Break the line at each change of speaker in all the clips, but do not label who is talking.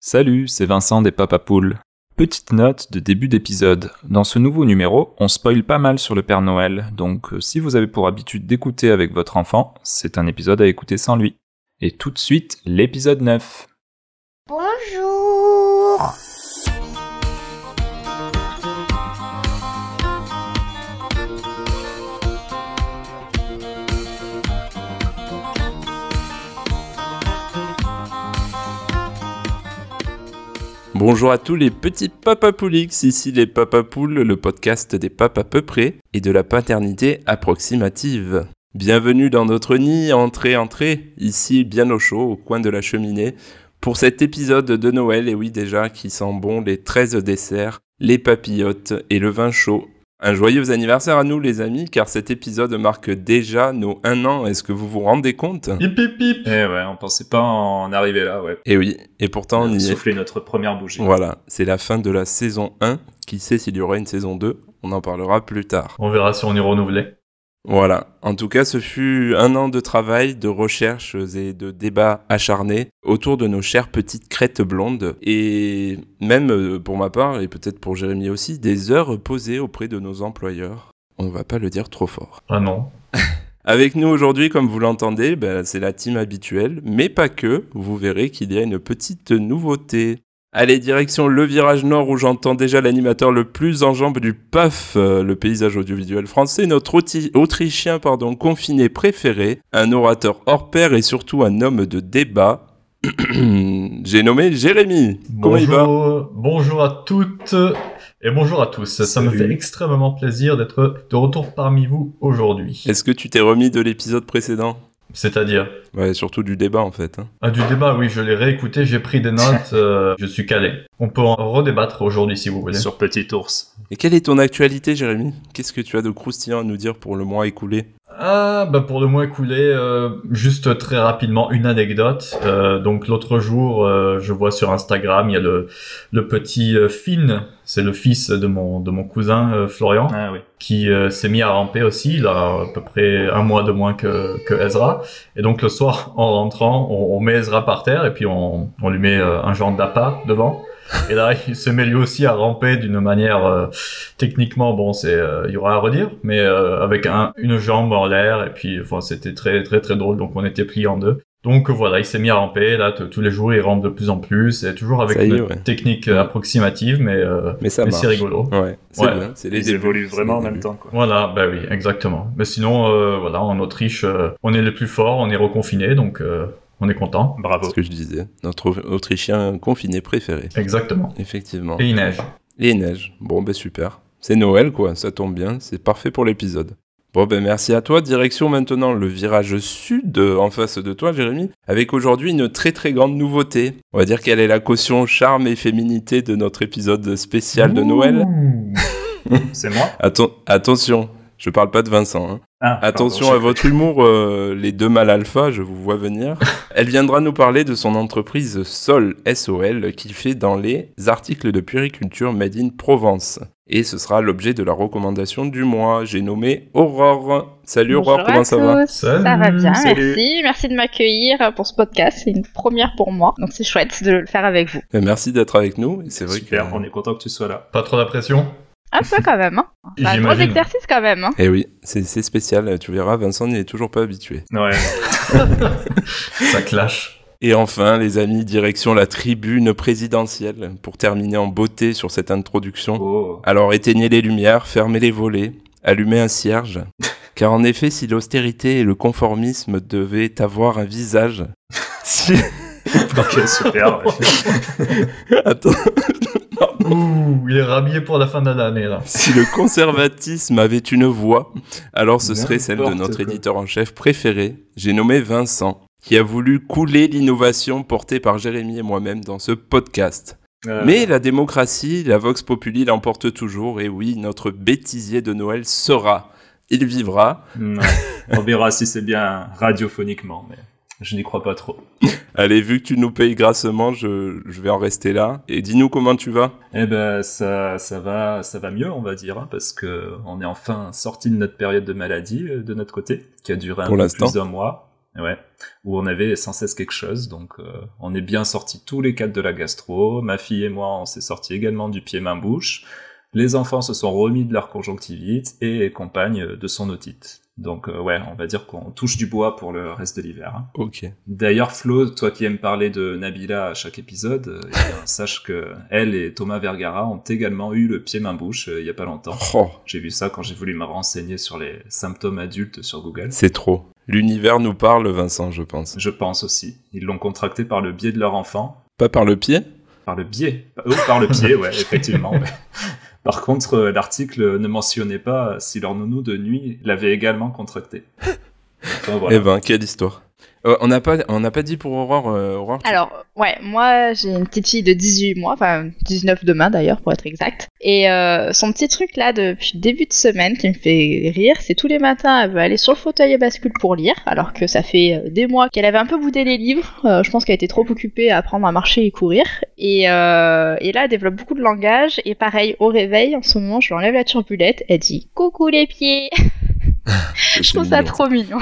Salut, c'est Vincent des Papapoules. Petite note de début d'épisode. Dans ce nouveau numéro, on spoil pas mal sur le Père Noël, donc euh, si vous avez pour habitude d'écouter avec votre enfant, c'est un épisode à écouter sans lui. Et tout de suite, l'épisode 9.
Bonjour.
Bonjour à tous les petits papapoulix, ici les papapoules, le podcast des papas peu près et de la paternité approximative. Bienvenue dans notre nid, entrez, entrez, ici bien au chaud, au coin de la cheminée, pour cet épisode de Noël, et oui déjà, qui sent bon les 13 desserts, les papillotes et le vin chaud. Un joyeux anniversaire à nous les amis, car cet épisode marque déjà nos 1 an, est-ce que vous vous rendez compte
Hip hip hip Eh ouais, on pensait pas en arriver là, ouais.
Eh oui, et pourtant on y est.
notre première bougie.
Voilà, c'est la fin de la saison 1. Qui sait s'il y aura une saison 2 On en parlera plus tard.
On verra si on est renouvelé.
Voilà. En tout cas, ce fut un an de travail, de recherches et de débats acharnés autour de nos chères petites crêtes blondes. Et même euh, pour ma part, et peut-être pour Jérémy aussi, des heures posées auprès de nos employeurs. On va pas le dire trop fort.
Ah non.
Avec nous aujourd'hui, comme vous l'entendez, ben, c'est la team habituelle, mais pas que. Vous verrez qu'il y a une petite nouveauté. Allez, direction le virage nord où j'entends déjà l'animateur le plus en jambes du PAF, euh, le paysage audiovisuel français, notre auti- autrichien pardon, confiné préféré, un orateur hors pair et surtout un homme de débat. J'ai nommé Jérémy. Comment il va
bonjour, bonjour à toutes et bonjour à tous. Ça me
Salut.
fait extrêmement plaisir d'être de retour parmi vous aujourd'hui.
Est-ce que tu t'es remis de l'épisode précédent
C'est-à-dire
Ouais, surtout du débat en fait. hein.
ah, du débat, oui, je l'ai réécouté, j'ai pris des notes, euh, je suis calé. On peut en redébattre aujourd'hui si vous voulez.
sur Petit Ours.
Et quelle est ton actualité, Jérémy Qu'est-ce que tu as de croustillant à nous dire pour le mois écoulé
Ah, bah pour le mois écoulé, euh, juste très rapidement une anecdote. Euh, donc l'autre jour, euh, je vois sur Instagram, il y a le, le petit euh, Finn, c'est le fils de mon, de mon cousin euh, Florian.
Ah oui.
qui euh, s'est mis à ramper aussi, il a à peu près un mois de moins que, que Ezra. Et donc le soir, en rentrant, on, on met Ezra par terre et puis on, on lui met euh, un genre d'appât devant. Et là, il se met lui aussi à ramper d'une manière euh, techniquement, bon, c'est euh, il y aura à redire, mais euh, avec un, une jambe en l'air et puis, enfin, c'était très très très drôle. Donc on était pris en deux. Donc euh, voilà, il s'est mis à ramper. Là, t- tous les jours, il rampe de plus en plus et toujours avec
Ça y
une
est, ouais.
technique euh, approximative, mais, euh,
Mais ça
mais
marche.
c'est rigolo.
Ouais, c'est
Ouais.
bien. C'est les
Ils
débuts,
évoluent
c'est
vraiment en
les
même
débuts.
temps. Quoi.
Voilà, bah oui, exactement. Mais sinon, euh, voilà, en Autriche, euh, on est les plus forts, on est reconfinés, donc euh, on est content.
C'est
Bravo.
ce que je disais. Notre au- Autrichien confiné préféré.
Exactement.
Effectivement.
Et il neige.
Et il neige. Bon, ben super. C'est Noël, quoi. Ça tombe bien. C'est parfait pour l'épisode. Bon, ben merci à toi. Direction maintenant le virage sud euh, en face de toi, Jérémy. Avec aujourd'hui une très très grande nouveauté. On va dire qu'elle est la caution charme et féminité de notre épisode spécial de Noël.
Ouh.
C'est moi
Atten- attention, je parle pas de Vincent. hein.
Ah,
Attention
pardon,
à votre humour, euh, les deux mâles alpha, je vous vois venir. Elle viendra nous parler de son entreprise Sol, SOL, qu'il fait dans les articles de puériculture Made in Provence. Et ce sera l'objet de la recommandation du mois. J'ai nommé Aurore. Salut Aurore,
Bonjour
comment
à
ça
tous.
va
Salut.
Ça va bien,
Salut.
merci. Merci de m'accueillir pour ce podcast. C'est une première pour moi, donc c'est chouette de le faire avec vous.
Euh, Merci d'être avec nous. Et C'est vrai
Super,
que...
on est content que tu sois là.
Pas trop la pression
Un peu quand même, hein. Enfin, gros
J'imagine.
exercice quand même, hein.
Eh oui, c'est c'est spécial, tu verras, Vincent n'y est toujours pas habitué.
Ouais.
Ça clash.
Et enfin, les amis, direction la tribune présidentielle, pour terminer en beauté sur cette introduction.
Oh.
Alors éteignez les lumières, fermez les volets, allumez un cierge. Car en effet, si l'austérité et le conformisme devaient avoir un visage. Si.
Ok, super. ouais.
Attends.
Ouh, il est rhabillé pour la fin de l'année, là.
Si le conservatisme avait une voix, alors ce serait celle de
N'importe
notre
quoi.
éditeur en chef préféré, j'ai nommé Vincent, qui a voulu couler l'innovation portée par Jérémy et moi-même dans ce podcast.
Euh,
Mais la démocratie, la vox populi l'emporte toujours, et oui, notre bêtisier de Noël sera. Il vivra,
ouais. On verra si c'est bien radiophoniquement, mais je n'y crois pas trop.
Allez, vu que tu nous payes grassement, je, je vais en rester là. Et dis-nous comment tu vas.
Eh ben, ça, ça va, ça va mieux, on va dire, hein, parce que on est enfin sorti de notre période de maladie euh, de notre côté, qui a duré un
Pour
peu
l'instant.
plus d'un mois. Ouais. Où on avait sans cesse quelque chose. Donc, euh, on est bien sortis tous les quatre de la gastro. Ma fille et moi, on s'est sortis également du pied-main-bouche. Les enfants se sont remis de leur conjonctivite et compagne euh, de son otite. Donc, euh, ouais, on va dire qu'on touche du bois pour le reste de l'hiver. hein.
Ok.
D'ailleurs, Flo, toi qui aimes parler de Nabila à chaque épisode, euh, eh bien, sache que elle et Thomas Vergara ont également eu le pied-main-bouche euh, il y a pas longtemps.
Oh,
J'ai vu ça quand j'ai voulu me renseigner sur les symptômes adultes sur Google.
c'est trop. L'univers nous parle, Vincent, je pense.
Je pense aussi. Ils l'ont contracté par le biais de leur enfant.
Pas par le pied
Par le biais Oh, par le pied, ouais, effectivement. ouais. Par contre, euh, l'article ne mentionnait pas si leur nounou de nuit l'avait également contracté. Enfin, voilà.
Eh ben, quelle histoire. Euh, on n'a pas, on n'a pas dit pour Aurore. euh, Aurore, tu-
Alors, ouais, moi j'ai une petite fille de 18 mois, enfin 19 demain d'ailleurs pour être exact. Et euh, son petit truc là depuis le début de semaine qui me fait rire, c'est tous les matins elle veut aller sur le fauteuil à bascule pour lire, alors que ça fait euh, des mois qu'elle avait un peu boudé les livres. Euh, je pense qu'elle était trop occupée à apprendre à marcher et courir. Et, euh, et là elle développe beaucoup de langage. Et pareil, au réveil, en ce moment je lui enlève la turbulette, elle dit coucou les pieds.
c'est
Je trouve ça
mignon.
trop mignon.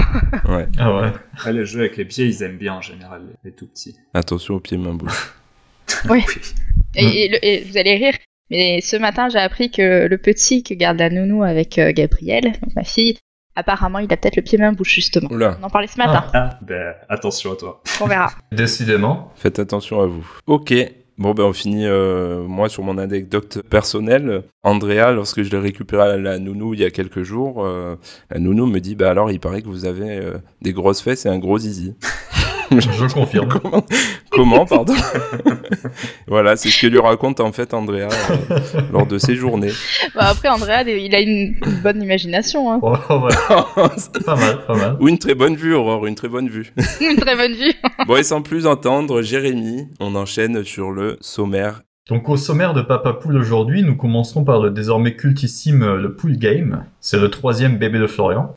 Ouais.
Ah ouais.
Après, les jeux avec les pieds, ils aiment bien en général, les- les tout petits.
Attention au pied main bouche.
Et, et le- et vous allez rire, mais ce matin, j'ai appris que le petit que garde la nounou avec euh, Gabrielle, donc ma fille, apparemment, il a peut-être le pied main bouche, justement.
Oula,
On en parlait ce matin,
Ah, ben, attention à toi.
on verra.
Décidément.
faites attention à vous. Ok. Bon, ben, on finit, euh, moi, sur mon anecdote personnelle. Andrea, lorsque je l'ai récupéré à la nounou il y a quelques jours, euh, la nounou me dit Bah alors, il paraît que vous avez euh, des grosses fesses et un gros zizi.
Je confirme.
Comment Comment, pardon Voilà, c'est ce que lui raconte en fait Andrea euh, lors de ses journées.
Bah, après, Andrea, il a une une bonne imagination, hein.
Oh, ouais. Pas mal, pas mal.
Ou une très bonne vue, Aurore, une très bonne vue.
une très bonne vue.
Bon, et sans plus entendre, Jérémy, on enchaîne sur le sommaire.
Donc au sommaire de Papa Poule aujourd'hui, nous commencerons par le désormais cultissime euh, le Pool Game. C'est le troisième bébé de Florian.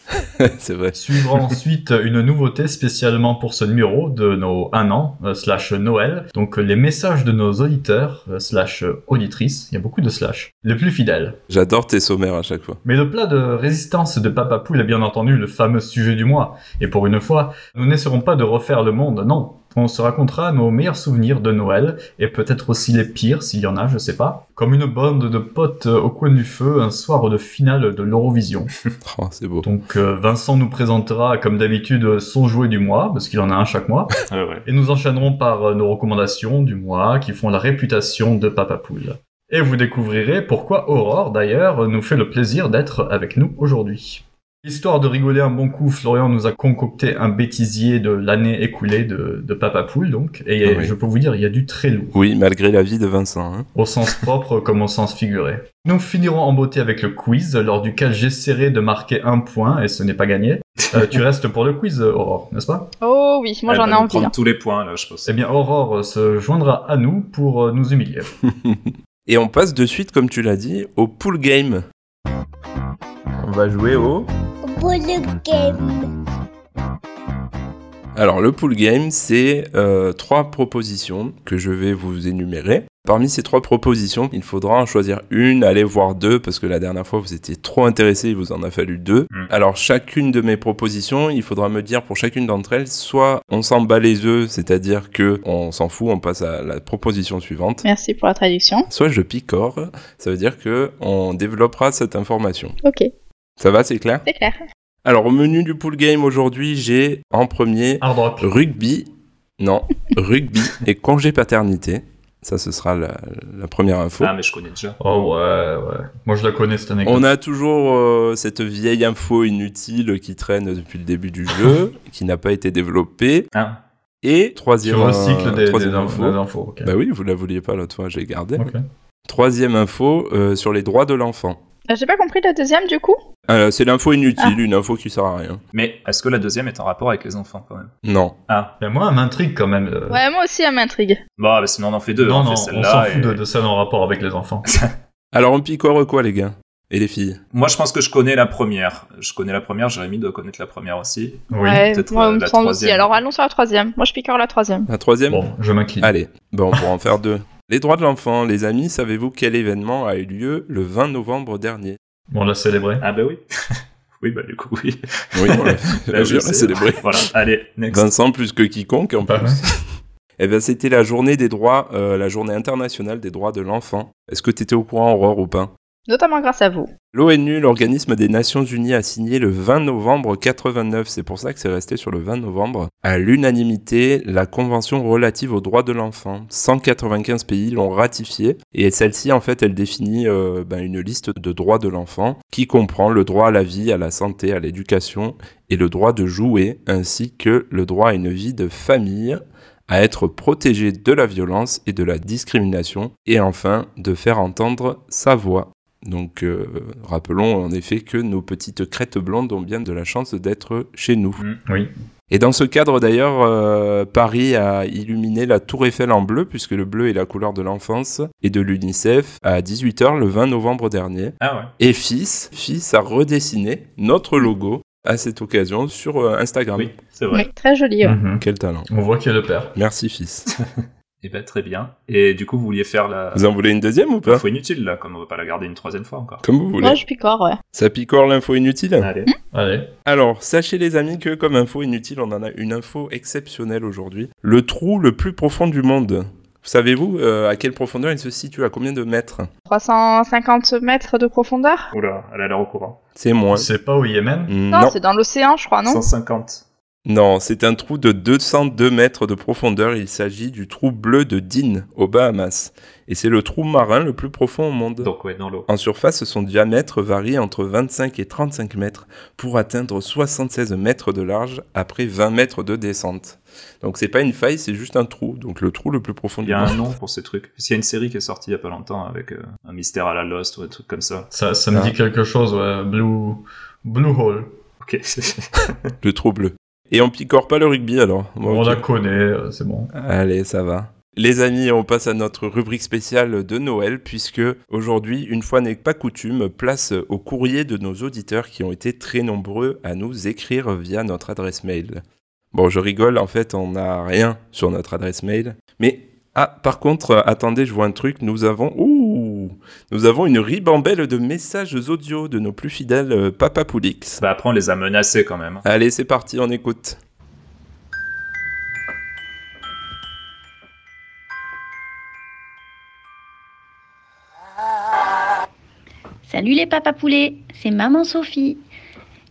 c'est vrai.
Suivra ensuite une nouveauté spécialement pour ce numéro de nos 1 an euh, slash Noël. Donc euh, les messages de nos auditeurs euh, slash euh, auditrices. Il y a beaucoup de slash. Les plus fidèles.
J'adore tes sommaires à chaque fois.
Mais le plat de résistance de Papa Poule est bien entendu le fameux sujet du mois. Et pour une fois, nous n'essaierons pas de refaire le monde, non. On se racontera nos meilleurs souvenirs de Noël, et peut-être aussi les pires, s'il y en a, je sais pas. Comme une bande de potes euh, au coin du feu un soir de finale de l'Eurovision.
Oh, c'est beau.
Donc euh, Vincent nous présentera, comme d'habitude, son jouet du mois, parce qu'il en a un chaque mois.
Ah ouais.
Et nous enchaînerons par euh, nos recommandations du mois qui font la réputation de Papa Poule. Et vous découvrirez pourquoi Aurore, d'ailleurs, nous fait le plaisir d'être avec nous aujourd'hui. Histoire de rigoler un bon coup, Florian nous a concocté un bêtisier de l'année écoulée de, de Papa Poule, donc. Et
Ah oui.
je peux vous dire, il y a du très lourd,
Oui, malgré la vie de Vincent. hein.
au sens propre comme au sens figuré. Nous finirons en beauté avec le quiz, lors duquel j'essaierai de marquer un point, et ce n'est pas gagné. Euh, tu restes pour le quiz, Aurore, n'est-ce pas
Oh oui, moi
Elle
j'en
va
ai
nous
envie.
prendre
hein.
tous les points, là, je pense.
Eh bien, Aurore euh, se joindra à nous pour euh, nous humilier.
Et on passe de suite, comme tu l'as dit, au pool game. On va jouer au...
Bolo Game.
Alors, le pool game, c'est euh, trois propositions que je vais vous énumérer. Parmi ces trois propositions, il faudra en choisir une, aller voir deux, parce que la dernière fois, vous étiez trop intéressé, il vous en a fallu deux.
Mm.
Alors, chacune de mes propositions, il faudra me dire pour chacune d'entre elles, soit on s'en bat les œufs, c'est-à-dire que on s'en fout, on passe à la proposition suivante,
Merci pour la traduction.
soit je picore, ça veut dire que on développera cette information.
Ok,
Ça va, c'est clair
c'est clair.
Alors, au menu du pool game aujourd'hui, j'ai en premier
Hard Rock.
Rugby, non, rugby et congé paternité. Ça, ce sera la, la première info.
Ah, mais je connais déjà.
Oh ouais, ouais. Moi je la connais cette anecdote.
On a toujours euh, cette vieille info inutile qui traîne depuis le début du jeu, qui n'a pas été développée.
Hein
Et
Tu
troisième,
recycles des,
troisième
des infos.
info.
Des infos, ok.
Bah oui, vous la vouliez pas l'autre fois, j'ai gardé.
Ok.
Troisième info euh, sur les droits de l'enfant.
Euh, J'ai pas compris la deuxième du coup
Euh, c'est l'info inutile, une info qui sert à rien.
Mais est-ce que la deuxième est en rapport avec les enfants, quand même
Non.
Ah.
Mais moi, elle m'intrigue quand même. euh.
Ouais, moi aussi elle m'intrigue.
Bah, bah, sinon on en fait deux.
non,
on
non, on
fait
s'en
celle-là.
fout
et-
de, de ça en rapport avec les enfants.
Alors on picore quoi les gars et les filles
Moi, je pense que je connais la première. Je connais la première, Jérémy doit connaître la première aussi.
Oui.
ouais,
peut-être,
moi
euh,
il me
la
semble aussi.
troisième.
Alors allons sur la troisième. Moi je picore la troisième.
La troisième.
Bon, je m'incline.
Allez, bon, pour en faire deux. Les droits de l'enfant, les amis, savez-vous quel événement a eu lieu le 20 novembre dernier
On l'a célébré.
Ah, bah oui. Oui, bah du coup, oui.
Oui, voilà. Là,
je
je
sais.
célébrer.
Voilà, allez, next.
Vincent plus que quiconque en
Pas
plus. Eh bien, c'était la journée des droits, euh, la journée internationale des droits de l'enfant. Est-ce que t'étais au courant, Aurore, ou pas
Notamment grâce à vous.
L'ONU, l'organisme des Nations Unies, a signé le 20 novembre 89, c'est pour ça que c'est resté sur le 20 novembre, à l'unanimité, la Convention relative aux droits de l'enfant. 195 pays l'ont ratifiée, et celle-ci, en fait, elle définit euh, ben, une liste de droits de l'enfant qui comprend le droit à la vie, à la santé, à l'éducation, et le droit de jouer, ainsi que le droit à une vie de famille à être protégé de la violence et de la discrimination, et enfin de faire entendre sa voix. Donc, euh, rappelons en effet que nos petites crêtes blondes ont bien de la chance d'être chez nous.
Mm, oui.
Et dans ce cadre d'ailleurs, euh, Paris a illuminé la Tour Eiffel en bleu, puisque le bleu est la couleur de l'enfance, et de l'UNICEF à 18h le 20 novembre dernier.
Ah ouais.
Et FIS, FIS a redessiné notre logo à cette occasion sur euh, Instagram.
Oui, c'est vrai.
Oui, très joli.
Mmh.
ouais.
Mhm.
Quel talent.
On voit qu'il y a le père.
Merci FIS.
Et ben très bien. Et du coup, vous vouliez faire la.
Vous en voulez une deuxième ou pas
Info inutile là, comme on va pas la garder une troisième fois encore.
Comme vous voulez.
Moi, je picore, ouais.
Ça picore l'info
Oh.
inutile
Allez.
Allez.
Alors, sachez les amis que comme info inutile, on en a une info exceptionnelle aujourd'hui. Le trou le plus profond du monde. Savez-vous euh, à quelle profondeur il se situe À combien de mètres
350 mètres de profondeur
Oula, elle a l'air au courant.
C'est moins.
C'est pas au Yémen
Non,
Non,
c'est dans l'océan, je crois, Ah non
150.
non c'est un trou de 202 mètres de profondeur. Il s'agit du trou bleu de Dean, aux Bahamas. Et c'est le trou marin le plus profond au monde.
Donc ouais, dans l'eau.
En surface, son diamètre varie entre 25 et 35 mètres pour atteindre 76 mètres de large après 20 mètres de descente. Donc c'est pas une faille, c'est juste un trou. Donc le trou le plus profond
Il
du
y a
monde.
un nom pour ce truc. Parce qu'il y a une série qui est sortie il y a pas longtemps avec euh, un mystère à la Lost ou un truc comme ça.
Ça, ça me
Ah.
dit quelque chose, ouais. Blue... Blue Hole.
Ok.
Le trou bleu. Et on picore pas le rugby alors. Bon,
On
ok.
la connaît, euh, c'est bon.
Allez, ça va. Les amis, on passe à notre rubrique spéciale de Noël, puisque aujourd'hui, une fois n'est pas coutume, place au courrier de nos auditeurs qui ont été très nombreux à nous écrire via notre adresse mail. Bon, je rigole, en fait, on n'a rien sur notre adresse mail. Mais, ah, par contre, euh, attendez, je vois un truc, nous avons... Ouh Nous avons une ribambelle de messages audio de nos plus fidèles euh, Papa Poulix.
bah après, on les a menacés quand même. hein.
Allez, c'est parti, on écoute.
Salut les papas poulets, c'est maman Sophie.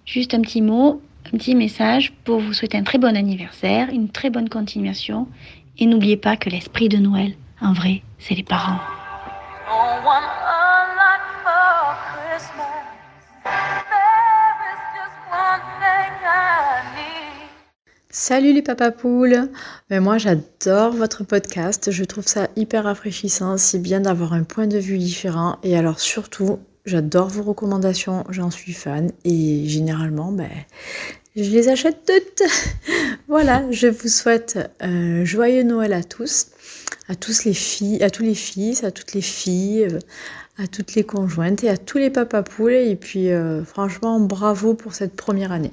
Juste un petit mot, un petit message pour vous souhaiter un très bon anniversaire, une très bonne continuation. Et n'oubliez pas que l'esprit de Noël, en vrai, c'est les parents.
Salut les papapoules! Mais moi j'adore votre podcast, je trouve ça hyper rafraîchissant, si bien d'avoir un point de vue différent. Et alors surtout, j'adore vos recommandations, j'en suis fan et généralement, ben, je les achète toutes! voilà, je vous souhaite un joyeux Noël à tous, à tous les filles, à tous les fils, à toutes les filles, euh, à toutes les conjointes et à tous les papapoules. Et puis euh, franchement, bravo pour cette première année.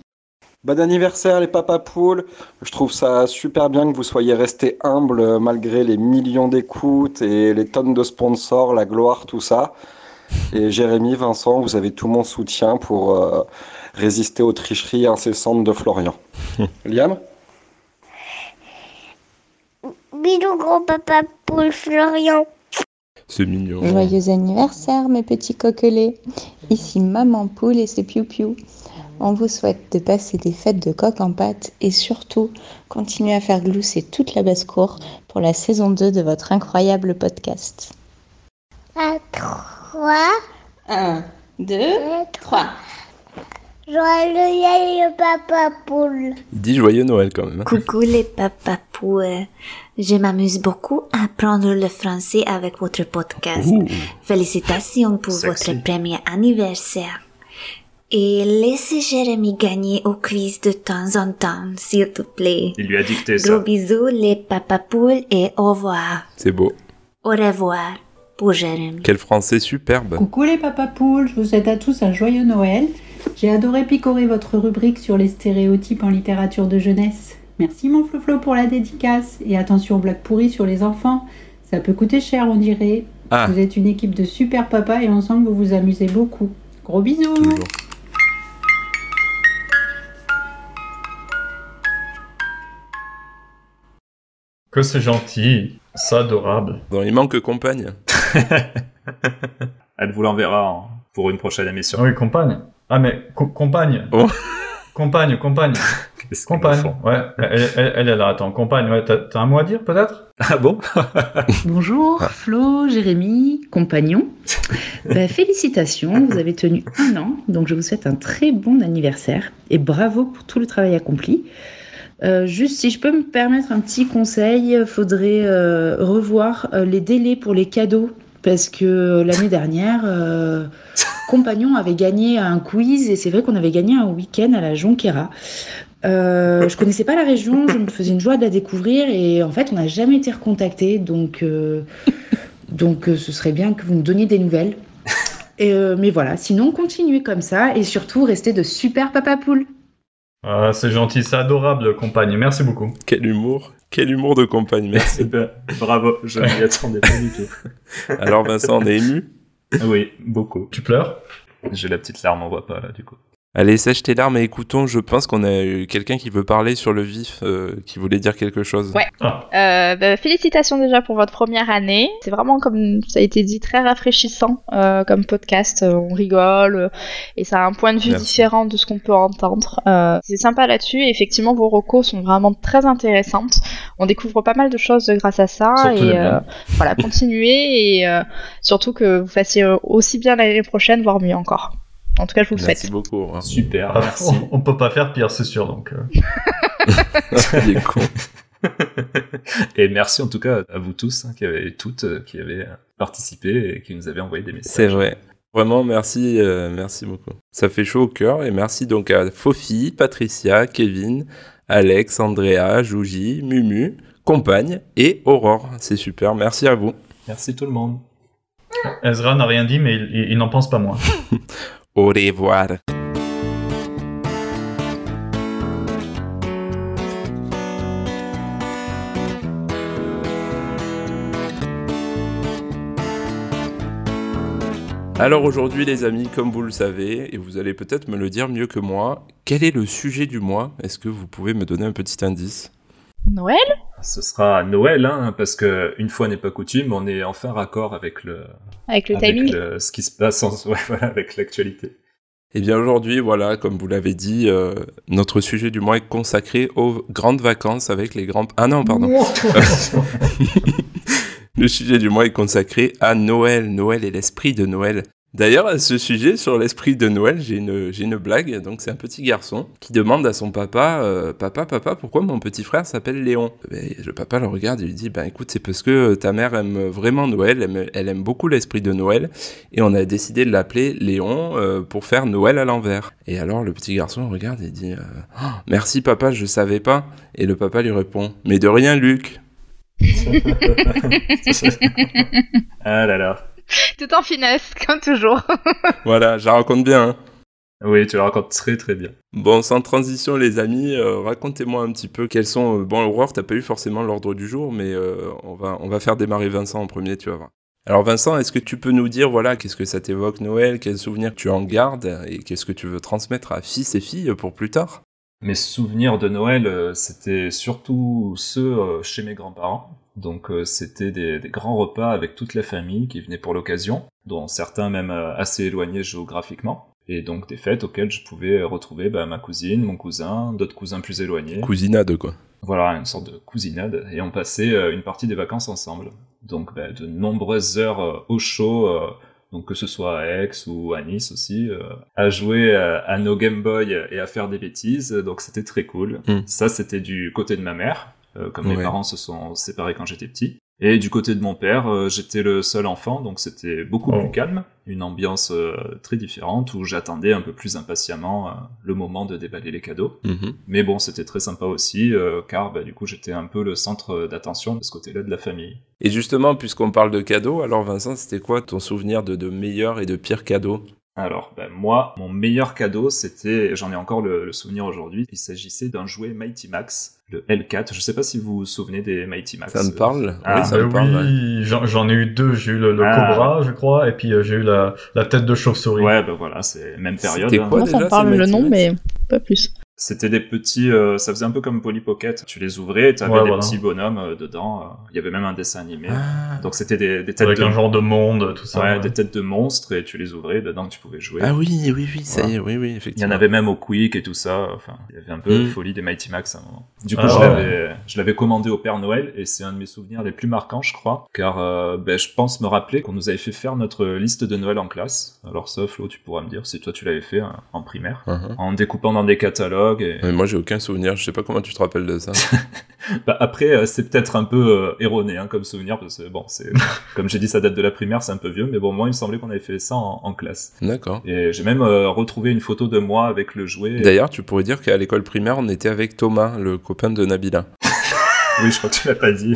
Bon anniversaire Bah, les papas poules. Je trouve ça super bien que vous soyez restés humbles euh, malgré les millions d'écoutes et les tonnes de sponsors, la gloire, tout ça. Et Jérémy, Vincent, vous avez tout mon soutien pour euh, résister aux tricheries incessantes de Florian. Liam
Bisous gros papa poule Florian.
C'est mignon.
Joyeux anniversaire mes petits coquelets. Ici Maman Poule et ses piou-piou. On vous souhaite de passer des fêtes de coq en pâte et surtout continuer à faire glousser toute la basse-cour pour la saison 2 de votre incroyable podcast.
À trois,
1, 2,
et trois.
3.
Joyeux papa poule.
Il dit joyeux Noël quand même. hein.
Coucou les papapoues. Je m'amuse beaucoup à apprendre le français avec votre podcast. Félicitations pour
Sexy.
votre premier anniversaire. Et laissez Jérémy gagner au quiz de temps en temps, s'il te plaît.
Il lui a dicté
Gros
ça.
bisous les papapoules et au revoir.
C'est beau.
Au revoir pour Jérémy.
Quel français superbe.
Coucou les papas poules, je vous souhaite à tous un joyeux Noël. J'ai adoré picorer votre rubrique sur les stéréotypes en littérature de jeunesse. Merci mon floflo pour la dédicace et attention aux blagues pourries sur les enfants. Ça peut coûter cher on dirait.
Ah.
Vous êtes une équipe de super papas et on sent que vous vous amusez beaucoup. Gros bisous
Toujours.
Que c'est gentil, c'est adorable.
Bon, il manque compagne.
Elle vous l'enverra en- pour une prochaine émission.
Oui, compagne. Ah, mais co- compagne.
Oh.
Compagne, compagne. compagne. Ouais, elle, elle, elle est là. Attends, compagne, ouais, t'as t'as un mot à dire peut-être
Ah bon
Bonjour Flo, Jérémy, compagnon. Bah, félicitations, vous avez tenu un an, donc je vous souhaite un très bon anniversaire et bravo pour tout le travail accompli. Euh, juste si je peux me permettre un petit conseil, euh, faudrait euh, revoir euh, les délais pour les cadeaux parce que euh, l'année dernière, euh, compagnon avait gagné un quiz et c'est vrai qu'on avait gagné un week-end à la Jonquera. Euh, je connaissais pas la région, je me faisais une joie de la découvrir et en fait on n'a jamais été recontacté donc euh, donc euh, ce serait bien que vous me donniez des nouvelles. Et, euh, mais voilà, sinon continuez comme ça et surtout restez de super papa poules.
Ah, c'est gentil, c'est adorable, compagne. Merci beaucoup.
Quel humour. Quel humour de compagne, merci.
Eh ben, Bravo, je m'y attendais pas du tout. Ah
Alors Vincent, on est ému
Oui, beaucoup.
Tu pleures
J'ai la petite larme au pas là, du coup.
Allez, sèche tes larmes et écoutons, je pense qu'on a eu quelqu'un qui veut parler sur le vif, euh, qui voulait dire quelque chose.
Ouais.
Ah,
Euh, bah, félicitations déjà pour votre première année. C'est vraiment, comme ça a été dit, très rafraîchissant euh, comme podcast. Euh, On rigole euh, et ça a un point de vue
Merci.
différent de ce qu'on peut entendre. Euh, c'est sympa là-dessus et effectivement, vos recos sont vraiment très intéressantes. On découvre pas mal de choses grâce à ça.
Surtout les
et euh,
miennes.
voilà, continuez et euh, surtout que vous fassiez euh, aussi bien l'année prochaine, voire mieux encore. En tout cas, je vous le souhaite.
beaucoup. hein.
Super,
Ah,
merci.
On, on peut pas faire pire, c'est sûr. Donc, euh.
Il est con. et merci en tout cas à vous tous hein, qui avez toutes euh, qui avez euh, participé et qui nous avez envoyé des messages.
C'est vrai. Vraiment, merci, euh, merci beaucoup. Ça fait chaud au cœur et merci donc à Fofi, Patricia, Kevin, Alex, Andrea, Jouji, Mumu, Compagne et Aurore. C'est super, merci à vous.
Merci tout le monde.
Ezra n'a rien dit, mais il, il- il n'en pense pas moins.
Au revoir. Alors aujourd'hui les amis, comme vous le savez, et vous allez peut-être me le dire mieux que moi, quel est le sujet du mois Est-ce que vous pouvez me donner un petit indice
Noël
Ce sera Noël, hein, parce que une fois n'est pas coutume, on est enfin raccord avec le
Avec le timing.
le- ce qui se passe en- ouais, voilà, avec l'actualité.
Eh bien aujourd'hui, voilà, comme vous l'avez dit, euh, notre sujet du mois est consacré aux grandes vacances avec les grands... Ah non, pardon. Le sujet du mois est consacré à Noël, Noël et l'esprit de Noël. D'ailleurs, à ce sujet, sur l'esprit de Noël, j'ai une, j'ai une blague. Donc, c'est un petit garçon qui demande à son papa euh, Papa, papa, pourquoi mon petit frère s'appelle Léon Et Le papa le regarde et lui dit Ben écoute, c'est parce que ta mère aime vraiment Noël, elle aime, elle aime beaucoup l'esprit de Noël, et on a décidé de l'appeler Léon euh, pour faire Noël à l'envers. Et alors, le petit garçon regarde et dit euh, Oh, Merci, papa, je savais pas. Et le papa lui répond Mais de rien, Luc.
Ah là là.
Tout en finesse, comme toujours.
Voilà, je la raconte bien. Oui, tu la racontes très très bien. Bon, sans transition, les amis, euh, racontez-moi un petit peu quels sont. euh, Bon, Aurore, t'as pas eu forcément l'ordre du jour, mais euh, on, va, on va faire démarrer Vincent en premier, tu vas voir. Alors, Vincent, est-ce que tu peux nous dire, voilà, qu'est-ce que ça t'évoque Noël, quels souvenirs tu en gardes et qu'est-ce que tu veux transmettre à fils et filles pour plus tard
Mes souvenirs de Noël, euh, c'était surtout ceux euh, chez mes grands-parents. Donc euh, c'était des, des grands repas avec toute la famille qui venait pour l'occasion, dont certains même euh, assez éloignés géographiquement. Et donc des fêtes auxquelles je pouvais euh, retrouver bah, ma cousine, mon cousin, d'autres cousins plus éloignés.
Cousinade, quoi.
Voilà, une sorte de cousinade. Et on passait euh, une partie des vacances ensemble. Donc bah, de nombreuses heures euh, au chaud, euh, donc que ce soit à Aix ou à Nice aussi, euh, à jouer euh, à nos Game Boy et à faire des bêtises. Donc c'était très cool.
Mm.
Ça, c'était du côté de ma mère, euh, comme
Ouais.
mes parents se sont séparés quand j'étais petit. Et du côté de mon père, euh, j'étais le seul enfant, donc c'était beaucoup
Oh.
plus calme, une ambiance euh, très différente où j'attendais un peu plus impatiemment euh, le moment de déballer les cadeaux.
Mhm.
Mais bon, c'était très sympa aussi, euh, car bah, du coup, j'étais un peu le centre euh, d'attention de ce côté-là de la famille.
Et justement, puisqu'on parle de cadeaux, alors Vincent, c'était quoi ton souvenir de, de meilleur et de pire cadeau
Alors, ben, moi, mon meilleur cadeau, c'était, j'en ai encore le, le souvenir aujourd'hui, il s'agissait d'un jouet Mighty Max, le L4. Je sais pas si vous vous souvenez des Mighty Max.
Ça me parle.
Ah,
Oui, ça
bah
me parle. ouais.
Oui, j'en j'en ai eu deux. J'ai eu le, le
Ah.
cobra, je crois, et puis euh, j'ai eu la, la tête de chauve-souris.
Ouais, ben voilà, bah, c'est même période.
C'était quoi
Moi, ça me parle le nom, mais pas plus.
C'était des petits, euh, ça faisait un peu comme Polly Pocket. Tu les ouvrais et t'avais
Ouais,
des
voilà.
petits bonhommes euh, dedans. Il y avait même un dessin animé.
Ah.
Donc c'était des, des têtes
Avec
de...
un genre de monde, tout ça,
Ouais,
ouais.
des têtes de monstres et tu les ouvrais et dedans tu pouvais jouer.
Ah oui, oui, oui, ça
Voilà.
y est, oui, oui,
Il y
effectivement.
en avait même au Quick et tout ça. Enfin, il y avait un peu de
Mm.
folie des Mighty Max à un moment. Du coup,
Ah
je
ouais.
l'avais- je l'avais commandé au Père Noël et c'est un de mes souvenirs les plus marquants, je crois, car euh, ben, je pense me rappeler qu'on nous avait fait faire notre liste de Noël en classe. Alors ça, Flo, tu pourras me dire si toi tu l'avais fait hein, en primaire,
Mhm.
en découpant dans des catalogues. Et...
Mais moi, j'ai aucun souvenir. Je sais pas comment tu te rappelles de ça.
Bah, après, euh, c'est peut-être un peu euh, erroné hein, comme souvenir parce que bon, c'est comme j'ai dit, ça date de la primaire, c'est un peu vieux, mais bon, moi, il me semblait qu'on avait fait ça en, en classe.
D'accord.
Et j'ai même euh, retrouvé une photo de moi avec le jouet.
D'ailleurs, tu pourrais dire qu'à l'école primaire, on était avec Thomas, le copain de Nabila.
oui, je crois que tu l'as pas dit.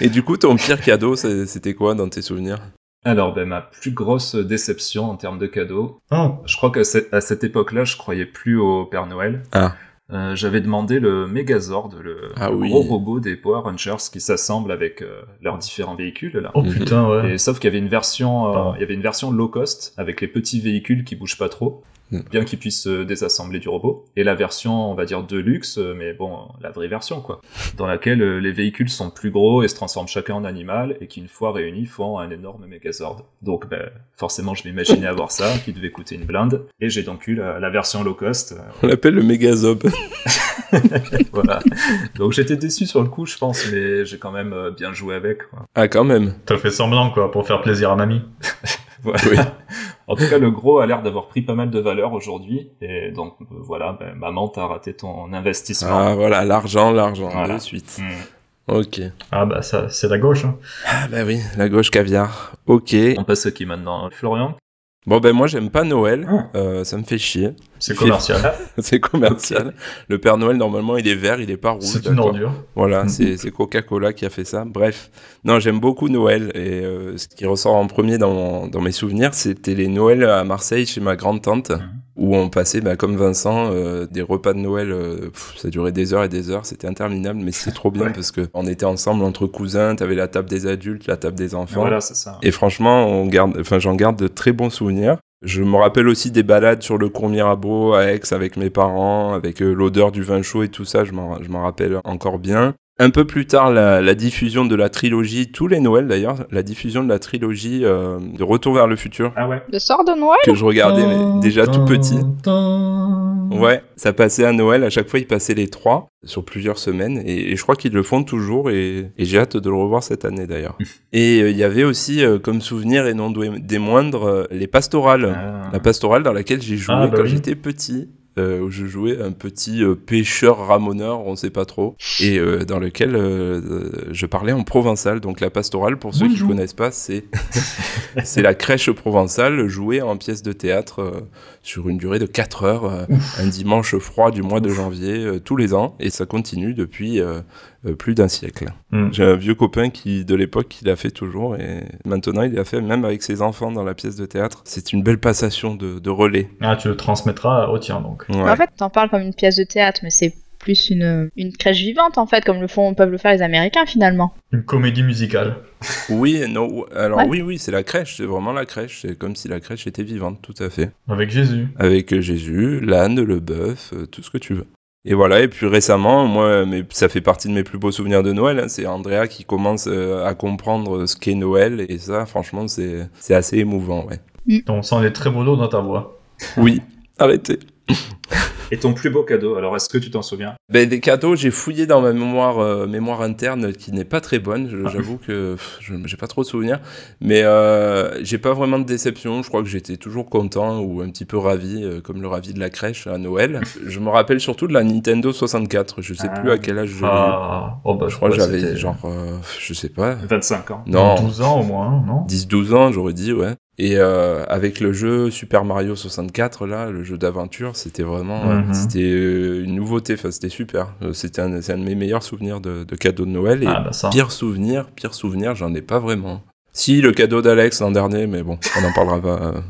Et du coup, ton pire cadeau, c'est- c'était quoi dans tes souvenirs
Alors, ben, ma plus grosse déception en termes de cadeaux,
Oh.
je crois qu'à ce- à cette époque-là, je croyais plus au Père Noël.
Ah.
Euh, J'avais demandé le Megazord, le,
Ah
le
oui.
gros robot des Power Rangers qui s'assemble avec euh, leurs différents véhicules. Là.
Mhm.
Oh, putain, ouais.
Et sauf qu'il y avait une version, euh,
Pardon.
il y avait une version low cost avec les petits véhicules qui bougent pas trop,
Mm.
bien qu'ils puissent se désassembler du robot, et la version, on va dire de luxe, euh, mais bon, la vraie version quoi, dans laquelle euh, les véhicules sont plus gros et se transforment chacun en animal et qui une fois réunis font un énorme Megazord. Donc ben, forcément, je m'imaginais avoir ça, qui devait coûter une blinde, et j'ai donc eu la, la version low cost. euh,
On l'appelle le Mégazob.
voilà. Donc j'étais déçu sur le coup, je pense, mais j'ai quand même euh, bien joué avec. quoi.
ah, quand même.
T'as fait semblant, quoi, pour faire plaisir à mamie.
Voilà.
Oui.
En tout cas, le gros a l'air d'avoir pris pas mal de valeur aujourd'hui. Et donc, euh, voilà, ben, maman, t'as raté ton investissement.
Ah, voilà, l'argent, l'argent,
Voilà.
de suite.
Mm.
Ok.
Ah bah ça, c'est la gauche. Hein.
Ah, bah oui, la gauche caviar. Ok.
On passe à qui maintenant Florian
Bon, ben moi, j'aime pas Noël.
Ah.
Euh, ça me fait chier.
C'est
Il
Ah.
commercial.
fait- C'est commercial. Le Père Noël, normalement, il est vert, il est pas rouge.
C'est une
d'accord
ordure. Mm.
Voilà, c'est c'est Coca-Cola qui a fait ça. Bref, non, j'aime beaucoup Noël et euh, ce qui ressort en premier dans, mon- dans mes souvenirs, c'était les Noëls à Marseille chez ma grande-tante
Mm.
où on passait, bah, comme Vincent, euh, des repas de Noël. euh, pff, ça durait des heures et des heures, c'était interminable, mais c'était trop bien parce que on était ensemble entre cousins. T'avais la table des adultes, la table des enfants.
Voilà, c'est
hein.
ça.
Et franchement, on garde, enfin, j'en garde de très bons souvenirs. Je me rappelle aussi des balades sur le cours Mirabeau à Aix avec mes parents, avec euh, l'odeur du vin chaud et tout ça, je m'en je m'en rappelle encore bien. Un peu plus tard, la, la diffusion de la trilogie, tous les Noëls d'ailleurs, la diffusion de la trilogie euh, de Retour vers le futur,
Ah ouais
Le sort de Noël
que je regardais mais déjà tout petit.
Ouais.
Ouais, ça passait à Noël, à chaque fois ils passaient les trois sur plusieurs semaines et, et je crois qu'ils le font toujours et, et j'ai hâte de le revoir cette année d'ailleurs. et euh, il y avait aussi euh, comme souvenir et non dou- des moindres euh, les pastorales,
Ah.
Euh, la pastorale dans laquelle j'ai joué
Ah, bah
quand
oui.
j'étais petit. euh, où je jouais un petit euh, pêcheur ramoneur, on sait pas trop, et euh, dans lequel euh, euh, je parlais en provençal. Donc la pastorale, pour ceux qui
Bonjour.
connaissent pas, c'est c'est la crèche provençale jouée en pièce de théâtre euh, sur une durée de 4 heures, euh, un dimanche froid du mois de janvier, euh, tous les ans, et ça continue depuis euh, euh, plus d'un siècle.
Mm.
J'ai un vieux copain qui, de l'époque, qui l'a fait toujours, et maintenant il l'a fait même avec ses enfants dans la pièce de théâtre. C'est une belle passation de, de relais.
Ah, tu le transmettras au tien, donc.
Ouais.
En fait, t'en parles comme une pièce de théâtre, mais c'est plus une, une crèche vivante, en fait, comme le font, peuvent le faire les Américains, finalement.
Une comédie musicale.
Oui, et non, ou- alors
Ouais.
oui, oui, c'est la crèche, c'est vraiment la crèche, c'est comme si la crèche était vivante, tout à fait.
Avec Jésus.
avec euh, Jésus, l'âne, le bœuf, euh, tout ce que tu veux. Et voilà, et puis récemment, moi, mais ça fait partie de mes plus beaux souvenirs de Noël, hein, c'est Andrea qui commence euh, à comprendre ce qu'est Noël, et ça, franchement, c'est c'est assez émouvant, ouais.
On sent les trémolos dans ta voix.
Oui, arrêtez.
Et ton plus beau cadeau, alors est-ce que tu t'en souviens
Ben, des cadeaux, j'ai fouillé dans ma mémoire, euh, mémoire interne qui n'est pas très bonne. Je- J'avoue que pff, je j'ai pas trop de souvenirs. Mais euh, j'ai pas vraiment de déception. Je crois que j'étais toujours content ou un petit peu ravi, euh, comme le ravi de la crèche à Noël. je me rappelle surtout de la Nintendo 64. Je sais
Ah.
plus à quel âge je l'ai eu.
Ah, oh bah,
Mhm. Je crois que
ouais,
j'avais
c'était
genre, euh, je sais pas.
25 ans.
Non.
12 ans au moins, hein, non
10-12 ans, j'aurais dit, ouais. Et euh, avec le jeu Super Mario 64, là, le jeu d'aventure, c'était vraiment euh,
Mhm.
c'était euh, une nouveauté, enfin, c'était super. Euh, C'était un, c'est un de mes meilleurs souvenirs de, de cadeau de Noël. Et
Ah bah ça.
pire souvenir, pire souvenir, j'en ai pas vraiment. Si, le cadeau d'Alex l'an dernier, mais bon, on en parlera pas, euh,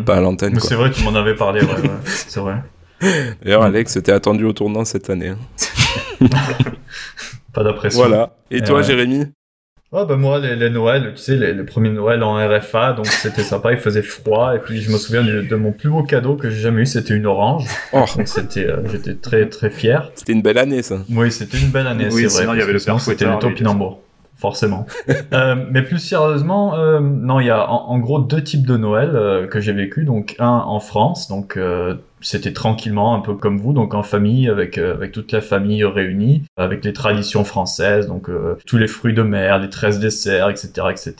Hmm.
pas à l'antenne.
Mais
quoi.
c'est vrai, tu m'en avais parlé, ouais, ouais. c'est vrai.
D'ailleurs, Alex, t'es attendu au tournant cette année. hein.
Pas d'appréciation.
Voilà. Et
Eh
toi,
ouais.
Jérémy
Ah bah moi les, les Noëls, tu sais les, les premiers Noëls en RFA, donc c'était sympa, il faisait froid et puis je me souviens du- de mon plus beau cadeau que j'ai jamais eu, c'était une orange. Donc c'était euh, j'étais très très fier.
Oh, C'était une belle année, ça.
Oui, c'était une belle année,
Oui,
c'est
sinon,
vrai.
il y
parce
avait
que
le
sinon,
père
c'était le
Fouettard,
topinambour, forcément. Euh, mais plus sérieusement, euh, non, il y a en, en gros deux types de Noël euh, que j'ai vécu. Donc un en France, donc euh, c'était tranquillement, un peu comme vous, donc en famille, avec euh, avec toute la famille réunie, avec les traditions françaises, donc euh, tous les fruits de mer, les 13 desserts, etc., etc.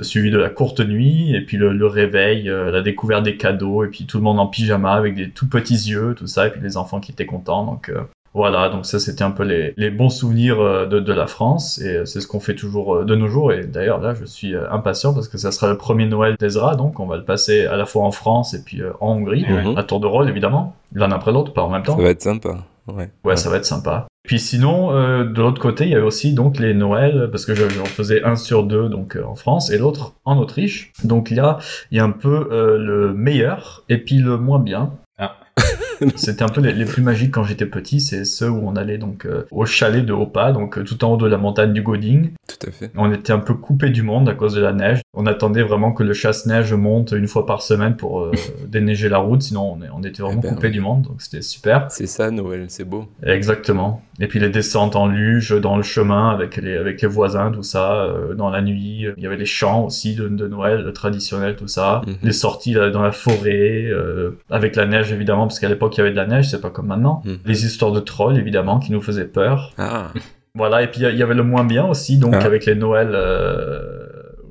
Suivi de la courte nuit et puis le, le réveil, euh, la découverte des cadeaux et puis tout le monde en pyjama avec des tout petits yeux, tout ça, et puis les enfants qui étaient contents. Donc euh, voilà, donc ça c'était un peu les, les bons souvenirs euh, de, de la France et euh, c'est ce qu'on fait toujours euh, de nos jours. Et d'ailleurs là, je suis euh, impatient parce que ça sera le premier Noël d'Ezra, donc on va le passer à la fois en France et puis euh, en Hongrie,
Mhm.
à tour de rôle évidemment, l'un après l'autre, pas en même temps.
Ça va être sympa. Ouais.
Ouais, ça va être sympa. Puis sinon, euh, de l'autre côté, il y avait aussi donc les Noëls, parce que je- j'en faisais un sur deux donc euh, en France et l'autre en Autriche. Donc là, il y a un peu euh, le meilleur et puis le moins bien. C'était un peu les, les plus magiques quand j'étais petit, c'est ceux où on allait donc euh, au chalet de Hopa, donc euh, tout en haut de la montagne du Goding.
Tout à fait.
On était un peu coupé du monde à cause de la neige. On attendait vraiment que le chasse-neige monte une fois par semaine pour euh, déneiger la route, sinon on, est- on était vraiment
ben
coupé
oui.
du monde, donc c'était super.
C'est ça, Noël, c'est beau.
Exactement. Et puis les descentes en luge dans le chemin avec les, avec les voisins, tout ça, euh, dans la nuit. Il y avait les chants aussi de, de Noël traditionnels, tout ça.
Mhm.
Les sorties là, dans la forêt, euh, avec la neige évidemment, parce qu'à l'époque il y avait de la neige, c'est pas comme maintenant.
Mhm.
Les histoires de trolls évidemment qui nous faisaient peur.
Ah.
Voilà, et puis il y a- il y avait le moins bien aussi, donc
Ah.
avec les Noëls, euh,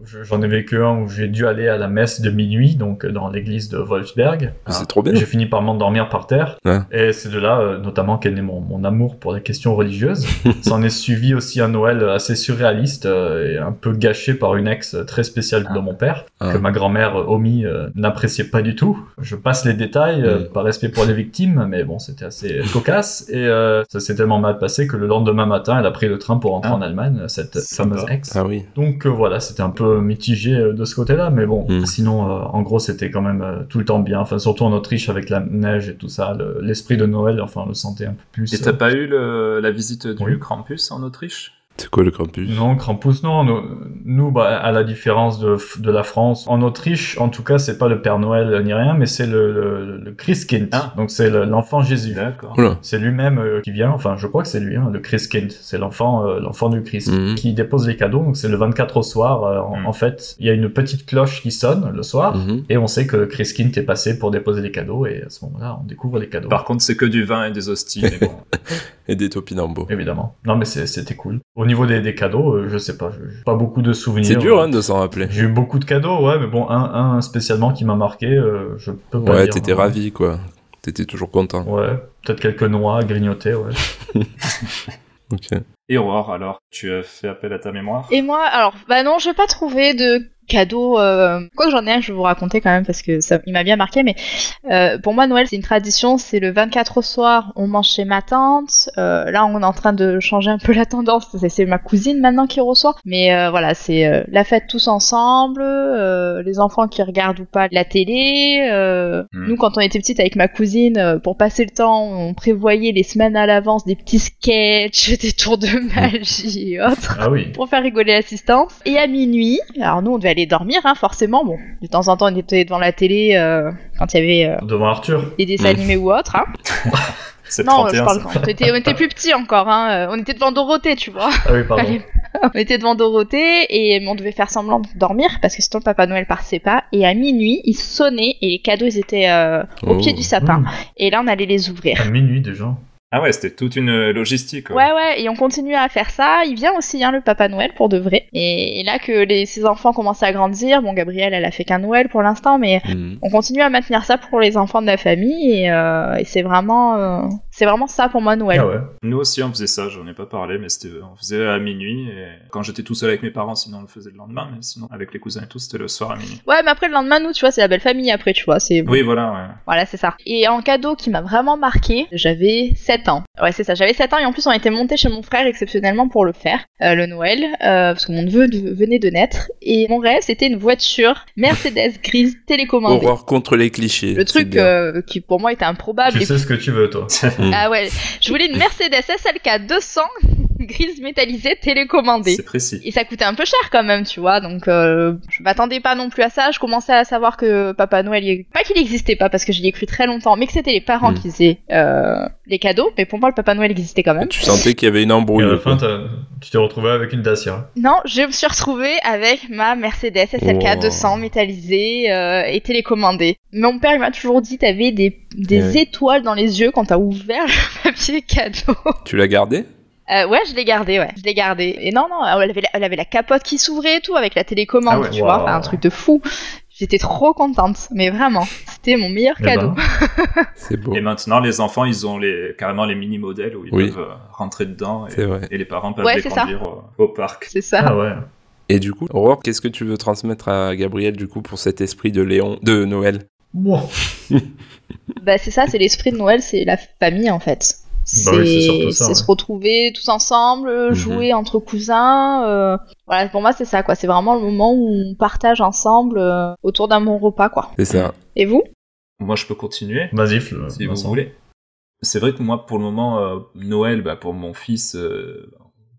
je- j'en ai vécu un où j'ai dû aller à la messe de minuit, donc dans l'église de Wolfsberg.
C'est trop bien.
J'ai fini par m'endormir par terre.
Ouais.
Et c'est de là, euh, notamment, qu'est né mon, mon amour pour les questions religieuses. S'en est suivi aussi un Noël assez surréaliste euh, et un peu gâché par une ex très spéciale de mon père,
Ah.
que ma grand-mère euh, Omi euh, n'appréciait pas du tout. Je passe les détails euh,
Mm.
par respect pour les victimes, mais bon, c'était assez cocasse. Et euh, ça s'est tellement mal passé que le lendemain matin, elle a pris le train pour rentrer en Allemagne, cette fameuse ex.
Ah oui.
Donc euh, voilà, c'était un peu mitigé euh, de ce côté-là, mais bon,
Mm.
sinon, euh, en gros, c'était quand même euh, tout le temps bien. Enfin, surtout en Autriche avec la neige et tout ça, le- l'esprit de Noël, enfin, on le sentait un peu plus.
Et t'as
euh,
pas eu le- la visite du Krampus en Autriche
C'est quoi le campus
Non, Krampus, non. Nous, nous, bah, à la différence de, de la France, en Autriche, en tout cas, c'est pas le Père Noël euh, ni rien, mais c'est le, le, le Christkind. Donc, c'est le- l'enfant Jésus.
Oula.
C'est lui-même euh, qui vient, enfin, je crois que c'est lui, hein, le Christkind. C'est l'enfant euh, l'enfant du Christ
Mhm.
qui dépose les cadeaux. Donc, c'est le 24 au soir. euh, en, en fait, il y a une petite cloche qui sonne le soir.
Mhm.
Et on sait que le Christkind est passé pour déposer les cadeaux. Et à ce moment-là, on découvre les cadeaux.
Par contre, c'est que du vin et des hosties, mais bon.
Et des topinambos.
Évidemment. Non, mais c'est- c'était cool. Au niveau des, des cadeaux, euh, je sais pas, je- j'ai pas beaucoup de souvenirs.
C'est dur hein, de s'en rappeler.
J'ai eu beaucoup de cadeaux, ouais, mais bon, un, un spécialement qui m'a marqué, euh, je peux pas
Ouais,
dire.
t'étais ravi, quoi. T'étais toujours content.
Ouais, peut-être quelques noix à grignoter, ouais.
Ok.
Et Aurore, alors, tu as fait appel à ta mémoire
Et moi, alors, bah non, je vais pas trouver de cadeau. euh, Quoi que j'en ai un, je vais vous raconter quand même parce que ça, il m'a bien marqué. Mais euh, pour moi, Noël, c'est une tradition. C'est le 24 au soir, on mange chez ma tante. Euh, là, on est en train de changer un peu la tendance. C'est- C'est ma cousine maintenant qui reçoit. Mais euh, voilà, c'est euh, la fête tous ensemble, euh, les enfants qui regardent ou pas la télé. euh,
Mm.
Nous, quand on était petite avec ma cousine, euh, pour passer le temps, on prévoyait les semaines à l'avance des petits sketchs, des tours de magie oh. et autres
Ah oui.
pour faire rigoler l'assistance. Et à minuit, alors nous on devait aller dormir, hein, forcément. Bon, de temps en temps on était devant la télé euh, quand il y avait euh,
Devant Arthur.
des dessins animés ou autre. Hein.
C'est
non, je
31,
parle
ça.
quand on était, on était plus petits encore. Hein. euh, On était devant Dorothée, tu vois.
Ah oui, pardon.
on était devant Dorothée et on devait faire semblant de dormir parce que sinon le Papa Noël passait pas. Et à minuit, il sonnait et les cadeaux ils étaient euh, au
Oh.
pied du sapin.
Mmh.
Mm.
Et là on allait les ouvrir.
À minuit déjà.
Ah ouais, c'était toute une logistique.
Ouais, ouais, et on continue à faire ça. Il vient aussi, hein, le Papa Noël, pour de vrai. Et, et là que les, ses enfants commencent à grandir, bon, Gabrielle, elle a fait qu'un Noël pour l'instant, mais on continue à maintenir ça pour les enfants de la famille, et, euh, et c'est vraiment, euh, c'est vraiment ça pour moi,
Ah
Noël.
Nous aussi, on faisait ça, j'en ai pas parlé, mais c'était, on faisait à minuit. Et quand j'étais tout seul avec mes parents, sinon on le faisait le lendemain, mais sinon avec les cousins et tout, c'était le soir à minuit.
Ouais, mais après le lendemain, nous, tu vois, c'est la belle famille après, tu vois, c'est.
Oui, voilà,
Voilà, c'est ça. Et en cadeau qui m'a vraiment marqué, j'avais 7 ans. Ouais, c'est ça, j'avais 7 ans et en plus on était monté chez mon frère exceptionnellement pour le faire, euh, le Noël, euh, parce que mon neveu de- venait de naître. Et mon rêve, c'était une voiture Mercedes grise télécommandée.
Horreur contre les clichés.
Le
Oh, c'est
truc
bien.
euh, qui pour Ah, moi était improbable.
Tu
Et
sais ce que tu veux, toi.
puis- Ah ouais, je voulais une Mercedes SLK 200 grise métallisée télécommandée.
C'est précis.
Et ça coûtait un peu cher quand même, tu vois. Donc euh, je m'attendais pas non plus à ça. Je commençais à savoir que Papa Noël, il- pas qu'il n'existait pas parce que j'y ai cru très longtemps, mais que c'était les parents
Mm.
qui faisaient euh, les cadeaux. Mais pour moi, le Papa Noël existait quand même.
Ah, Tu sentais qu'il y avait une
Et
embrouille.
à la
quoi.
fin, t'as- tu t'es retrouvé avec une Dacia.
Non, je me suis retrouvée avec ma Mercedes SLK
Oh.
200 métallisée euh, et télécommandée. Mon père il m'a toujours dit t'avais des, des
Eh oui.
étoiles dans les yeux quand t'as ouvert le papier cadeau.
Tu l'as gardé
Euh, ouais, je l'ai gardée, ouais, je l'ai gardée. Et non, non, elle avait la, elle avait la capote qui s'ouvrait et tout avec la télécommande,
Ah ouais.
tu vois,
Wow.
enfin, un truc de fou. J'étais trop contente, mais vraiment, c'était mon meilleur
ben.
Eh
cadeau.
ben,
C'est beau.
Et maintenant, les enfants, ils ont les, carrément les mini modèles où ils
Oui.
peuvent euh, rentrer dedans et,
C'est vrai.
et les parents peuvent
Ouais,
les
c'est ça.
conduire au, au parc.
C'est ça.
ah
Et du coup, Aurore, qu'est-ce que tu veux transmettre à Gabriel du coup pour cet esprit de Léon, de Noël
Bon.
Bah c'est ça, c'est l'esprit de Noël, c'est la famille en fait. C'est
Bah oui, c'est surtout ça,
c'est
ouais.
se retrouver tous ensemble,
Mhm.
jouer entre cousins. euh, Voilà, pour moi c'est ça quoi. C'est vraiment le moment où on partage ensemble euh, autour d'un bon repas quoi.
C'est ça.
Et vous
Moi, je peux continuer
Vas-y,
Euh,
si vous voulez. C'est vrai que moi, pour le moment, euh, Noël, bah, pour mon fils, euh,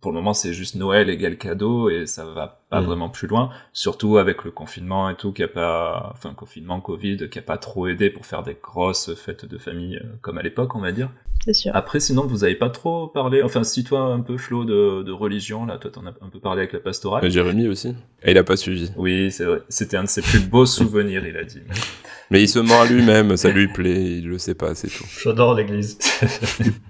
pour le moment, c'est juste Noël égale cadeau et ça va pas
Mm.
vraiment plus loin. Surtout avec le confinement et tout, qui a pas, enfin, confinement, Covid, qui a pas trop aidé pour faire des grosses fêtes de famille euh, comme à l'époque, on va dire.
C'est sûr.
Après, sinon, vous avez pas trop parlé, enfin, si toi, un peu, Flo, de, de religion, là, toi, t'en as un peu parlé avec la pastorale.
Ah.
Euh, Jérémy aussi. Et il a pas suivi.
Oui, c'est vrai. C'était un de ses plus beaux souvenirs, il a dit.
Mais il se ment à lui-même, ça lui plaît, il le sait pas, c'est tout.
J'adore l'église.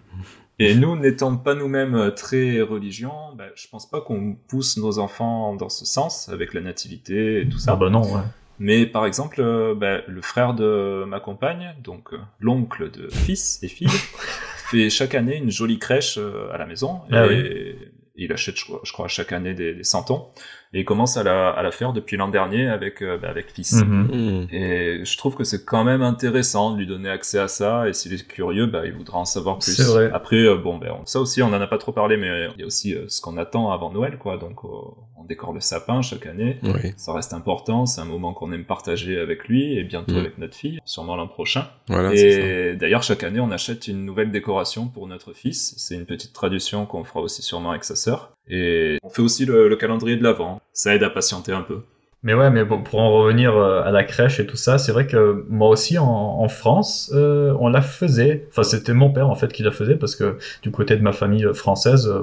Et nous, n'étant pas nous-mêmes euh, très religion, bah, je pense pas qu'on pousse nos enfants dans ce sens, avec la nativité et tout ça.
Ah bah non, ouais.
Mais par exemple, euh, bah, le frère de ma compagne, donc euh, l'oncle de fils et fille, fait chaque année une jolie crèche euh, à la maison.
Ah
et il achète, je crois, je crois, chaque année des, des centons. Et il commence à la, à la faire depuis l'an dernier avec, euh, bah, avec fils.
Hmm.
Mhm.
Et je trouve que c'est quand même intéressant de lui donner accès à ça. Et s'il est curieux, bah, il voudra en savoir plus.
C'est vrai.
Après, euh, bon, ben, on- ça aussi, on en a pas trop parlé, mais il y a aussi euh, ce qu'on attend avant Noël, quoi. Donc, euh, on décore le sapin chaque année.
Oui.
Ça reste important. C'est un moment qu'on aime partager avec lui et bientôt
Mm.
avec notre fille, sûrement l'an prochain.
Voilà, c'est
et d'ailleurs, chaque année, on achète une nouvelle décoration pour notre fils. C'est une petite tradition qu'on fera aussi sûrement avec sa sœur. Et on fait aussi le, le calendrier de l'avant. Ça aide à patienter un peu.
Mais ouais, mais bon, pour en revenir euh, à la crèche et tout ça, c'est vrai que moi aussi en, en France, euh, on la faisait. Enfin, c'était mon père en fait qui la faisait parce que du côté de ma famille française, euh,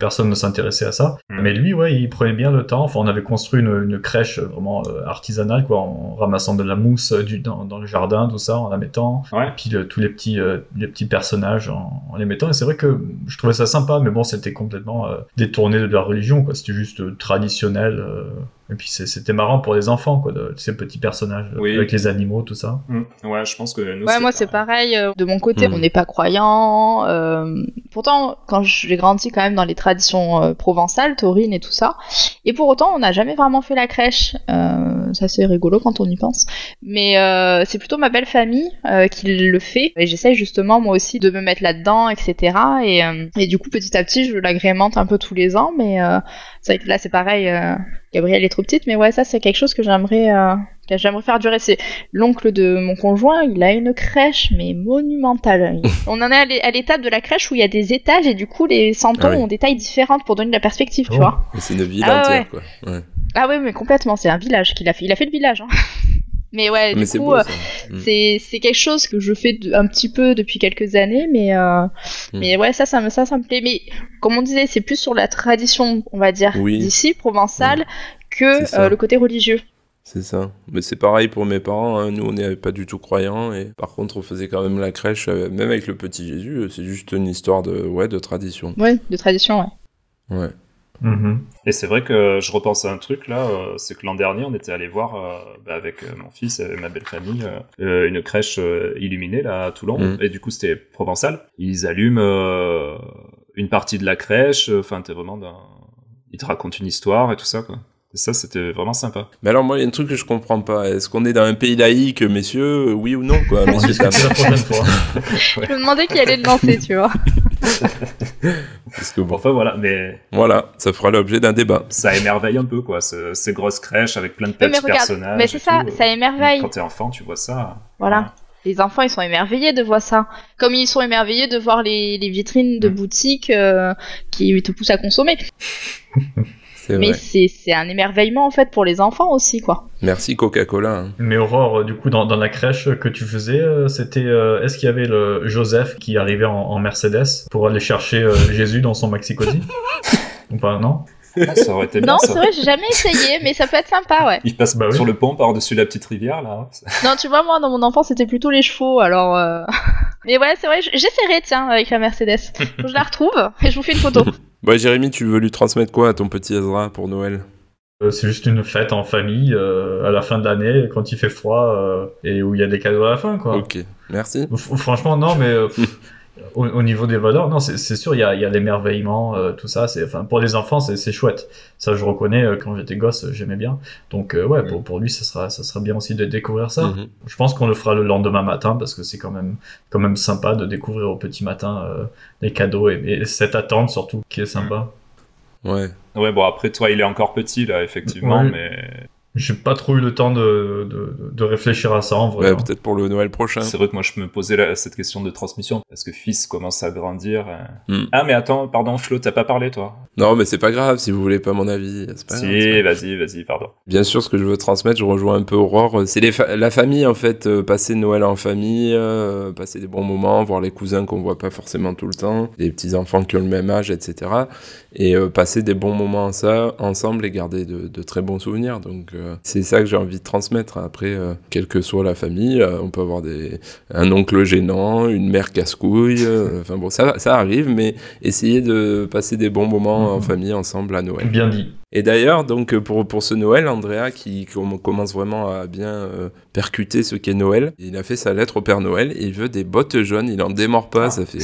personne ne s'intéressait à ça. Mais lui, ouais, il prenait bien le temps. Enfin, on avait construit une, une crèche vraiment euh, artisanale, quoi, en ramassant de la mousse euh, du, dans, dans le jardin, tout ça, en la mettant. Et puis le- tous les petits, euh, les petits personnages en, en les mettant. Et c'est vrai que je trouvais ça sympa, mais bon, c'était complètement euh, détourné de la religion, quoi. C'était juste euh, traditionnel. euh, et puis c'est- c'était marrant pour les enfants, quoi, de, ces petits personnages euh,
Oui.
avec les animaux, tout ça.
Mm. Ouais, je pense que nous,
ouais,
c'est
moi c'est pareil. euh, de mon côté,
Mhm.
on n'est pas croyant. euh, pourtant, quand j'ai grandi quand même dans les traditions euh, provençales, taurines et tout ça, et pour autant, on n'a jamais vraiment fait la crèche. Euh, ça c'est rigolo quand on y pense. Mais euh, c'est plutôt ma belle famille euh, qui le fait. Et j'essaye justement moi aussi de me mettre là-dedans, etc. Et, euh, et du coup, petit à petit, je l'agrémente un peu tous les ans. Mais euh, c'est vrai que là, c'est pareil. euh, Gabrielle est trop petite, mais ouais, ça c'est quelque chose que j'aimerais euh, que j'aimerais faire durer. C'est l'oncle de mon conjoint, il a une crèche mais monumentale. Il- On en est à l'é- à l'étape de la crèche où il y a des étages et du coup les santons
Ah oui. Oh.
ont des tailles différentes pour donner de la perspective, tu vois.
Mais C'est une ville
Ah ouais,
entière, quoi. Ouais.
Ah oui, mais complètement, c'est un village qu'il a fait. Il a fait le village. Hein. Mais ouais,
Mais
du
c'est
coup,
beau,
euh,
ça. Mm.
c'est c'est quelque chose que je fais de- un petit peu depuis quelques années, mais euh,
Mm.
mais ouais, ça, ça me ça, ça me plaît. Mais comme on disait, c'est plus sur la tradition, on va dire,
Oui. Mm.
d'ici provençale,
C'est
que
ça.
euh, le côté religieux.
C'est ça. Mais c'est pareil pour mes parents. hein. Nous, on n'est pas du tout croyants. Et par contre, on faisait quand même la crèche, euh, même avec le petit Jésus. euh, C'est juste une histoire de, ouais, de tradition.
Ouais, de tradition, ouais.
Ouais.
Mhm.
Et c'est vrai que je repense à un truc là, euh, c'est que l'an dernier on était allé voir euh, bah, avec euh, mon fils et ma belle famille euh, euh, une crèche euh, illuminée là à Toulon
Mm.
Mhm.
et du coup c'était provençal. Ils allument euh, une partie de la crèche, euh, enfin t'es vraiment dans... Ils te racontent une histoire et tout ça quoi. Et ça c'était vraiment sympa.
Mais alors, moi, il y a un truc que je comprends pas. Est-ce qu'on est dans un pays laïque, messieurs Euh, Oui ou non, quoi
On
messieurs,
discutera
dames.
la prochaine fois.
Je me demandais qui allait le lancer, tu vois.
Parce que bon.
Enfin voilà, mais
Voilà, ça fera l'objet d'un débat.
ça émerveille un peu quoi, ce- ces grosses crèches avec plein de
Oui, mais
petits
regarde,
personnages.
mais c'est
et
ça,
tout, euh.
ça émerveille.
Quand t'es enfant tu vois ça.
Voilà. les enfants, ils sont émerveillés de voir ça. Comme ils sont émerveillés de voir les, les vitrines
Mm.
de boutiques euh, qui te poussent à consommer.
C'est
Mais
vrai.
c'est c'est un émerveillement en fait pour les enfants aussi, quoi.
Merci Coca-Cola. hein.
Mais Aurore, euh, du coup, dans, dans la crèche que tu faisais, euh, c'était. euh, Est-ce qu'il y avait le Joseph qui arrivait en, en Mercedes pour aller chercher euh, Jésus dans son maxi cosy Ou pas, non
Ah, ça aurait été
Non,
bien
c'est
ça.
vrai, j'ai jamais essayé, mais ça peut être sympa, ouais.
Il
Bah
passe sur le pont par-dessus la petite rivière là. hein,
Non, tu vois, moi, dans mon enfance, c'était plutôt les chevaux, alors. euh, Mais ouais, c'est vrai, j- j'essaierai, tiens, avec la Mercedes. Faut que je la retrouve et je vous fais une photo.
Bah Jérémy, tu veux lui transmettre quoi à ton petit Ezra pour Noël
Euh, C'est juste une fête en famille euh, à la fin de l'année quand il fait froid euh, et où il y a des cadeaux à la fin, quoi.
Ok, merci.
F- Franchement, non, mais euh, pff, au, au niveau des valeurs, non, c'est c'est sûr, il y a, il y a l'émerveillement, euh, tout ça. c'est- Enfin, pour les enfants, c'est c'est chouette. Ça, je reconnais, euh, quand j'étais gosse, euh, j'aimais bien. Donc, euh, ouais, pour, pour lui, ça sera, ça sera bien aussi de découvrir ça.
Mhm.
Je pense qu'on le fera le lendemain matin parce que c'est quand même, quand même sympa de découvrir au petit matin euh, les cadeaux et, et cette attente surtout qui est sympa.
Mm. Ouais.
Ouais, bon, après, toi, il est encore petit là, effectivement,
Ouais.
mais.
J'ai pas trop eu le temps de, de, de réfléchir à ça en vrai. hein.
peut-être pour le Noël prochain.
C'est vrai que moi, je me posais la- cette question de transmission parce que fils commence à grandir. euh.
Hmm.
Ah, mais attends, pardon, Flo, t'as pas parlé toi
Non, mais c'est pas grave si vous voulez pas mon avis. c'est pas grave, c'est
Si,
pas grave.
vas-y, vas-y, pardon.
Bien sûr, ce que je veux transmettre, je rejoins un peu Aurore. euh, C'est les fa- la famille en fait, euh, passer Noël en famille, euh, passer des bons moments, voir les cousins qu'on voit pas forcément tout le temps, les petits enfants qui ont le même âge, etc. Et euh, passer des bons moments en ça, ensemble et garder de, de très bons souvenirs. Donc euh, c'est ça que j'ai envie de transmettre. Après, euh, quelle que soit la famille, euh, on peut avoir des un oncle gênant, une mère casse-couille. euh, Enfin bon, ça ça arrive, mais essayez de passer des bons moments en famille ensemble à Noël.
Bien dit.
Et d'ailleurs, donc euh, pour, pour ce Noël, Andrea, qui com- commence vraiment à bien euh, percuter ce qu'est Noël, il a fait sa lettre au Père Noël et il veut des bottes jaunes. Il en démord pas. Ça fait,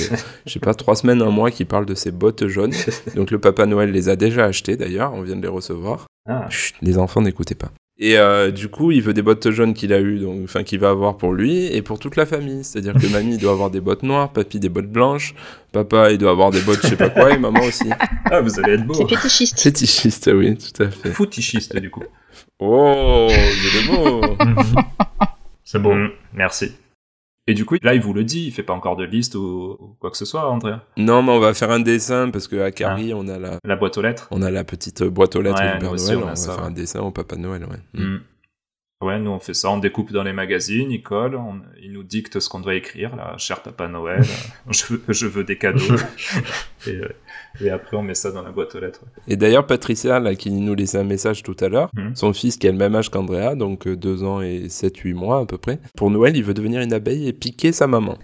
je sais pas, trois semaines, un mois qu'il parle de ces bottes jaunes. Donc le Papa Noël les a déjà achetées d'ailleurs. On vient de les recevoir.
Ah.
Chut, les enfants, n'écoutez pas. Et euh, du coup, il veut des bottes jaunes qu'il a eu, donc enfin qu'il va avoir pour lui et pour toute la famille. C'est-à-dire que mamie doit avoir des bottes noires, papy des bottes blanches, papa il doit avoir des bottes je sais pas quoi et maman aussi.
Ah, vous allez être beau.
C'est fétichiste.
Fétichiste, oui, tout à fait.
Foutichiste, du coup.
Oh, il est beau.
C'est beau.
Hmm, merci. Et du coup, là, il vous le dit, il fait pas encore de liste ou, ou quoi que ce soit, Andrea.
Non, mais on va faire un dessin parce
Ah.
que à Carrie, on a la...
la boîte aux lettres.
On a la petite boîte aux lettres
Ouais,
du Père
nous aussi, on a
Noël. On, va
ça,
faire
ouais.
un dessin au Papa Noël, ouais.
Mm. Ouais, nous on fait ça, on découpe dans les magazines, il colle, on- il nous dicte ce qu'on doit écrire, là, cher Papa Noël, euh, je, veux, je veux des cadeaux. et, euh, et après on met ça dans la boîte aux lettres.
Et d'ailleurs, Patricia, là, qui nous laissait un message tout à l'heure,
Mhm.
son fils qui a le même âge qu'Andrea, donc 2 ans et 7-8 mois à peu près, pour Noël, il veut devenir une abeille et piquer sa maman.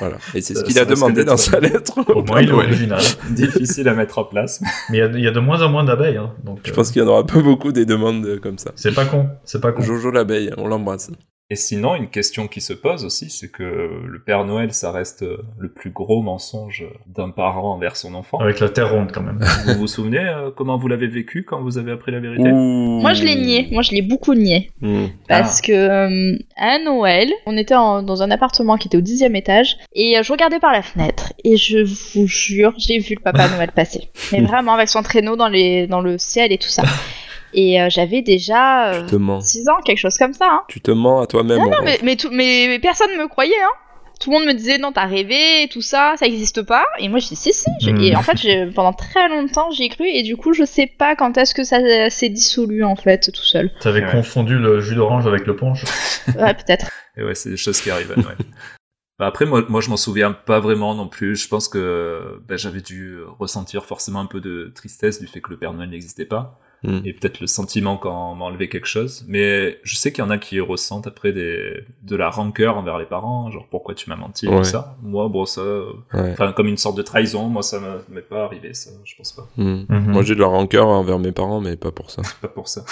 voilà. Et c'est ce
Ah. Ça-
qu'il
ça Oh.
a
risque
demandé
d'être-
dans sa lettre.
Au moins,
Père
il est
Noël.
original.
Difficile à mettre en place.
Mais il y a- il y, a de moins en moins d'abeilles. hein, donc,
Je
euh,
pense qu'il y en aura pas beaucoup des demandes euh, comme ça.
c'est pas con. C'est pas con.
Jojo l'abeille, on l'embrasse.
Et sinon, une question qui se pose aussi, c'est que le Père Noël, ça reste euh, le plus gros mensonge d'un parent envers son enfant.
Avec la terre ronde quand même.
Vous vous souvenez euh, comment vous l'avez vécu quand vous avez appris la vérité
Mmh.
Moi, je l'ai nié. Moi, je l'ai beaucoup nié. Parce que euh, à Noël, on était en- dans un appartement qui était au dixième étage et euh, je regardais par la fenêtre et je vous jure, j'ai vu le Papa Noël passer. Mais vraiment avec son traîneau dans, les, dans le ciel et tout ça. Et euh, j'avais déjà euh,
te mens.
6 ans, quelque chose comme ça. hein.
Tu te mens à toi-même.
Non, non,
Aurore.
mais, mais, tout- mais- mais personne ne me croyait, hein. Tout le monde me disait non, t'as rêvé, et tout ça, ça existe pas. Et moi, je dis si, si. Je-
Mm.
Et en fait, j'ai- pendant très longtemps, j'y ai cru, et du coup, je sais pas quand est-ce que ça euh, s'est dissolu, en fait, tout seul.
T'avais
Ouais.
confondu le jus d'orange avec le punch.
Ouais, peut-être.
Et ouais, c'est des choses qui arrivent à Noël. Bah après, moi, moi je m'en souviens pas vraiment non plus. Je pense que bah, j'avais dû ressentir forcément un peu de tristesse du fait que le Père Noël n'existait pas.
Mm.
Et peut-être le sentiment quand on m'a enlevé quelque chose. Mais je sais qu'il y en a qui ressentent après des, de la rancœur envers les parents, genre pourquoi tu m'as menti,
Ouais.
tout ça. Moi, bon, ça. euh,
Ouais.
Enfin, comme une sorte de trahison, moi ça m'a- m'est pas arrivé, ça, je pense pas.
Mhm.
Mhm.
Moi, j'ai de la rancœur envers mes parents, mais pas pour ça.
Pas pour ça.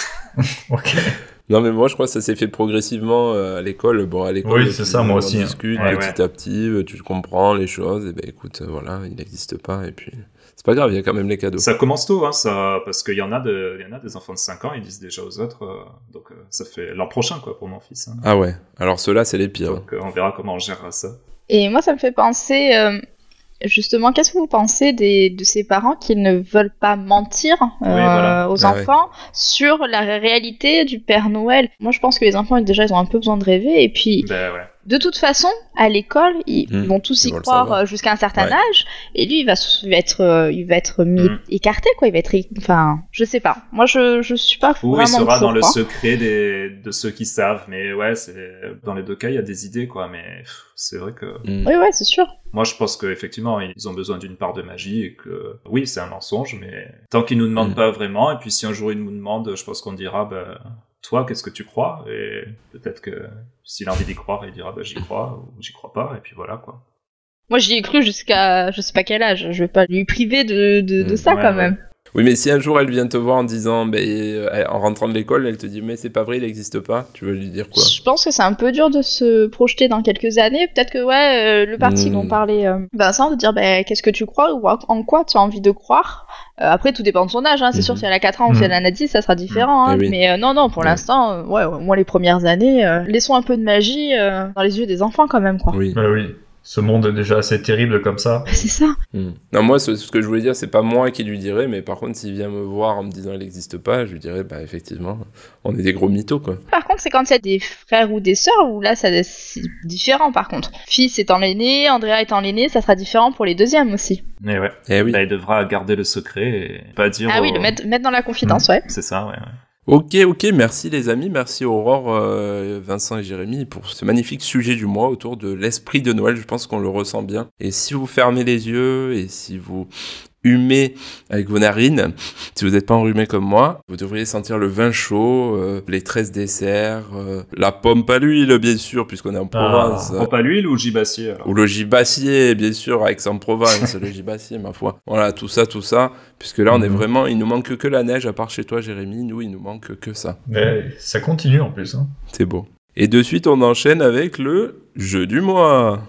ok.
Non, mais moi, je crois que ça s'est fait progressivement euh, à l'école. Bon, à l'école,
Oui, c'est ça, moi aussi,
On
hein.
discute
Ouais,
petit à petit, euh, tu comprends les choses. Et ben, écoute, euh, voilà, il n'existe pas. Et puis, c'est pas grave, il y a quand même les cadeaux.
Ça commence tôt, hein, ça, parce qu'il y, en a de- il y en a des enfants de 5 ans, ils disent déjà aux autres. euh, donc euh, ça fait l'an prochain, quoi, pour mon fils. hein.
Ah ouais. Alors ceux-là, c'est les pires.
Donc euh, on verra comment on gérera ça.
Et moi, ça me fait penser, euh, justement, qu'est-ce que vous pensez des, de ces parents qui ne veulent pas mentir euh,
voilà.
aux
Ah ouais.
enfants sur la réalité du Père Noël Moi, je pense que les enfants, déjà, ils ont un peu besoin de rêver, et puis
Ben ouais.
de toute façon, à l'école, ils
Mm,
vont tous
ils
y
vont le
croire
savoir.
euh, jusqu'à un certain
Ouais.
âge, et lui, il va, s- il va être, euh, il va être mis
Mm.
écarté, quoi. Il va être, é- enfin, je sais pas. Moi, je, je suis pas
Ou
vraiment
il sera
pour,
dans le
hein.
secret des, de ceux qui savent. Mais ouais, c'est dans les deux cas, il y a des idées, quoi. Mais pff, c'est vrai que.
Mm.
Oui, ouais, c'est sûr.
Moi, je pense qu'effectivement, ils ont besoin d'une part de magie et que oui, c'est un mensonge, mais tant qu'ils nous
Mm.
demandent pas vraiment, et puis si un jour ils nous demandent, je pense qu'on dira, bah, toi, qu'est-ce que tu crois Et peut-être que s'il a envie d'y croire, il dira, bah, j'y crois ou j'y crois pas, et puis voilà, quoi.
Moi, j'y ai cru jusqu'à, je sais pas quel âge. Je vais pas lui priver de, de, de ça,
ouais,
quand
ouais.
même.
Oui, mais si un jour elle vient te voir en disant, ben, euh, en rentrant de l'école, elle te dit, mais c'est pas vrai, il n'existe pas, tu veux lui dire quoi
Je pense que c'est un peu dur de se projeter dans quelques années. Peut-être que ouais, euh, le parti
Hmm.
Mm.
dont parlait euh, Vincent, de dire bah, qu'est-ce que tu crois ou en quoi tu as envie de croire. Euh, après, tout dépend de son âge. Hein. C'est sûr, si elle a 4 ans ou si
Mhm.
elle en a 10, ça sera différent.
Eh
hein.
oui.
Mais euh, non, non, pour l'instant, euh, ouais, au moins les premières années, euh, laissons un peu de magie euh, dans les yeux des enfants quand même.
Hmm.
Quoi.
Oui.
Bah oui. Ce monde est déjà assez terrible comme ça.
C'est ça.
Mm. Non, moi, ce, ce que je voulais dire, c'est pas moi qui lui dirais, mais par contre, s'il vient me voir en me disant, il n'existe pas, je lui dirais, bah, effectivement, on est des gros mythos, quoi.
Par contre, c'est quand il y a des frères ou des sœurs où là, ça c'est différent par contre. Fils étant l'aîné, Andrea étant l'aîné, ça sera différent pour les deuxièmes aussi.
Mais ouais. Ben,
Là,
il devra garder le secret et pas
Oh.
dire.
Ah oui,
au-
le mettre, mettre dans la
Hmm.
confidence, ouais.
C'est ça, ouais. ouais.
Ok, ok, merci les amis, merci Aurore, euh, Vincent et Jérémy pour ce magnifique sujet du mois autour de l'esprit de Noël, je pense qu'on le ressent bien. Et si vous fermez les yeux et si vous humez avec vos narines, si vous n'êtes pas enrhumé comme moi, vous devriez sentir le vin chaud, euh, les 13 desserts, euh, la pompe à l'huile bien sûr, puisqu'on est en province. euh,
Ah, pas l'huile ou gibassier alors
Ou le gibassier, bien sûr, à Aix-en-Provence, le gibassier, ma foi. Voilà, tout ça, tout ça. Puisque là, on est vraiment. Il nous manque que la neige, à part chez toi, Jérémy. Nous, il nous manque que ça.
Mais ça continue en plus. Hein.
C'est beau. Et de suite, on enchaîne avec le jeu du mois.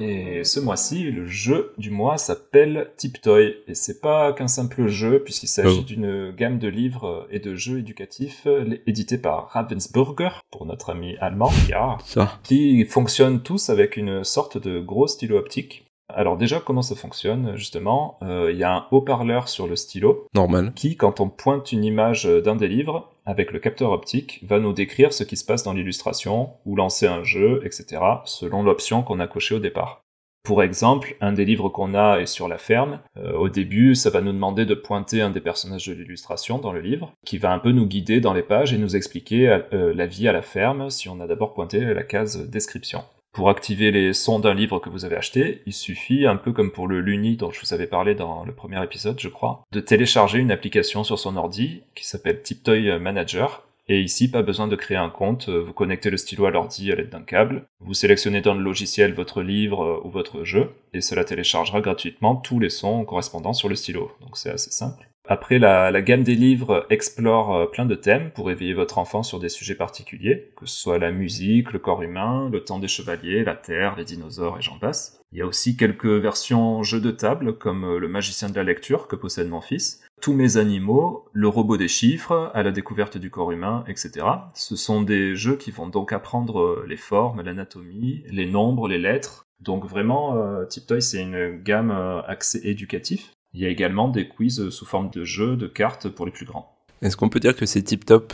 Et ce mois-ci, le jeu du mois s'appelle Tiptoy. Et c'est pas qu'un simple jeu, puisqu'il s'agit
Oh.
d'une gamme de livres et de jeux éducatifs euh, édités par Ravensburger, pour notre ami allemand, ja,
Ça.
qui fonctionnent tous avec une sorte de gros stylo optique. Alors déjà, comment ça fonctionne, justement Euh, Il y a un haut-parleur sur le stylo,
Normal.
qui, quand on pointe une image d'un des livres, avec le capteur optique, va nous décrire ce qui se passe dans l'illustration, ou lancer un jeu, etc., selon l'option qu'on a cochée au départ. Pour exemple, un des livres qu'on a est sur la ferme. Euh, au début, ça va nous demander de pointer un des personnages de l'illustration dans le livre, qui va un peu nous guider dans les pages et nous expliquer euh, la vie à la ferme, si on a d'abord pointé la case description. Pour activer les sons d'un livre que vous avez acheté, il suffit, un peu comme pour le Luni dont je vous avais parlé dans le premier épisode, je crois, de télécharger une application sur son ordi qui s'appelle Tiptoy Manager. Et ici, pas besoin de créer un compte, euh, vous connectez le stylo à l'ordi à l'aide d'un câble, vous sélectionnez dans le logiciel votre livre euh, ou votre jeu, et cela téléchargera gratuitement tous les sons correspondants sur le stylo. Donc c'est assez simple. Après, la, la gamme des livres explore euh, plein de thèmes pour éveiller votre enfant sur des sujets particuliers, que ce soit la musique, le corps humain, le temps des chevaliers, la terre, les dinosaures et j'en passe. Il y a aussi quelques versions jeux de table, comme euh, Le magicien de la lecture que possède mon fils, Tous mes animaux, Le robot des chiffres, À la découverte du corps humain, etc. Ce sont des jeux qui vont donc apprendre euh, les formes, l'anatomie, les nombres, les lettres. Donc vraiment, euh, Tiptoy, c'est une gamme euh, axée éducatif. Il y a également des quiz euh, sous forme de jeux, de cartes pour les plus grands.
Est-ce qu'on peut dire que c'est tip top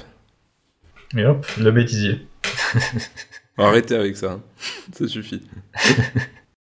Et hop, le bêtisier.
Arrêtez avec ça. hein. ça suffit.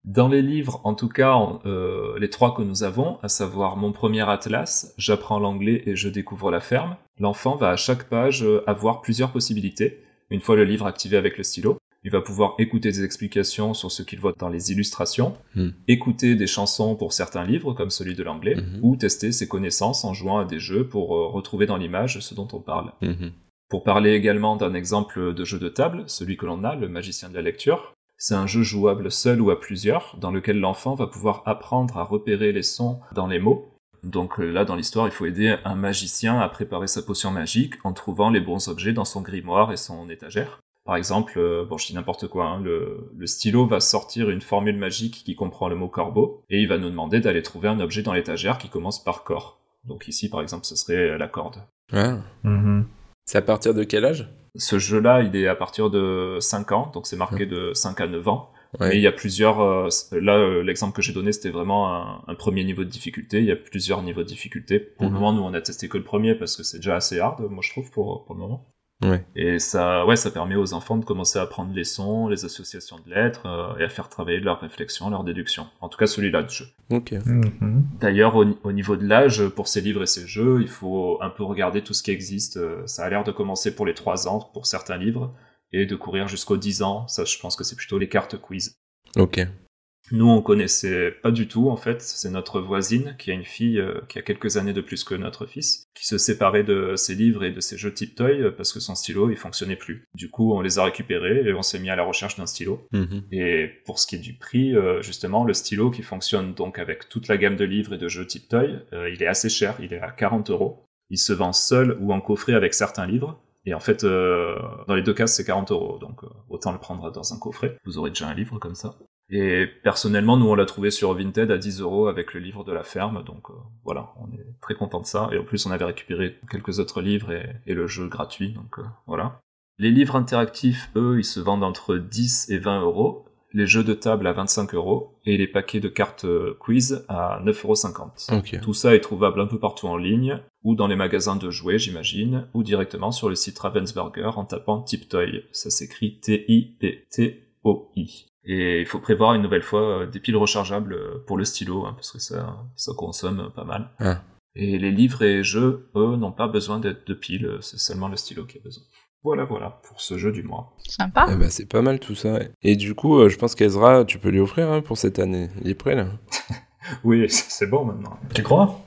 Dans les livres, en tout cas, en- euh, les trois que nous avons, à savoir Mon premier atlas, J'apprends l'anglais et je découvre la ferme, l'enfant va à chaque page euh, avoir plusieurs possibilités. Une fois le livre activé avec le stylo, il va pouvoir écouter des explications sur ce qu'il voit dans les illustrations,
Hmm.
écouter des chansons pour certains livres, comme celui de l'anglais, ou tester ses connaissances en jouant à des jeux pour euh, retrouver dans l'image ce dont on parle.
Mhm.
Pour parler également d'un exemple de jeu de table, celui que l'on a, le magicien de la lecture, c'est un jeu jouable seul ou à plusieurs, dans lequel l'enfant va pouvoir apprendre à repérer les sons dans les mots. Donc euh, là, dans l'histoire, il faut aider un magicien à préparer sa potion magique en trouvant les bons objets dans son grimoire et son étagère. Par exemple, euh, bon, je dis n'importe quoi, hein, le, le stylo va sortir une formule magique qui comprend le mot corbeau, et il va nous demander d'aller trouver un objet dans l'étagère qui commence par corps. Donc ici, par exemple, ce serait la corde.
Ah. C'est à partir de quel âge Ah.
Ce jeu-là, il est à partir de 5 ans, donc c'est marqué de 5 à 9 ans. Mais il y a plusieurs. euh, c- là, euh, l'exemple que j'ai donné, c'était vraiment un, un premier niveau de difficulté. Il y a plusieurs niveaux de difficulté. Pour
Mhm.
le moment, nous, on a testé que le premier parce que c'est déjà assez hard, moi, je trouve, pour, pour le moment.
Ouais.
Et ça, ouais, ça permet aux enfants de commencer à apprendre les sons, les associations de lettres euh, et à faire travailler leur réflexion, leur déduction. En tout cas, celui-là de jeu.
Ok.
Mhm.
D'ailleurs, au, au niveau de l'âge, pour ces livres et ces jeux, il faut un peu regarder tout ce qui existe. Euh, Ça a l'air de commencer pour les 3 ans, pour certains livres, et de courir jusqu'aux 10 ans. Ça, je pense que c'est plutôt les cartes quiz.
Ok.
Nous, on connaissait pas du tout, en fait. C'est notre voisine qui a une fille euh, qui a quelques années de plus que notre fils, qui se séparait de ses livres et de ses jeux Tip Toy euh, parce que son stylo, il fonctionnait plus. Du coup, on les a récupérés et on s'est mis à la recherche d'un stylo.
Mhm.
Et pour ce qui est du prix, euh, justement, le stylo qui fonctionne donc avec toute la gamme de livres et de jeux Tip Toy, euh, il est assez cher. Il est à 40 euros. Il se vend seul ou en coffret avec certains livres. Et en fait, euh, dans les deux cas, c'est 40 euros. Donc, euh, autant le prendre dans un coffret. Vous aurez déjà un livre comme ça. Et personnellement, nous, on l'a trouvé sur Vinted à 10 euros avec le livre de la ferme. Donc, euh, voilà, on est très content de ça. Et en plus, on avait récupéré quelques autres livres et, et le jeu gratuit. Donc, euh, voilà. Les livres interactifs, eux, ils se vendent entre 10 et 20 euros. Les jeux de table à 25 euros. Et les paquets de cartes euh, quiz à 9,50 euros.
Ok.
Tout ça est trouvable un peu partout en ligne, ou dans les magasins de jouets, j'imagine, ou directement sur le site Ravensburger en tapant Tiptoy. Ça s'écrit T-I-P-T-O-I. Et il faut prévoir une nouvelle fois euh, des piles rechargeables euh, pour le stylo, hein, parce que ça, ça consomme euh, pas mal.
Ah.
Et les livres et jeux, eux, n'ont pas besoin d'être de piles, euh, c'est seulement le stylo qui a besoin. Voilà, voilà, pour ce jeu du mois.
Sympa.
Eh ben, c'est pas mal tout ça. ouais. Et du coup, euh, je pense qu'Ezra, tu peux lui offrir hein, pour cette année. Il est prêt là
Oui, c'est bon maintenant.
Tu crois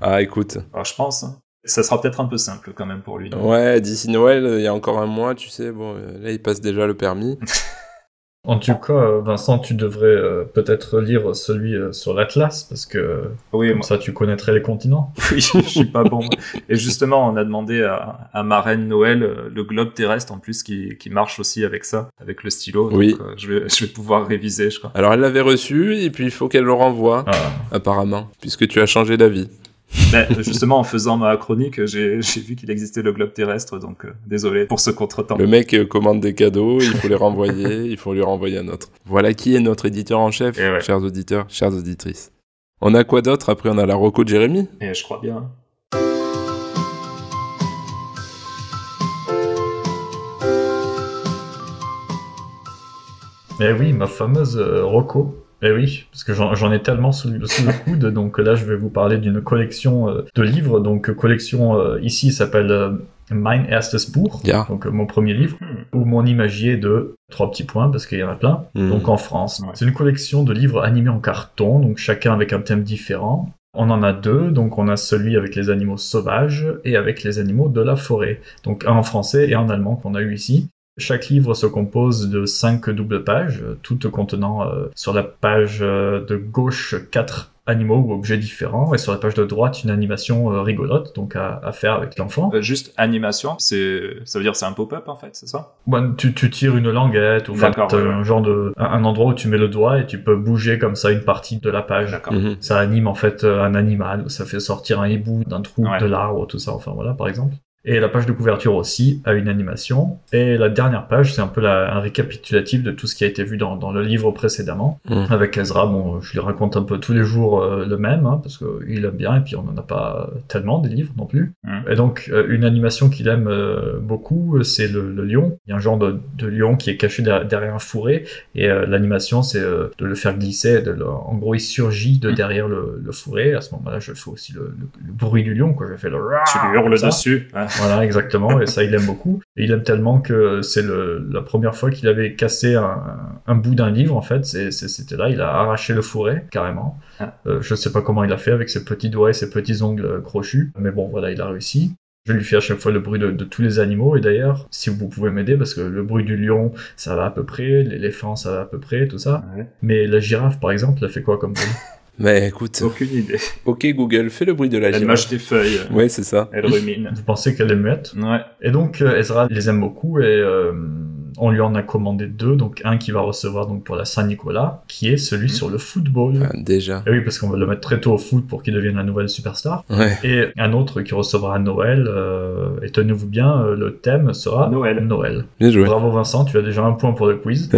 Ah, écoute.
Alors, je pense. hein. Ça sera peut-être un peu simple quand même pour lui.
Ouais, d'ici Noël, euh, il y a encore un mois, tu sais. Bon, euh, là, il passe déjà le permis.
En tout cas, euh, Vincent, tu devrais euh, peut-être lire celui euh, sur l'Atlas, parce que euh,
Oui,
comme
moi-
ça tu connaîtrais les continents.
Oui, je suis pas bon. Et justement, on a demandé à, à ma reine Noël euh, le globe terrestre en plus qui, qui marche aussi avec ça, avec le stylo. Donc,
Oui.
euh, je, vais, je vais pouvoir réviser, je crois.
Alors, elle l'avait reçu, et puis il faut qu'elle le renvoie, apparemment, puisque tu as changé d'avis.
Ben, justement, en faisant ma chronique, j'ai j'ai vu qu'il existait le globe terrestre, donc euh, désolé pour ce contretemps.
Le mec euh, commande des cadeaux, il faut les renvoyer, il faut lui renvoyer un autre. Voilà qui est notre éditeur en chef,
Eh ouais.
chers auditeurs, chères auditrices. On a quoi d'autre Après, on a la reco de Jérémy.
Et je crois bien.
Eh oui, ma fameuse euh, Rocco. Eh oui, parce que j'en j'en ai tellement sous, le- sous le coude, donc euh, là je vais vous parler d'une collection euh, de livres. Donc euh, collection euh, ici s'appelle euh, Mein erstes Buch,
Ja.
donc euh, mon premier livre, ou mon imagier de trois petits points, parce qu'il y en a plein,
Mhm.
donc en France. C'est une collection de livres animés en carton, donc chacun avec un thème différent. On en a deux, donc on a celui avec les animaux sauvages et avec les animaux de la forêt. Donc un en français et un en allemand qu'on a eu ici. Chaque livre se compose de cinq doubles pages, euh, toutes contenant euh, sur la page euh, de gauche quatre animaux ou objets différents, et sur la page de droite une animation euh, rigolote, donc à, à faire avec l'enfant.
Euh, juste animation, c'est ça veut dire c'est un pop-up en fait, c'est ça
Bon, tu, tu tires une languette ou enfin,
D'accord,
t'as
ouais, ouais.
un genre de un, un endroit où tu mets le doigt et tu peux bouger comme ça une partie de la page.
Mhm.
Ça anime en fait euh, un animal, ou ça fait sortir un hibou d'un trou
Ouais.
de l'arbre, tout ça. Enfin voilà, par exemple. Et la page de couverture aussi a une animation. Et la dernière page, c'est un peu la- un récapitulatif de tout ce qui a été vu dans, dans le livre précédemment.
Mhm.
Avec Ezra, bon, je lui raconte un peu tous les jours euh, le même, hein, parce qu'il aime bien, et puis on n'en a pas tellement des livres non plus.
Mhm.
Et donc, euh, une animation qu'il aime euh, beaucoup, euh, c'est le, le lion. Il y a un genre de, de lion qui est caché derrière, derrière un fourré, et euh, l'animation, c'est euh, de le faire glisser. de le- en gros, il surgit de derrière le, le fourré. À ce moment-là, je fais aussi le, le- le bruit du lion, quoi. Je fais le...
Tu lui
comme
hurles
ça.
dessus. hein.
Voilà, exactement. Et ça, il aime beaucoup. Et il aime tellement que c'est le- la première fois qu'il avait cassé un, un bout d'un livre, en fait. C'est- c'est- C'était là, il a arraché le fourré, carrément.
Ah.
Euh, je sais pas comment il a fait avec ses petits doigts et ses petits ongles crochus. Mais bon, voilà, il a réussi. Je lui fais à chaque fois le bruit de, de tous les animaux. Et d'ailleurs, si vous pouvez m'aider, parce que le bruit du lion, ça va à peu près. L'éléphant, ça va à peu près, tout ça.
Ouais.
Mais la girafe, par exemple, elle fait quoi comme bruit
Mais écoute,
Aucune idée.
ok Google, fais le bruit de la
Elle
girafe.
mâche des feuilles. euh,
Ouais, c'est ça.
Elle rumine.
Vous pensez qu'elle est muette
Ouais.
Et donc, euh, Ezra les aime beaucoup et euh, on lui en a commandé deux, donc un qui va recevoir donc pour la Saint-Nicolas, qui est
Mhm.
celui sur le football.
Ah, déjà.
Et oui, parce qu'on va le mettre très tôt au foot pour qu'il devienne la nouvelle superstar.
Ouais.
Et un autre qui recevra à Noël, euh, et tenez-vous bien, euh, le thème sera Noël. Noël.
Bien joué.
Bravo Vincent, tu as déjà un point pour le quiz.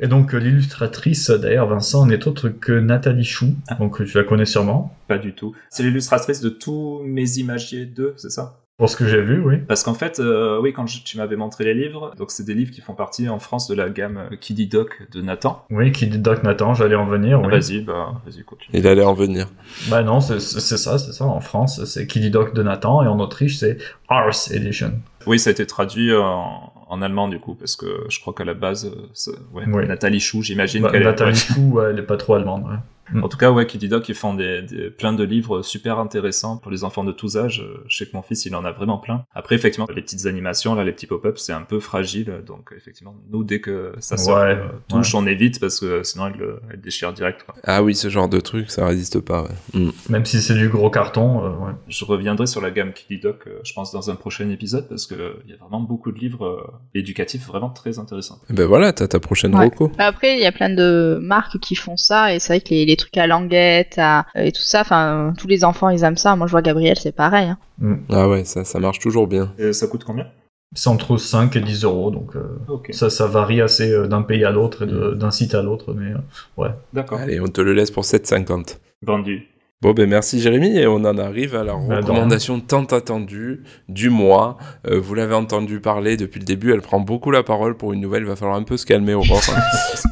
et donc euh, l'illustratrice, d'ailleurs Vincent, n'est autre que Nathalie Chou,
Ah.
donc tu la connais sûrement.
Pas du tout. C'est l'illustratrice de tous mes imagiers 2, c'est ça
Pour ce que j'ai vu, oui.
Parce qu'en fait, euh, oui, quand je- tu m'avais montré les livres, donc c'est des livres qui font partie en France de la gamme Kiddy Doc de Nathan.
Oui, qui dit Doc Nathan, j'allais en venir.
Ah,
oui.
Vas-y, bah, vas-y, continue.
Il allait en venir.
Bah non, c'est c'est- c'est ça, c'est ça. En France, c'est qui dit Doc de Nathan, et en Autriche, c'est Ars Edition.
Oui, ça a été traduit euh, en, en allemand du coup, parce que je crois qu'à la base, euh, ça- ouais,
Oui.
Nathalie Chou, j'imagine
Bah,
qu'elle est-
Nathalie
ouais.
Chou, ouais, elle est pas trop allemande. ouais.
En tout cas, ouais, Kiddy Doc, ils font des, des- plein de livres super intéressants pour les enfants de tous âges. Euh, Je sais que mon fils, il en a vraiment plein. Après, effectivement, les petites animations, là, les petits pop-ups, c'est un peu fragile. Donc, effectivement, nous, dès que ça sort,
Ouais,
euh, touche, on évite parce que sinon, elle, euh, elle déchire direct. quoi.
Ah oui, ce genre de truc, ça résiste pas. ouais. Mm.
Même si c'est du gros carton, euh, ouais.
Je reviendrai sur la gamme Kiddy Doc, euh, je pense, dans un prochain épisode parce qu'il il y a vraiment beaucoup de livres euh, éducatifs vraiment très intéressants.
Ben voilà, t'as ta prochaine
Ouais.
roco.
Bah Après, il y a plein de marques qui font ça, et c'est vrai que les, les trucs à languette à- et tout ça, enfin, tous les enfants, ils aiment ça. Moi, je vois Gabriel, c'est pareil. hein.
Ah ouais, ça, ça marche toujours bien.
Et ça coûte combien
C'est entre 5 et 10 euros, donc euh,
Ok, Mm.
ça, ça varie assez euh, d'un pays à l'autre et de- d'un site à l'autre, mais euh, ouais.
d'accord.
Allez, on te le laisse pour 7,50.
Vendu.
Bon ben merci Jérémy et on en arrive à la
de rien.
recommandation tant attendue du mois. Euh, vous l'avez entendu parler depuis le début, elle prend beaucoup la parole pour une nouvelle, il va falloir un peu se calmer au pense.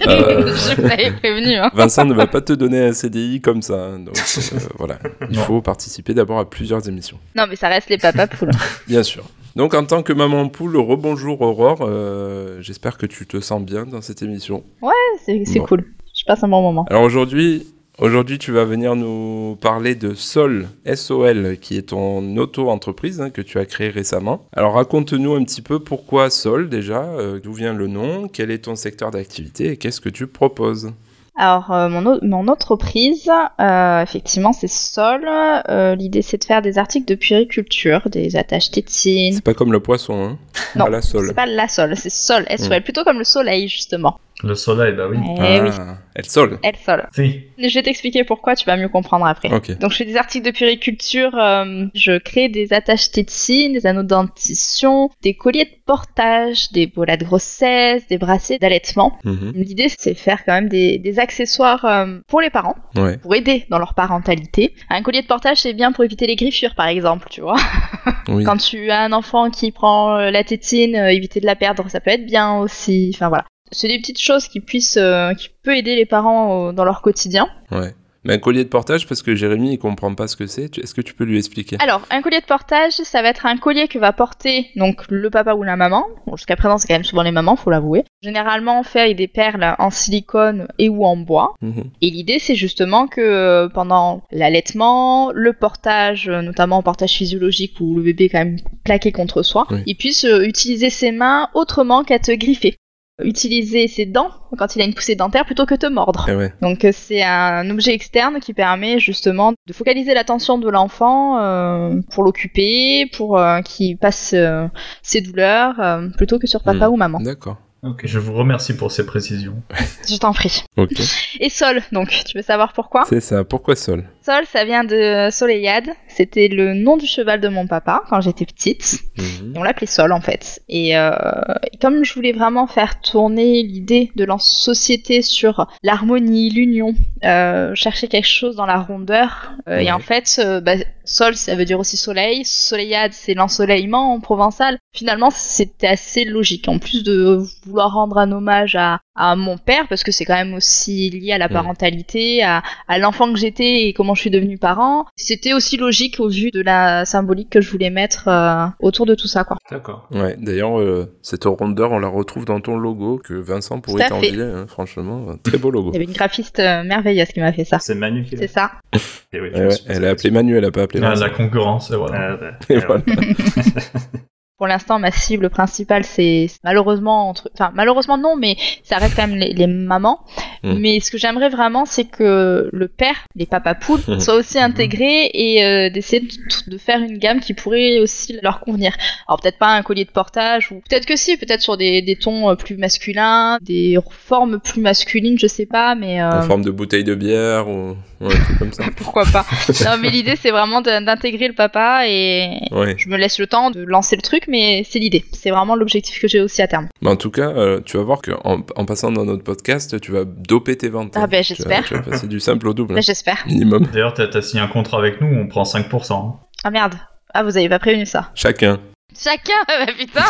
Euh,
je vous l'avais prévenu. Hein.
Vincent ne va pas te donner un CDI comme ça, hein, donc euh, voilà, il
Non.
faut participer d'abord à plusieurs émissions,
Non, mais ça reste les papas poules.
bien sûr. Donc en tant que maman poule, rebonjour Aurore, euh, j'espère que tu te sens bien dans cette émission.
C'est c'est
Bon.
cool. Je passe un bon moment.
Alors aujourd'hui, aujourd'hui tu vas venir nous parler de Sol, SOL, qui est ton auto-entreprise hein, que tu as créée récemment. Alors raconte-nous un petit peu pourquoi Sol déjà, euh, d'où vient le nom, quel est ton secteur d'activité et qu'est-ce que tu proposes
Alors, euh, mon, au- mon entreprise, euh, effectivement, c'est Sol. Euh, L'idée, c'est de faire des articles de puériculture, des attaches tétines.
C'est pas comme le poisson, hein
Non,
Pas la Sol. Hmm.
C'est pas la Sol, c'est Sol, S-O-L, plutôt comme le soleil, justement.
Le soleil, bah oui.
Eh oui,
Ah, elle Sol.
elle Sol.
Si.
Je vais t'expliquer pourquoi, tu vas mieux comprendre après.
Ok.
Donc je fais des articles de puériculture, euh, je crée des attaches tétines, des anneaux de dentition, des colliers de portage, des bolas de grossesse, des bracelets d'allaitement.
Mhm.
L'idée c'est de faire quand même des, des accessoires euh, pour les parents,
Ouais.
pour aider dans leur parentalité. Un collier de portage c'est bien pour éviter les griffures par exemple, tu vois.
Oui.
Quand tu as un enfant qui prend euh, la tétine, euh, éviter de la perdre, ça peut être bien aussi. Enfin voilà. C'est des petites choses qui puissent, euh, qui peut aider les parents euh, dans leur quotidien.
Ouais. Mais un collier de portage parce que Jérémy il comprend pas ce que c'est. Tu- Est-ce que tu peux lui expliquer
Alors, un collier de portage, ça va être un collier que va porter donc le papa ou la maman. Bon, Jusqu'à présent, c'est quand même souvent les mamans, faut l'avouer. Généralement, on fait avec des perles en silicone et ou en bois.
Mhm.
Et l'idée, c'est justement que euh, pendant l'allaitement, le portage, euh, notamment en portage physiologique où le bébé est quand même plaqué contre soi,
Oui.
il puisse euh, utiliser ses mains autrement qu'à te griffer. Euh, Utiliser ses dents quand il a une poussée dentaire plutôt que te mordre.
Eh ouais.
Donc euh, c'est un objet externe qui permet justement de focaliser l'attention de l'enfant euh, pour l'occuper, pour euh, qu'il passe euh, ses douleurs euh, plutôt que sur papa
Mm.
ou maman.
D'accord.
Ok.
Je vous remercie pour ces précisions.
Je t'en prie.
Ok.
Et sol, donc tu veux savoir pourquoi
c'est ça. Pourquoi Sol
Sol, ça vient de Soleiade. C'était le nom du cheval de mon papa quand j'étais petite.
Mhm.
Et on l'appelait Sol en fait. Et euh, comme je voulais vraiment faire tourner l'idée de la société sur l'harmonie, l'union, euh, chercher quelque chose dans la rondeur. euh,
Ouais.
Et en fait, euh, bah, Sol, ça veut dire aussi soleil. Soleillade, c'est l'ensoleillement en provençal. Finalement, c'était assez logique. En plus de vouloir rendre un hommage à, à mon père, parce que c'est quand même aussi lié à la
Mhm.
parentalité, à, à l'enfant que j'étais et comment je suis devenue parent, c'était aussi logique au vu de la symbolique que je voulais mettre euh, autour de tout ça, quoi.
D'accord.
Ouais, d'ailleurs, euh, cette rondeur, on la retrouve dans ton logo que Vincent pourrait
Tout à fait.
t'envier, hein, franchement. Un Très beau logo.
Il y avait une graphiste euh, merveilleuse qui m'a fait ça.
C'est magnifique.
C'est ça.
Eh oui, je
Ouais,
me
ouais,
suis posé
elle
la
a appelé Manu, elle a pas appelé
Ah,
bah,
Vincent.
eh
la concurrence, et voilà.
Euh, bah,
Et
euh,
voilà.
Pour l'instant, ma cible principale, c'est c'est malheureusement, entre... enfin malheureusement non, mais ça reste quand même les, les mamans.
Mm.
Mais ce que j'aimerais vraiment, c'est que le père, les papas poules,
Mhm.
soit aussi intégré et euh, d'essayer de, de faire une gamme qui pourrait aussi leur convenir. Alors peut-être pas un collier de portage, ou peut-être que si, peut-être sur des, des tons euh, plus masculins, des formes plus masculines, je sais pas, mais... euh,
En forme de bouteille de bière ou, ou un truc comme ça.
pourquoi pas Non, mais l'idée, c'est vraiment de- d'intégrer le papa et
Ouais.
je me laisse le temps de lancer le truc, mais c'est l'idée. C'est vraiment l'objectif que j'ai aussi à terme.
Mais en tout cas, euh, tu vas voir qu'en en passant dans notre podcast, tu vas doper tes ventes.
Ah
hein.
ben,
Tu vas-
j'espère.
Tu vas passer du simple au double. hein,
Ben, J'espère.
Minimum.
D'ailleurs, t'as t'as signé un contrat avec nous, on prend 5%.
Ah merde. Ah, vous avez pas prévenu ça.
Chacun.
Chacun Bah putain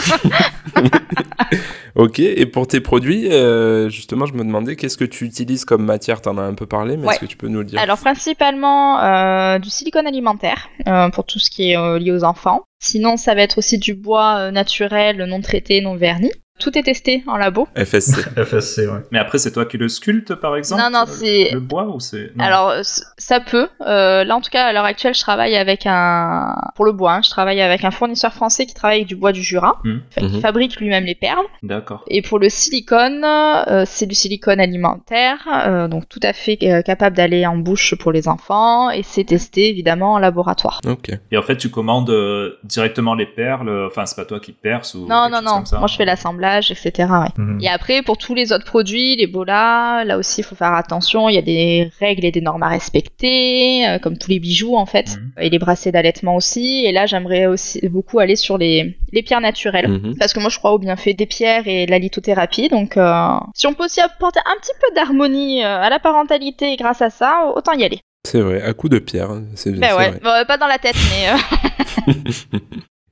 Ok, et pour tes produits, euh, justement, je me demandais qu'est-ce que tu utilises comme matière T'en as un peu parlé, mais
Ouais.
est-ce que tu peux nous le dire
Alors, principalement euh, du silicone alimentaire euh, pour tout ce qui est euh, lié aux enfants. Sinon, ça va être aussi du bois euh, naturel, non traité, non verni. Tout est testé en labo.
FSC.
FSC, ouais.
Mais après, c'est toi qui le sculptes, par exemple
Non, non,
euh,
c'est-
Le bois ou c'est. non.
Alors, euh, c- ça peut. Euh, là, en tout cas, à l'heure actuelle, je travaille avec un. Pour le bois, hein, je travaille avec un fournisseur français qui travaille avec du bois du Jura,
Mhm.
enfin,
Mmh.
qui
Mhm.
fabrique lui-même les perles.
D'accord.
Et pour le silicone, euh, c'est du silicone alimentaire, euh, donc tout à fait euh, capable d'aller en bouche pour les enfants, et c'est testé évidemment en laboratoire.
Ok.
Et en fait, tu commandes euh, directement les perles. euh, Enfin, c'est pas toi qui perces ou.
Non,
quelque
non,
chose
non.
comme ça. hein.
Moi, je fais l'assemblage, etc. ouais.
Mhm.
Et après, pour tous les autres produits, les bolas, là aussi, il faut faire attention. Il y a des règles et des normes à respecter, euh, comme tous les bijoux, en
Mm.
fait.
Mhm.
Et les bracelets d'allaitement aussi. Et là, j'aimerais aussi beaucoup aller sur les, les pierres naturelles.
Mhm.
Parce que moi, je crois au bienfait des pierres et de la lithothérapie. Donc, euh, si on peut aussi apporter un petit peu d'harmonie euh, à la parentalité grâce à ça, autant y aller.
C'est vrai, à coup de pierre. hein, C'est bien.
Ben ouais. Bon, euh, pas dans la tête, mais... euh,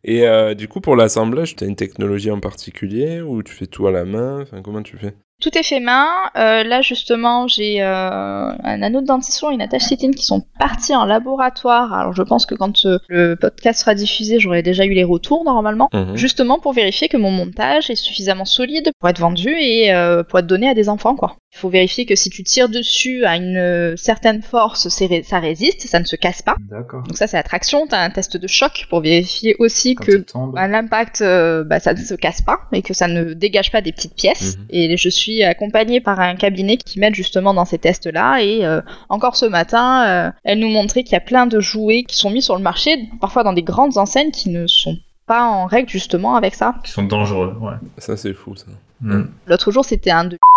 Et euh, du coup, pour l'assemblage, tu as une technologie en particulier ou tu fais tout à la main Enfin, comment tu fais
Tout est fait main. Euh, là, justement, j'ai euh, un anneau de dentition et une attache cétine qui sont partis en laboratoire. Alors, je pense que quand euh, le podcast sera diffusé, j'aurai déjà eu les retours normalement,
Mhm.
justement pour vérifier que mon montage est suffisamment solide pour être vendu et euh, pour être donné à des enfants, quoi. Il faut vérifier que si tu tires dessus à une euh, certaine force, c'est ré- ça résiste, ça ne se casse pas.
D'accord.
Donc ça, c'est la traction. T'as un test de choc pour vérifier aussi
Quand
que
il tombe.
à Bah, l'impact, euh, bah, ça ne se casse pas et que ça ne dégage pas des petites pièces.
Mhm.
Et je suis accompagnée par un cabinet qui m'aide justement dans ces tests-là. Et euh, encore ce matin, euh, elle nous montrait qu'il y a plein de jouets qui sont mis sur le marché, parfois dans des grandes enseignes qui ne sont pas en règle justement avec ça.
Qui sont dangereux, ouais.
Ça, c'est fou, ça.
L'autre jour, c'était un de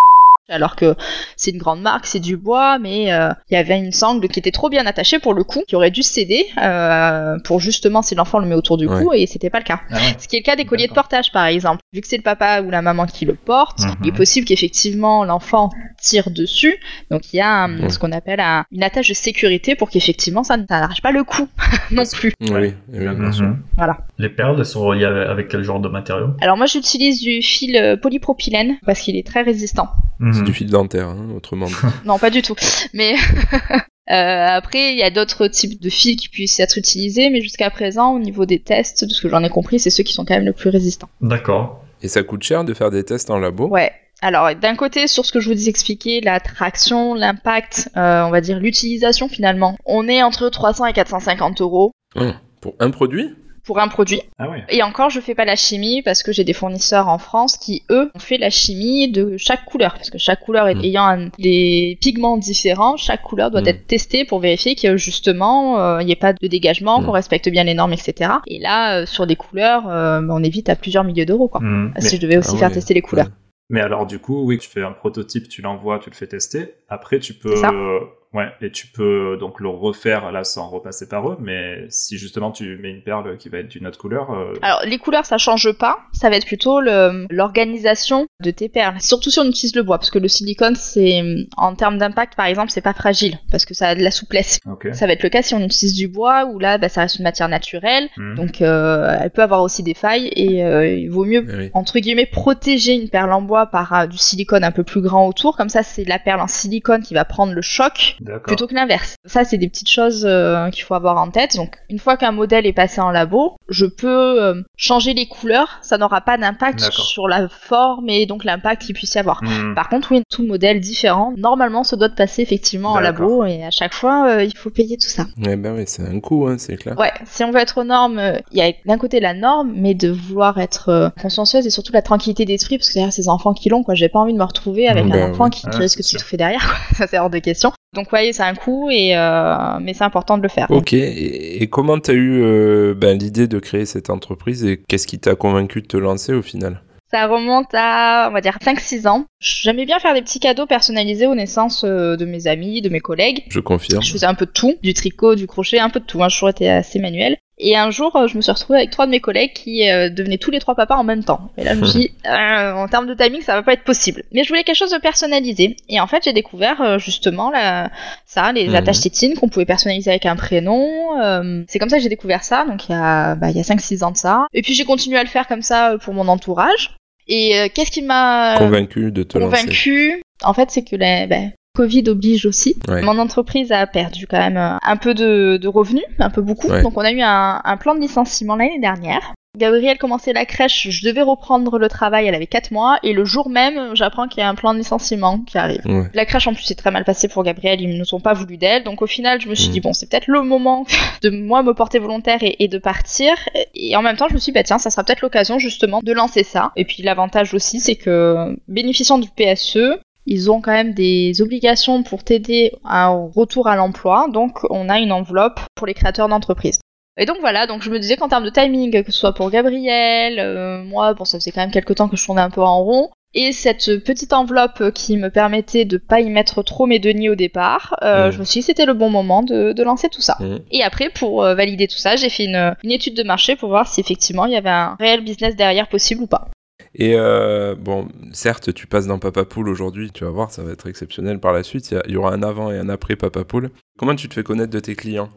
alors que c'est une grande marque, c'est du bois, mais euh, il y avait une sangle qui était trop bien attachée pour le coup, qui aurait dû céder euh, pour justement si l'enfant le met autour du cou, et c'était pas le cas.
Ah ouais.
Ce qui est le cas des colliers de portage, par exemple. Vu que c'est le papa ou la maman qui le porte,
Mhm.
il est possible qu'effectivement l'enfant tire dessus. Donc il y a un-
Mhm.
ce qu'on appelle un- une attache de sécurité pour qu'effectivement ça ne t'arrache pas le cou non plus.
Oui, oui, bien sûr.
Mhm. Voilà.
Les perles, elles sont reliées avec quel genre de matériaux
Alors moi j'utilise du fil euh, polypropylène parce qu'il est très résistant.
Mhm.
C'est du fil dentaire, hein, autrement. dit.
Non, pas du tout. Mais euh, après, il y a d'autres types de fils qui puissent être utilisés, mais jusqu'à présent, au niveau des tests, de ce que j'en ai compris, c'est ceux qui sont quand même le plus résistants.
D'accord.
Et ça coûte cher de faire des tests en labo
Ouais. Alors, d'un côté, sur ce que je vous ai expliqué, la traction, l'impact, euh, on va dire l'utilisation finalement, on est entre 300 et 450 euros
Oh, Pour un produit
pour un produit.
Ah ouais.
Et encore, je fais pas la chimie parce que j'ai des fournisseurs en France qui, eux, ont fait la chimie de chaque couleur. Parce que chaque couleur
Hmm.
est- ayant un- des pigments différents, chaque couleur doit
Mm.
être testée pour vérifier que, justement, euh, il n'y ait pas de
Hmm.
dégagement, qu'on respecte bien les normes, etc. Et là, euh, sur des couleurs, euh, bah, on évite à plusieurs milliers d'euros, quoi.
Mm.
Si
Mais-
je devais aussi
Ah
faire
ouais,
tester les couleurs.
Mais alors, du coup, oui, tu fais un prototype, tu l'envoies, tu le fais tester. Après, tu peux.
C'est ça.
euh, Ouais, et tu peux donc le refaire là sans repasser par eux, mais si justement tu mets une perle qui va être d'une autre couleur, euh,
Alors, les couleurs, ça change pas. Ça va être plutôt le- l'organisation de tes perles. Surtout si on utilise le bois, parce que le silicone, c'est, en termes d'impact, par exemple, c'est pas fragile, parce que ça a de la souplesse.
Ok.
Ça va être le cas si on utilise du bois, où là, bah, ça reste une matière naturelle.
Mhm.
Donc, euh, elle peut avoir aussi des failles, et euh, il vaut mieux,
Eh oui.
entre guillemets, protéger une perle en bois par euh, du silicone un peu plus grand autour. Comme ça, c'est la perle en silicone qui va prendre le choc plutôt que l'inverse. Ça, c'est des petites choses euh, qu'il faut avoir en tête. Donc, une fois qu'un modèle est passé en labo, je peux euh, changer les couleurs. Ça n'aura pas d'impact
D'accord.
sur la forme et donc l'impact qu'il puisse y avoir.
Mhm.
Par contre, oui, tout modèle différent, normalement, se doit de passer effectivement en labo et à chaque fois, euh, il faut payer tout ça.
Eh ben oui, c'est un coup, hein, c'est clair.
Ouais, si on veut être aux normes, euh, il y a d'un côté la norme, mais de vouloir être euh, consciencieuse et surtout la tranquillité d'esprit, parce que derrière ces enfants qui l'ont, quoi, j'ai pas envie de me retrouver avec
Mm,
un
bah
enfant
ouais.
qui,
Ah,
qui
c'est
risque de tout fait derrière, quoi. ça c'est hors de question. Donc voyez, c'est un coup, et euh, mais c'est important de le
Oh.
faire.
Ok, et, et comment t'as eu euh, ben, l'idée de créer cette entreprise et qu'est-ce qui t'a convaincu de te lancer au final
Ça remonte à, on va dire, 5-6 ans. J'aimais bien faire des petits cadeaux personnalisés aux naissances euh, de mes amis, de mes collègues.
Je confirme.
Je faisais un peu de tout, du tricot, du crochet, un peu de tout. Hein. J'ai toujours été assez manuel. Et un jour, euh, je me suis retrouvée avec trois de mes collègues qui euh, devenaient tous les trois papas en même temps. Et là, je me suis dit, Euh, en termes de timing, ça va pas être possible. Mais je voulais quelque chose de personnalisé. Et en fait, j'ai découvert euh, justement la- ça, les
Mhm.
attaches tétines qu'on pouvait personnaliser avec un prénom. Euh, c'est comme ça que j'ai découvert ça, donc il y a, bah, il y a 5-6 ans de ça. Et puis j'ai continué à le faire comme ça euh, pour mon entourage. Et euh, qu'est-ce qui m'a
Convaincu de te lancer
convaincu. En fait, c'est que la ben, Covid oblige aussi.
Ouais.
Mon entreprise a perdu quand même euh, un peu de, de revenus, un peu beaucoup.
Ouais.
Donc, on a eu un, un plan de licenciement l'année dernière. Gabrielle commençait la crèche, je devais reprendre le travail, elle avait 4 mois, et le jour même, j'apprends qu'il y a un plan de licenciement qui arrive.
Ouais.
La crèche, en plus, c'est très mal passé pour Gabrielle, ils ne nous ont pas voulu d'elle, donc au final, je me suis
Mm.
dit, bon, c'est peut-être le moment de moi me porter volontaire et, et de partir, et en même temps, je me suis dit, bah tiens, ça sera peut-être l'occasion justement de lancer ça. Et puis l'avantage aussi, c'est que bénéficiant du E, PSE, ils ont quand même des obligations pour t'aider à un retour à l'emploi, donc on a une enveloppe pour les créateurs d'entreprises. Et donc voilà, donc je me disais qu'en termes de timing, que ce soit pour Gabriel, euh, moi, bon, ça faisait quand même quelques temps que je tournais un peu en rond, et cette petite enveloppe qui me permettait de pas y mettre trop mes deniers au départ, euh,
Mhm.
je me suis dit que c'était le bon moment de, de lancer tout ça.
Mhm.
Et après, pour euh, valider tout ça, j'ai fait une, une étude de marché pour voir si effectivement il y avait un réel business derrière possible ou pas.
Et euh, bon, certes, tu passes dans Papa Poule aujourd'hui, tu vas voir, ça va être exceptionnel par la suite. Il y a- il y, aura un avant et un après Papa Poule. Comment tu te fais connaître de tes clients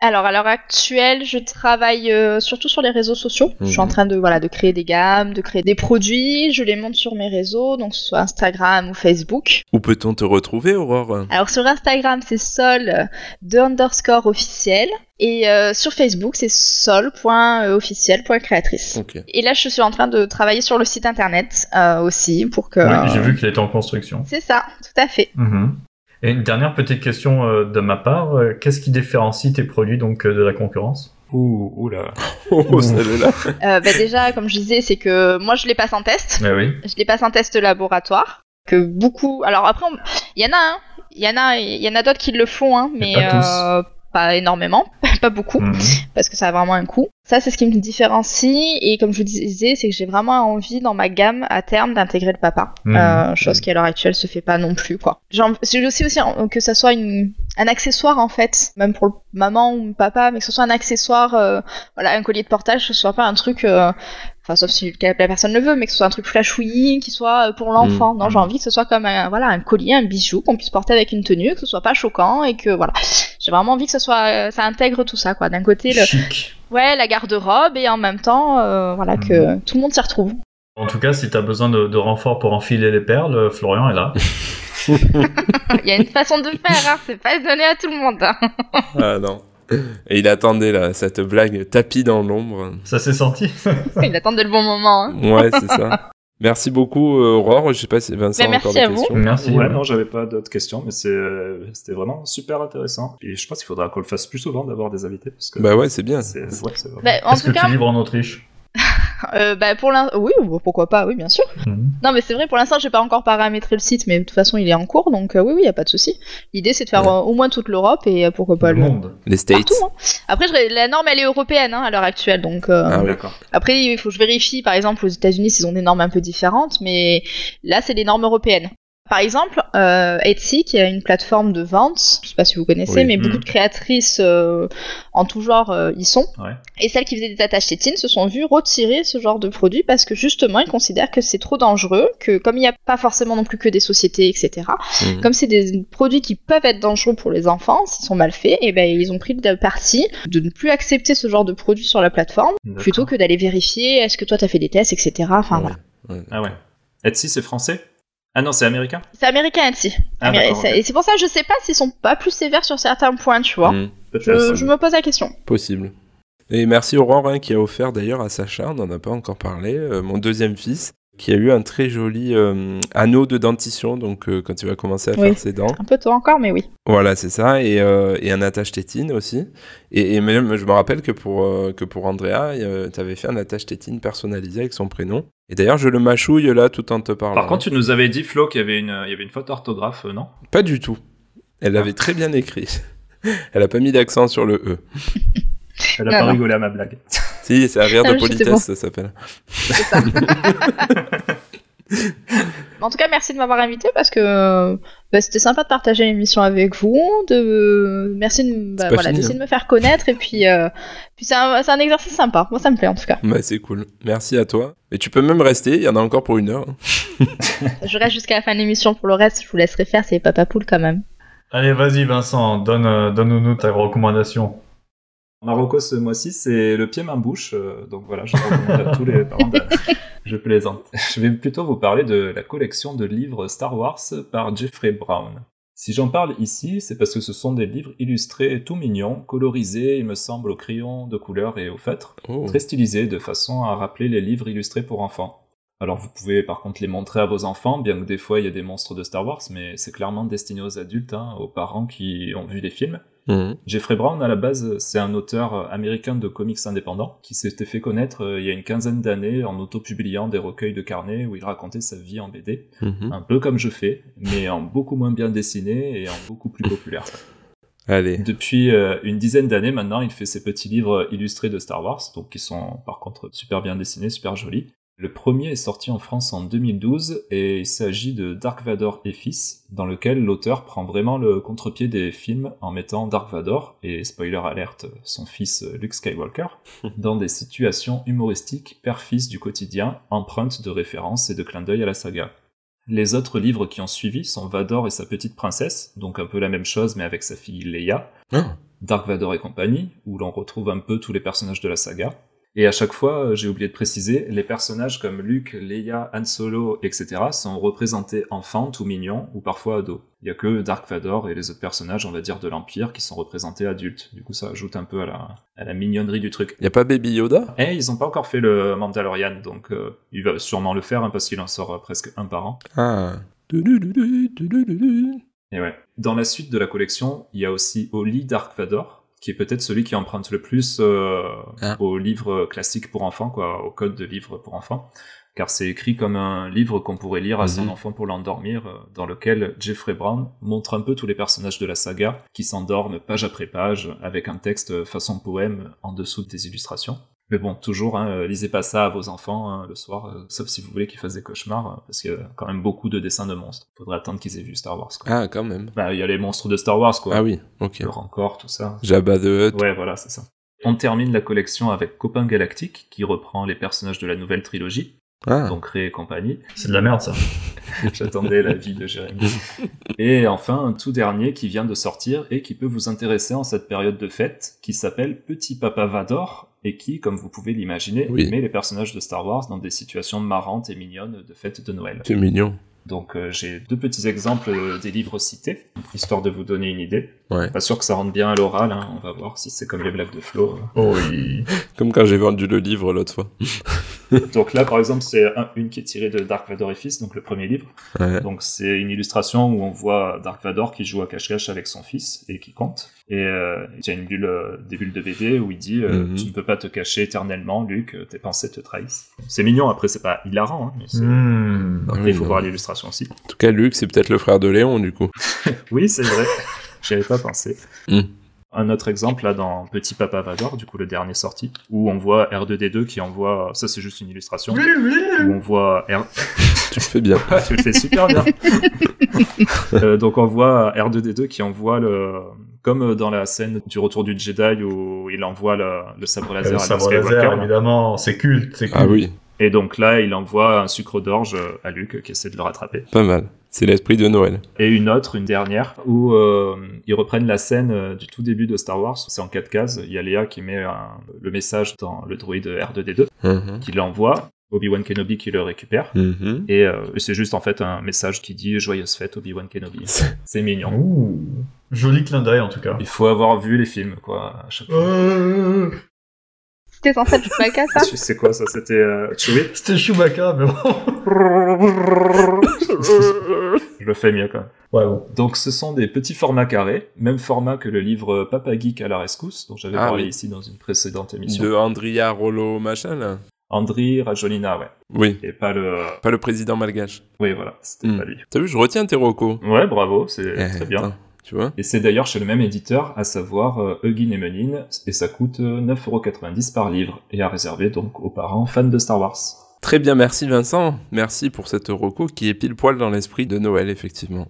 Alors à l'heure actuelle, je travaille euh, surtout sur les réseaux sociaux. Je suis en
Mhm.
train de voilà de créer des gammes, de créer des produits. Je les monte sur mes réseaux, donc que ce soit Instagram ou Facebook.
Où peut-on te retrouver, Aurore
Alors sur Instagram, c'est sol euh, de underscore officiel. Et euh, sur Facebook, c'est euh, sol.officiel.créatrice.
Ok.
Et là, je suis en train de travailler sur le site internet euh, aussi pour que...
Oui, j'ai vu qu'il était en construction.
C'est ça, tout à fait.
Mhm. Et une dernière petite question euh, de ma part, euh, qu'est-ce qui différencie tes produits donc euh, de la concurrence Ouh, oula.
Oh, celle-là.
Euh, bah déjà, comme je disais, c'est que moi je les passe en test.
Eh oui.
Je les passe en test laboratoire. Que beaucoup. Alors après, on- il y en a, hein. il y en a, il y en a d'autres qui le font, hein, mais
pas tous. Mm.
euh, pas énormément, pas beaucoup, parce que ça a vraiment un coût. Ça, c'est ce qui me différencie. Et comme je vous disais, c'est que j'ai vraiment envie dans ma gamme à terme d'intégrer le papa,
Mm.
Mhm.
Euh, chose qui à l'heure actuelle se fait pas non plus, quoi. J'en- C'est aussi aussi en- que ça soit une- un accessoire en fait, même pour le maman ou le papa, mais que ce soit un accessoire, euh, voilà, un collier de portage, que ce soit pas un truc, euh, enfin sauf si le- la personne le veut, mais que ce soit un truc flashouillis, qui soit euh, pour l'enfant.
Mm.
Non, j'ai envie que ce soit comme un, voilà, un collier, un bijou qu'on puisse porter avec une tenue, que ce soit pas choquant et que voilà, j'ai vraiment envie que ce soit, euh, ça intègre tout ça, quoi. D'un côté, le, ouais, la garde-robe et en même temps, euh, voilà, que tout le monde s'y retrouve.
En tout cas, si t'as besoin de, de renfort pour enfiler les perles, euh, Florian est là.
Il y a une façon de faire, hein, c'est pas donné à tout le monde. hein.
Ah non. Et il attendait là, cette blague tapis dans l'ombre.
Ça s'est senti
Il attendait le bon moment. hein.
Ouais, c'est ça. Merci beaucoup, euh, Aurore. Je sais pas si Vincent a
Mais
encore des
Bah, merci à vous.
questions.
Ouais,
Ouais.
non, j'avais pas d'autres questions, mais c'est, euh, c'était vraiment super intéressant. Et je pense qu'il faudra qu'on le fasse plus souvent d'avoir des invités. Parce que
Bah ouais, c'est bien.
C'est, ouais, c'est vrai.
Bah, en Est-ce tout que tu cas- livres
en Autriche
Euh, bah pour l'instant, oui, bon, pourquoi pas, oui, bien sûr.
Mhm.
Non, mais c'est vrai, pour l'instant, j'ai pas encore paramétré le site, mais de toute façon, il est en cours, donc euh, oui, oui, y a pas de souci. L'idée, c'est de faire euh, au moins toute l'Europe et euh, pourquoi pas le hein.
monde.
Les States.
Après, je- la norme, elle est européenne hein, à l'heure actuelle, donc. euh,
Ah oui, d'accord.
Après, il faut que je vérifie, par exemple, aux États-Unis, ils ont des normes un peu différentes, mais là, c'est les normes européennes. Par exemple, euh, Etsy, qui est une plateforme de vente, je sais pas si vous connaissez,
Oui.
mais
Mhm.
beaucoup de créatrices euh, en tout genre euh, y sont.
Ouais.
Et celles qui faisaient des attaches tétines se sont vues retirer ce genre de produit parce que justement, ils considèrent que c'est trop dangereux, que comme il n'y a pas forcément non plus que des sociétés, etc.,
Mm.
Mhm.
hein. comme c'est des produits qui peuvent être dangereux pour les enfants, s'ils sont mal faits, et ben ils ont pris le parti de ne plus accepter ce genre de produit sur la plateforme
D'accord.
plutôt que d'aller vérifier est-ce que toi t'as fait des tests, etc. Enfin voilà.
Ah ouais. Etsy, c'est français Ah non, c'est américain
C'est américain Annecy.
Ah,
Mais
d'accord,
c'est-
ok.
Et c'est pour ça que je sais pas s'ils sont pas plus sévères sur certains points, tu
Mm.
vois.
Hmm,
je,
peut-être.
je me pose la question.
Possible. Et merci Aurore hein, qui a offert d'ailleurs à Sacha, on n'en a pas encore parlé, euh, mon deuxième fils, qui a eu un très joli euh, anneau de dentition, donc euh, quand il va commencer à
Oui.
faire ses dents.
Un peu tôt encore, mais oui.
Voilà, c'est ça, et, euh, et un attache-tétine aussi. Et, et même, je me rappelle que pour, euh, que pour Andrea, tu avais fait un attache-tétine personnalisé avec son prénom. Et d'ailleurs, je le mâchouille là tout en te parlant.
Par contre, tu nous avais dit, Flo, qu'il y avait une, il y avait une faute d'orthographe, euh, non
Pas du tout. Elle l'avait très bien écrit. Elle a pas mis d'accent sur le E.
Elle a pas rigolé à ma blague.
Si, c'est un rire
Ah
de
oui, je sais
politesse, ça
pas.
s'appelle.
En tout cas, merci de m'avoir invité parce que euh, bah, c'était sympa de partager l'émission avec vous. De... Merci de, m- bah,
pas
voilà,
fini,
d'essayer
hein.
de me faire connaître. Et puis, euh, puis c'est un, c'est un exercice sympa. Moi, ça me plaît en tout cas.
Bah, c'est cool. Merci à toi. Et tu peux même rester, il y en a encore pour une heure. hein.
Je reste jusqu'à la fin de l'émission pour le reste. Je vous laisserai faire, c'est papa poule quand même.
Allez, vas-y, Vincent, donne, euh, donne-nous ta recommandation.
Marocco ce mois-ci, c'est le pied main bouche. euh, donc voilà, je recommande à tous les parents. de- Je plaisante. Je vais plutôt vous parler de la collection de livres Star Wars par Jeffrey Brown. Si j'en parle ici, c'est parce que ce sont des livres illustrés et tout mignons, colorisés, il me semble, au crayon de couleur et au feutre,
Oh.
très stylisés de façon à rappeler les livres illustrés pour enfants. Alors vous pouvez par contre les montrer à vos enfants, bien que des fois il y a des monstres de Star Wars, mais c'est clairement destiné aux adultes, hein, aux parents qui ont vu les films.
Mhm.
Jeffrey Brown, à la base, c'est un auteur américain de comics indépendant qui s'était fait connaître euh, il y a une quinzaine d'années en autopubliant des recueils de carnets où il racontait sa vie en BD,
Mhm.
un peu comme je fais, mais en beaucoup moins bien dessiné et en beaucoup plus populaire.
Allez.
Depuis euh, une dizaine d'années maintenant, il fait ses petits livres illustrés de Star Wars, donc qui sont par contre super bien dessinés, super jolis. Le premier est sorti en France en 2012 et il s'agit de Dark Vador et Fils, dans lequel l'auteur prend vraiment le contre-pied des films en mettant Dark Vador, et spoiler alerte, son fils euh, Luke Skywalker, dans des situations humoristiques père-fils du quotidien, empreintes de références et de clins d'œil à la saga. Les autres livres qui ont suivi sont Vador et sa petite princesse, donc un peu la même chose mais avec sa fille Leia, Dark Vador et compagnie, où l'on retrouve un peu tous les personnages de la saga. Et à chaque fois, euh, j'ai oublié de préciser, les personnages comme Luke, Leia, Han Solo, etc. sont représentés enfants, tout mignons, ou parfois ados. Il n'y a que Dark Vador et les autres personnages, on va dire, de l'Empire qui sont représentés adultes. Du coup, ça ajoute un peu à la, à la mignonnerie du truc.
Il n'y a pas Baby Yoda
Eh, ils n'ont pas encore fait le Mandalorian, donc euh, il va sûrement le faire, hein, parce qu'il en sort euh, presque un par an.
Ah.
Et ouais. Dans la suite de la collection, il y a aussi Oli Dark Vador, qui est peut-être celui qui emprunte le plus euh, au livre classique pour enfants, quoi, au code de livre pour enfants, car c'est écrit comme un livre qu'on pourrait lire à son
Mhm.
enfant pour l'endormir, euh, dans lequel Jeffrey Brown montre un peu tous les personnages de la saga qui s'endorment page après page avec un texte façon poème en dessous des illustrations. Mais bon, toujours, hein, euh, lisez pas ça à vos enfants hein, le soir, euh, sauf si vous voulez qu'ils fassent des cauchemars, euh, parce qu'il y a quand même beaucoup de dessins de monstres. Faudrait attendre qu'ils aient vu Star Wars. Quoi.
Ah, quand même.
Bah, il y a les monstres de Star Wars, quoi.
Ah oui, ok.
Le Rancor, tout ça.
Jabba the Hutt.
Ouais, voilà, c'est ça. On termine la collection avec Copain Galactique, qui reprend les personnages de la nouvelle trilogie,
Ah.
donc Rey et compagnie.
C'est de la merde, ça.
J'attendais la vie de Jérémy. Et enfin, un tout dernier qui vient de sortir et qui peut vous intéresser en cette période de fête, qui s'appelle Petit Papa Vador, et qui, comme vous pouvez l'imaginer,
Oui.
met les personnages de Star Wars dans des situations marrantes et mignonnes de fête de Noël.
C'est mignon.
Donc euh, j'ai deux petits exemples euh, des livres cités, histoire de vous donner une idée.
Ouais.
Pas sûr que ça rentre bien à l'oral, hein, on va voir si c'est comme les blagues de Flo. hein.
Oh oui.
Comme quand j'ai vendu le livre l'autre fois.
donc là par exemple c'est un- une qui est tirée de Dark Vador et Fils, donc le premier livre.
Ouais.
Donc c'est une illustration où on voit Dark Vador qui joue à cache-cache avec son fils et qui compte. Et euh, il y a une bulle, euh, des bulles de BD où il dit euh,
Mhm.
Tu ne peux pas te cacher éternellement, Luc, euh, tes pensées te trahissent. C'est mignon, après c'est pas hilarant, hein, mais c'est-
Hmm.
Après,
Ah Mhm. oui,
il faut
non.
voir l'illustration aussi.
En tout cas, Luc, c'est peut-être le frère de Léon, du coup.
Oui, c'est vrai. J'y avais pas pensé.
Hmm.
Mm.
Un autre exemple, là, dans Petit Papa Vador, du coup, le dernier sorti, où on voit R2D2 qui envoie. Ça, c'est juste une illustration. Où on voit R.
tu le fais bien.
tu le fais super bien. Euh, donc, on voit R2D2 qui envoie le. Comme dans la scène du retour du Jedi où il envoie le, le sabre
Et
laser
Le
à Luke
sabre
Skywalker, hein.
laser,
là.
évidemment, c'est culte, c'est culte.
Ah oui,
Et donc là, il envoie un sucre d'orge à Luke qui essaie de le rattraper.
pas mal. C'est l'esprit de Noël.
Et une autre, une dernière, où euh, ils reprennent la scène euh, du tout début de Star Wars. C'est en 4 cases. Il y a Léa qui met un- le message dans le droïde R2D2,
Mhm.
qui l'envoie. Obi-Wan Kenobi qui le récupère.
Mhm.
Et euh, c'est juste en fait un message qui dit Joyeuse fête Obi-Wan Kenobi. C'est mignon.
Joli clin d'œil en tout cas.
Il faut avoir vu les films quoi. À chaque fois.
C'était censé être hein Chewbacca, ça
Je sais quoi ça C'était euh, Chewie
C'était Chewbacca, mais bon.
Je le fais mieux quand même. Donc ce sont des petits formats carrés, même format que le livre Papa Geek à la rescousse, dont j'avais
Ah
parlé
oui.
ici dans une précédente émission.
De Andrea Rollo machin là
Andri Rajolina, ouais.
Oui.
Et pas le.
Pas le président malgache.
Oui, voilà, c'était
Hmm.
pas lui.
T'as vu, je retiens tes recos.
Ouais, bravo, c'est
Eh,
très bien.
attends, tu vois
Et c'est d'ailleurs chez le même éditeur, à savoir euh, Huggin et Menin, et ça coûte euh, 9,90€ par livre, et à réserver donc aux parents fans de Star Wars.
Très bien, merci Vincent. Merci pour cette roco qui est pile poil dans l'esprit de Noël, effectivement.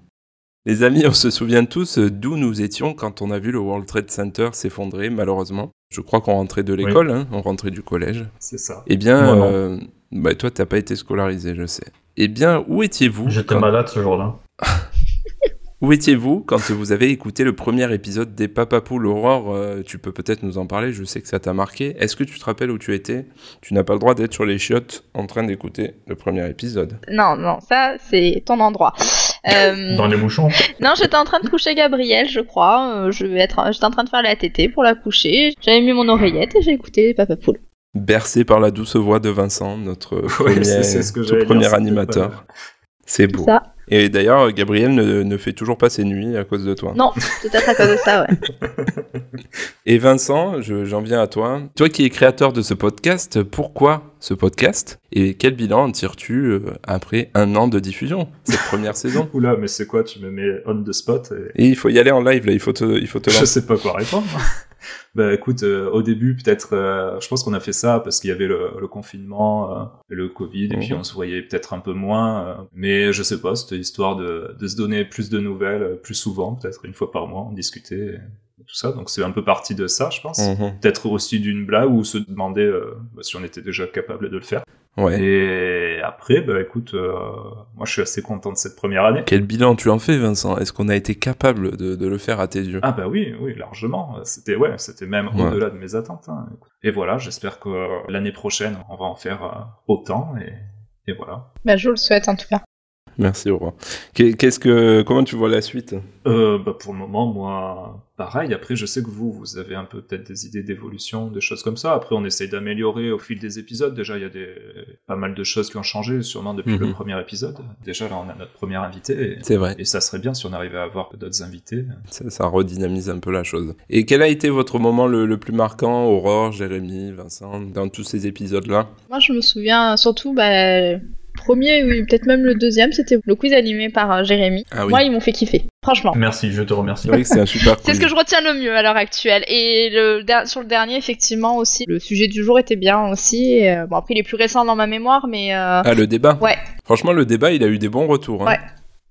Les amis, on se souvient tous d'où nous étions quand on a vu le World Trade Center s'effondrer, malheureusement. Je crois qu'on rentrait de l'école, hein, on rentrait du collège.
C'est ça.
Eh bien,
Moi, non.
euh, bah, toi, t'as pas été scolarisé, je sais. Eh bien, où étiez-vous
J'étais
quand-
malade ce jour-là.
Où étiez-vous quand vous avez écouté le premier épisode des Papapoules Aurore Euh, Tu peux peut-être nous en parler, je sais que ça t'a marqué. Est-ce que tu te rappelles où tu étais Tu n'as pas le droit d'être sur les chiottes en train d'écouter le premier épisode.
Non, non, ça, c'est ton endroit. Euh,
Dans les mouchons.
Non, j'étais en train de coucher Gabriel, je crois. Euh, je vais être, j'étais en train de faire la tétée pour la coucher. J'avais mis mon oreillette et j'ai écouté Papa Poule.
Bercé par la douce voix de Vincent, notre premier,
c'est- c'est ce que
tout
j'allais dire,
premier
c'était
animateur. C'est beau.
Ça.
Et d'ailleurs, Gabriel ne, ne fait toujours pas ses nuits à cause de toi.
Non, peut-être à cause de ça, ouais.
Et Vincent, je- j'en viens à toi. Toi qui es créateur de ce podcast, pourquoi ce podcast Et quel bilan en tires-tu euh, après un an de diffusion, cette première saison
Oula, mais c'est quoi Tu me mets on the spot et-
Et il faut y aller en live, là, il faut te, il faut te
Je
lancer.
sais pas quoi répondre. bah écoute, euh, au début peut-être, euh, je pense qu'on a fait ça parce qu'il y avait le, le confinement, euh, le Covid, et puis
Mhm.
on se voyait peut-être un peu moins. euh, mais je sais pas, c'était histoire de, de se donner plus de nouvelles, euh, plus souvent, peut-être une fois par mois, en discuter. et Tout ça, donc c'est un peu parti de ça, je pense.
Mhm.
Peut-être aussi d'une blague ou se demander euh, bah, si on était déjà capable de le faire.
Ouais.
Et après, bah écoute, euh, moi je suis assez content de cette première année.
Quel bilan tu en fais, Vincent Est-ce qu'on a été capable de, de le faire à tes yeux
Ah bah oui, oui, largement. C'était ouais, c'était même
Ouais.
au-delà de mes attentes. hein. Et voilà, j'espère que euh, l'année prochaine, on va en faire euh, autant. Et, et voilà.
Bah, je vous le souhaite, en tout cas.
Merci, Aurore. Qu'est- Qu'est-ce que, comment tu vois la suite
Euh, bah pour le moment, moi, pareil. Après, je sais que vous, vous avez un peu peut-être des idées d'évolution, des choses comme ça. Après, on essaye d'améliorer au fil des épisodes. Déjà, il y a des pas mal de choses qui ont changé, sûrement depuis
Mhm.
le premier épisode. Déjà, là, on a notre premier invité. et-
C'est vrai.
Et ça serait bien si on arrivait à avoir d'autres invités.
Ça, ça redynamise un peu la chose. Et quel a été votre moment le, le plus marquant, Aurore, Jérémy, Vincent, dans tous ces épisodes-là
Moi, je me souviens surtout, bah, le premier, oui, peut-être même le deuxième, c'était le quiz animé par euh, Jérémy.
Ah oui.
Moi, ils m'ont fait kiffer, franchement.
Merci, je te remercie.
C'est vrai que c'est un super
C'est ce que je retiens le mieux à l'heure actuelle. Et le, der- sur le dernier, effectivement, aussi, le sujet du jour était bien aussi. Et, euh, bon, après, il est plus récent dans ma mémoire, mais. euh,
Ah, le débat
Ouais.
Franchement, le débat, il a eu des bons retours. hein.
Ouais.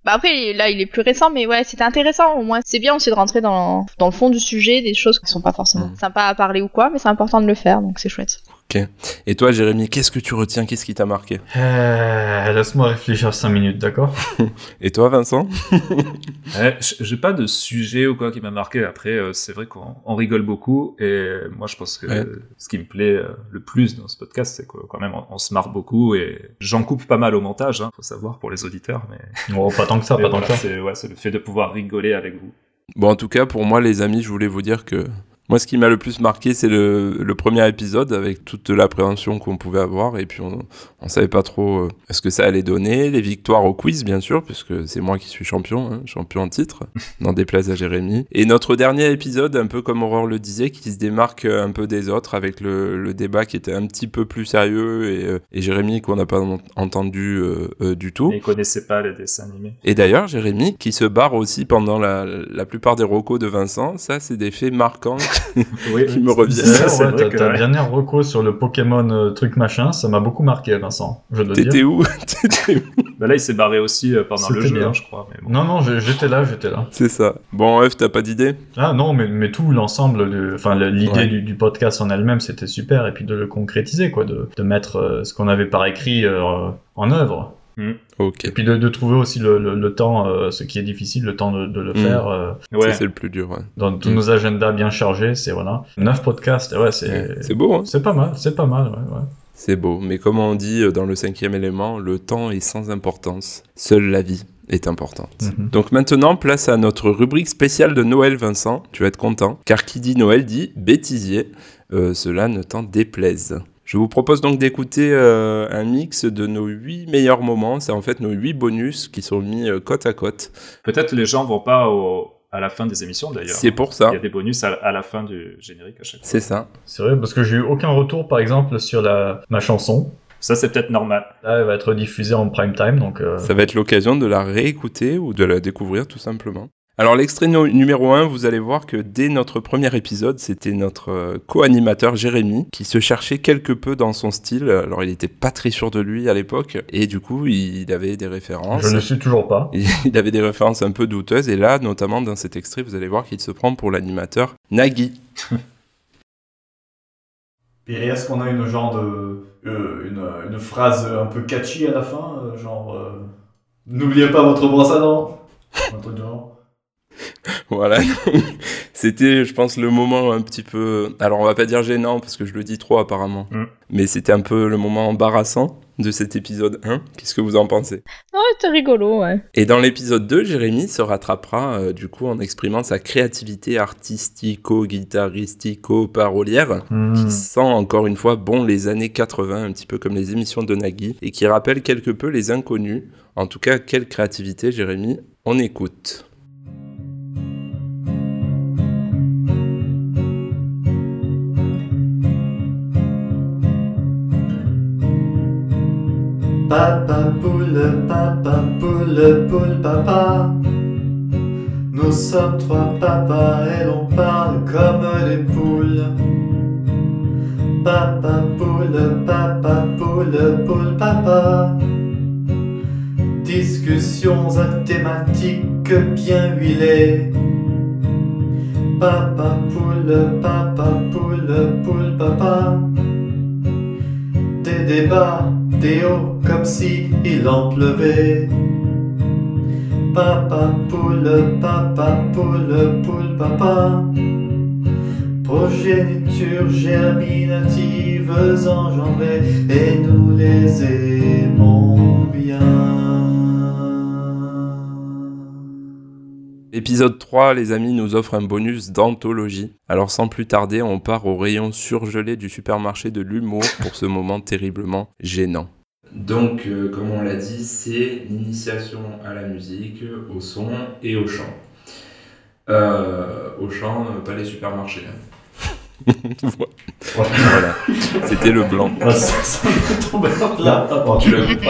Bah après, là, il est plus récent, mais ouais, c'était intéressant au moins. C'est bien aussi de rentrer dans, dans le fond du sujet, des choses qui sont pas forcément
Mm.
sympas à parler ou quoi, mais c'est important de le faire, donc c'est chouette.
Et toi, Jérémy, qu'est-ce que tu retiens Qu'est-ce qui t'a marqué
Euh, Laisse-moi réfléchir 5 minutes, d'accord
Et toi, Vincent
Ouais, Euh, j- j'ai pas de sujet ou quoi qui m'a marqué. Après, euh, c'est vrai qu'on on rigole beaucoup. Et moi, je pense que
Ouais.
euh, ce qui me plaît euh, le plus dans ce podcast, c'est que quand même, on, on se marre beaucoup. Et j'en coupe pas mal au montage, hein, faut savoir, pour les auditeurs. Mais...
Oh, Pas tant que ça,
Et
pas tant
voilà,
que ça.
C'est ouais, c'est le fait de pouvoir rigoler avec vous.
Bon, en tout cas, pour moi, les amis, je voulais vous dire que moi, ce qui m'a le plus marqué, c'est le, le premier épisode avec toute l'appréhension qu'on pouvait avoir. Et puis, on ne savait pas trop euh, ce que ça allait donner. Les victoires au quiz, bien sûr, puisque c'est moi qui suis champion, hein, champion en titre, n'en déplace à Jérémy. Et notre dernier épisode, un peu comme Aurore le disait, qui se démarque euh, un peu des autres avec le, le débat qui était un petit peu plus sérieux et, euh, et Jérémy qu'on n'a pas en- entendu euh, euh, du tout.
Mais ils connaissaient pas les dessins animés.
Et d'ailleurs, Jérémy, qui se barre aussi pendant la, la plupart des recos de Vincent, ça, c'est des faits marquants
Oui,
qui me reviennent.
Ça, c'est
D'ailleurs,
vrai
ouais, ta-
que-
ta dernière reco sur le Pokémon euh, truc machin, ça m'a beaucoup marqué, Vincent. Je dois dire.
T'étais où T'étais où
Bah là, il s'est barré aussi euh, pendant le
C'était
jeu,
bien.
hein, je crois. Mais bon.
Non, non, je- j'étais là, j'étais là.
C'est ça. Bon, Eve, t'as pas d'idée
Ah non, mais, mais tout l'ensemble, de- enfin le- l'idée
Ouais.
du, du podcast en elle-même, c'était super, et puis de le concrétiser, quoi, de, de mettre euh, ce qu'on avait par écrit euh, en œuvre.
Ok.
Et puis de, de trouver aussi le, le- le temps, euh, ce qui est difficile, le temps de, de le
Mm.
faire euh,
Ouais.
Ça, c'est le plus dur. ouais.
dans tous
Mm.
nos agendas bien chargés. C'est voilà, neuf podcasts, ouais, c'est
C'est beau, hein
c'est pas mal, c'est pas mal, ouais, ouais.
C'est beau, mais comme on dit euh, dans le cinquième élément, le temps est sans importance. Seule la vie est importante.
Mhm.
Donc maintenant, place à notre rubrique spéciale de Noël, Vincent. Tu vas être content, car qui dit Noël dit bêtisier. Euh, cela ne t'en déplaise. Je vous propose donc d'écouter euh, un mix de nos 8 meilleurs moments. C'est en fait nos 8 bonus qui sont mis euh, côte à côte.
Peut-être les gens vont pas au- à la fin des émissions d'ailleurs. hein.
C'est pour ça.
Il y a des bonus à, à la fin du générique à chaque fois.
C'est ça.
C'est vrai, parce que j'ai eu aucun retour, par exemple, sur la, ma chanson.
Ça, c'est peut-être normal.
Là, elle va être diffusée en prime time, donc... euh,
Ça va être l'occasion de la réécouter ou de la découvrir tout simplement. Alors l'extrait no- numéro 1, vous allez voir que dès notre premier épisode, c'était notre euh, co-animateur Jérémy qui se cherchait quelque peu dans son style. Alors il n'était pas très sûr de lui à l'époque et du coup il avait des références.
Je ne suis toujours pas.
Il avait des références un peu douteuses et là, notamment dans cet extrait, vous allez voir qu'il se prend pour l'animateur Nagui.
Et est-ce qu'on a une genre de. euh, une, une phrase un peu catchy à la fin euh, Genre. euh, N'oubliez pas votre brosse à dents Un truc du genre.
Voilà, donc, c'était, je pense, le moment un petit peu. Alors, on va pas dire gênant parce que je le dis trop apparemment,
Mm.
mais c'était un peu le moment embarrassant de cet épisode 1. Qu'est-ce que vous en pensez
Non, c'était rigolo, ouais.
Et dans l'épisode 2, Jérémy se rattrapera euh, du coup en exprimant sa créativité artistico-guitaristico-parolière
Hmm. Mm.
qui sent encore une fois bon les années 80, un petit peu comme les émissions de Nagui, et qui rappelle quelque peu les inconnus. En tout cas, quelle créativité, Jérémy On écoute.
Papa poule, papa poule, poule papa. Nous sommes trois papas et l'on parle comme les poules. Papa poule, papa poule, poule papa. Discussions à thématiques bien huilées. Papa poule, papa poule, poule papa. Des débats, des hauts comme si il en pleuvait. Papa poule, papa poule, poule papa. Progéniture germinative engendrées et nous les aimons bien.
Épisode 3, les amis, nous offre un bonus d'anthologie. Alors sans plus tarder, on part au rayon surgelé du supermarché de l'humour pour ce moment terriblement gênant. Donc, euh, comme on l'a dit, c'est l'initiation à la musique, au son et au chant. Euh, au chant, pas les supermarchés. hein. voilà, c'était le blanc.
Ah, ça- ça m'est tombé en plein. Attends.
Tu l'as coupé.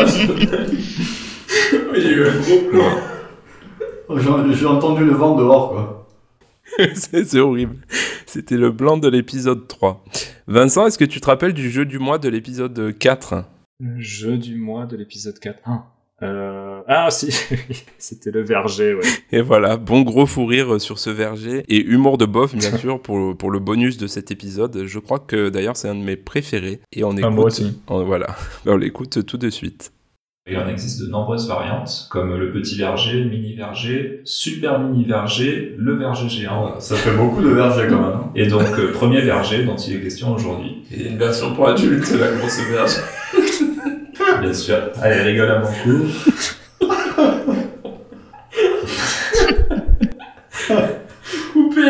Il y a eu un gros plan. J'ai- J'ai entendu le vent dehors, quoi.
c'est c'est horrible. C'était le blanc de l'épisode 3. Vincent, est-ce que tu te rappelles du jeu du mois de l'épisode 4
Le jeu du mois de l'épisode 4. Ah, Euh, ah si, c'était le verger, ouais.
Et voilà, bon gros fou rire euh, sur ce verger et humour de bof, bien sûr, pour, pour le bonus de cet épisode. Je crois que d'ailleurs c'est un de mes préférés. Et on écoute.
Ah, moi aussi.
on- voilà, Bah, on l'écoute tout de suite.
Il en existe de nombreuses variantes, comme le petit verger, le mini verger, super mini verger, le verger géant.
Ça fait beaucoup de vergers, quand même.
Et donc, euh, premier verger dont il est question aujourd'hui. Et une version pour adultes, la grosse verge. Bien sûr. Allez, rigole à mon coup.
Coupé,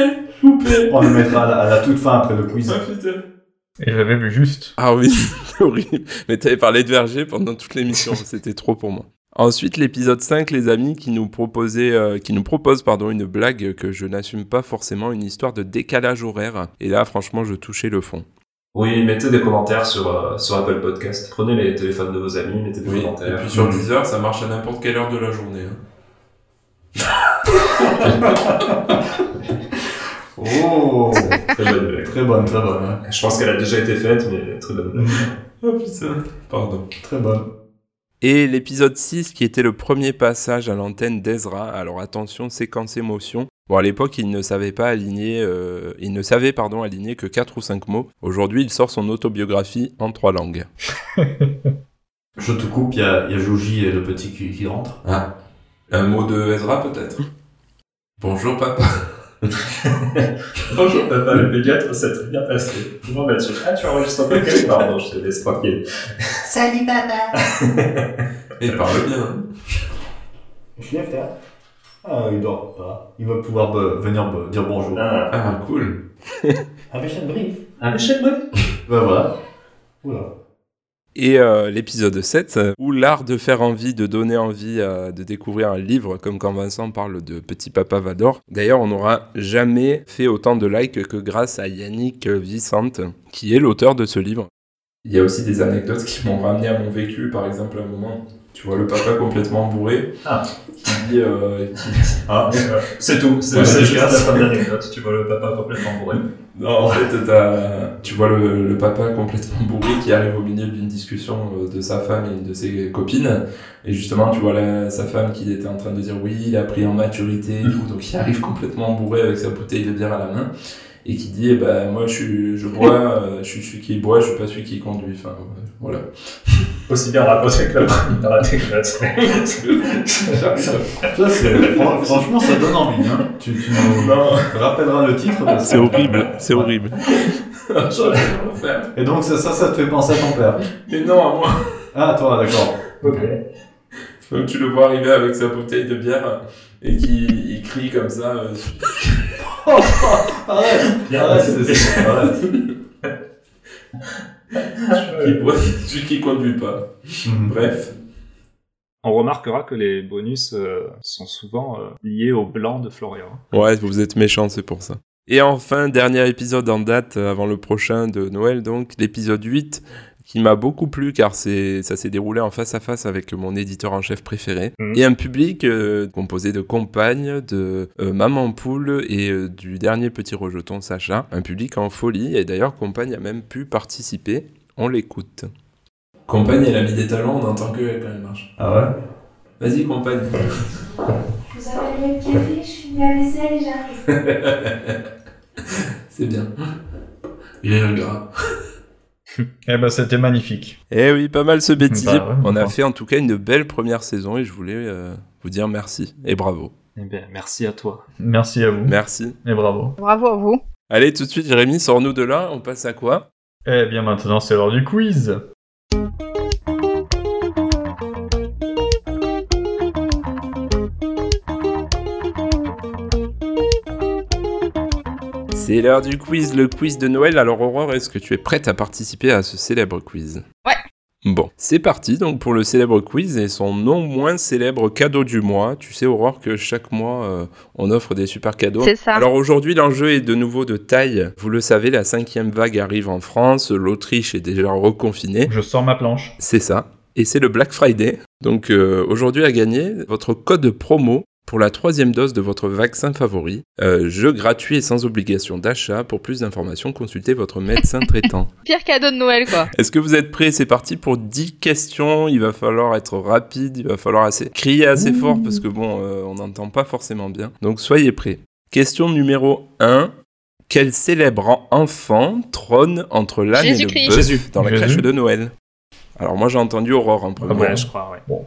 coupé.
Oh,
On le mettra à la, à la toute fin après le quiz.
Ah,
Et j'avais vu juste.
Ah oui, c'est horrible. Mais t'avais parlé de verger pendant toute l'émission, c'était trop pour moi. Ensuite, l'épisode 5, les amis, qui nous, proposait, euh, qui nous propose pardon, une blague que je n'assume pas forcément, une histoire de décalage horaire. Et là, franchement, je touchais le fond.
Oui, mettez des commentaires sur, euh, sur Apple Podcast. Prenez les téléphones de vos amis, mettez des commentaires. Mhm.
heures, ça marche à n'importe quelle heure de la journée. hein.
Oh
Très bonne blague.
Très bonne, très bonne. hein.
Je pense qu'elle a déjà été faite, mais très bonne blague.
Oh putain.
Pardon.
Très bonne.
Et l'épisode 6, qui était le premier passage à l'antenne d'Ezra. Alors attention, séquence émotion. Bon, à l'époque, il ne savait pas aligner, euh, il ne savait, pardon, aligner que 4 ou 5 mots. Aujourd'hui, il sort son autobiographie en 3 langues.
Je te coupe, il y a, il y a Jouji et le petit qui, qui rentre.
Ah, un mot de Ezra peut-être Bonjour papa.
Bonjour papa, le pédiatre s'est très bien passé. Comment vas-tu Ah, tu enregistres pas quelque part Non, je te laisse tranquille.
Salut papa
Et parle bien. hein.
Je lève là. Ah, il dort pas. Il va pouvoir be- venir be- dire bonjour. Ah,
cool.
Avec un brief.
Un brief
Bah voilà. Oula.
Et euh, l'épisode 7, euh, où l'art de faire envie, de donner envie, euh, de découvrir un livre, comme quand Vincent parle de Petit Papa Vador. D'ailleurs, on n'aura jamais fait autant de likes que grâce à Yannick Vicente, qui est l'auteur de ce livre. Il y a aussi des anecdotes qui m'ont ramené à mon vécu, par exemple, à un moment. Tu vois le papa complètement bourré.
Ah.
Qui dit. euh, qui-
Ah, c'est tout. C'est
Ouais,
c'est
je
juste la
casse.
fin de l'anecdote. Tu vois le papa complètement bourré.
Non, en fait, t'as- tu vois le, le papa complètement bourré qui arrive au milieu d'une discussion euh, de sa femme et de ses copines. Et justement, tu vois la- sa femme qui était en train de dire oui, il a pris en maturité et tout. Donc, il arrive complètement bourré avec sa bouteille de bière à la main et qui dit eh ben, Moi, je, suis- je bois, euh, je suis celui qui boit, je suis pas celui qui conduit. Enfin, euh, voilà.
Aussi bien raconté que la première anecdote.
Ça, c'est- fran- franchement, ça donne envie. Hein. Tu, tu nous rappelleras le titre. parce que-
C'est horrible, c'est horrible.
Et donc, ça, ça, ça te fait penser à ton père.
Mais non, à moi.
Ah, toi, d'accord.
Ok.
Donc tu le vois arriver avec sa bouteille de bière et qui il crie comme ça. euh,
Oh, Arrête, arrête, c'est- c'est- arrête.
Celui qui boit, celui qui conduit pas. Bref.
On remarquera que les bonus euh, sont souvent euh, liés au blanc de Florian.
Ouais, vous êtes méchant, c'est pour ça. Et enfin, dernier épisode en date euh, avant le prochain de Noël, donc l'épisode 8, qui m'a beaucoup plu car c'est, ça s'est déroulé en face à face avec mon éditeur en chef préféré.
Mhm.
Et un public euh, composé de compagnes, de euh, maman poule et euh, du dernier petit rejeton Sacha. Un public en folie, et d'ailleurs, compagne a même pu participer. On l'écoute. Compagne, elle a mis des talons, on entend que elle quand elle marche.
Ah ouais
Vas-y, compagne.
Vous avez le café, je finis la vaisselle et j'arrive.
c'est bien. Rire gras.
Eh ben, c'était magnifique.
Eh oui, pas mal ce bêtisier.
Bah ouais,
on a
enfin.
fait en tout cas une belle première saison et je voulais euh, vous dire merci et bravo.
Eh bien, merci à toi.
Merci à vous.
Merci.
Et bravo.
Bravo à vous.
Allez, tout de suite, Jérémy, sors-nous de là. On passe à quoi
Eh bien, maintenant, c'est l'heure du quiz.
C'est l'heure du quiz, le quiz de Noël. Alors, Aurore, est-ce que tu es prête à participer à ce célèbre quiz
Ouais.
Bon, c'est parti donc pour le célèbre quiz et son non moins célèbre cadeau du mois. Tu sais, Aurore, que chaque mois, euh, on offre des super cadeaux.
C'est ça.
Alors aujourd'hui, l'enjeu est de nouveau de taille. Vous le savez, la cinquième vague arrive en France, l'Autriche est déjà reconfinée.
Je sors ma planche.
C'est ça. Et c'est le Black Friday. Donc euh, aujourd'hui à gagner, votre code promo pour la troisième dose de votre vaccin favori. Euh, jeu gratuit et sans obligation d'achat. Pour plus d'informations, consultez votre médecin traitant.
Pire cadeau de Noël, quoi.
Est-ce que vous êtes prêts C'est parti pour 10 questions. Il va falloir être rapide, il va falloir assez... crier assez fort parce que bon, euh, on n'entend pas forcément bien. Donc soyez prêts. Question numéro 1. Quel célèbre enfant trône entre l'âne et
Jésus-Christ.
le bœuf
Jésus.
dans la
Jésus.
crèche de Noël Alors moi j'ai entendu Aurore en premier.
Ouais, je crois, ouais.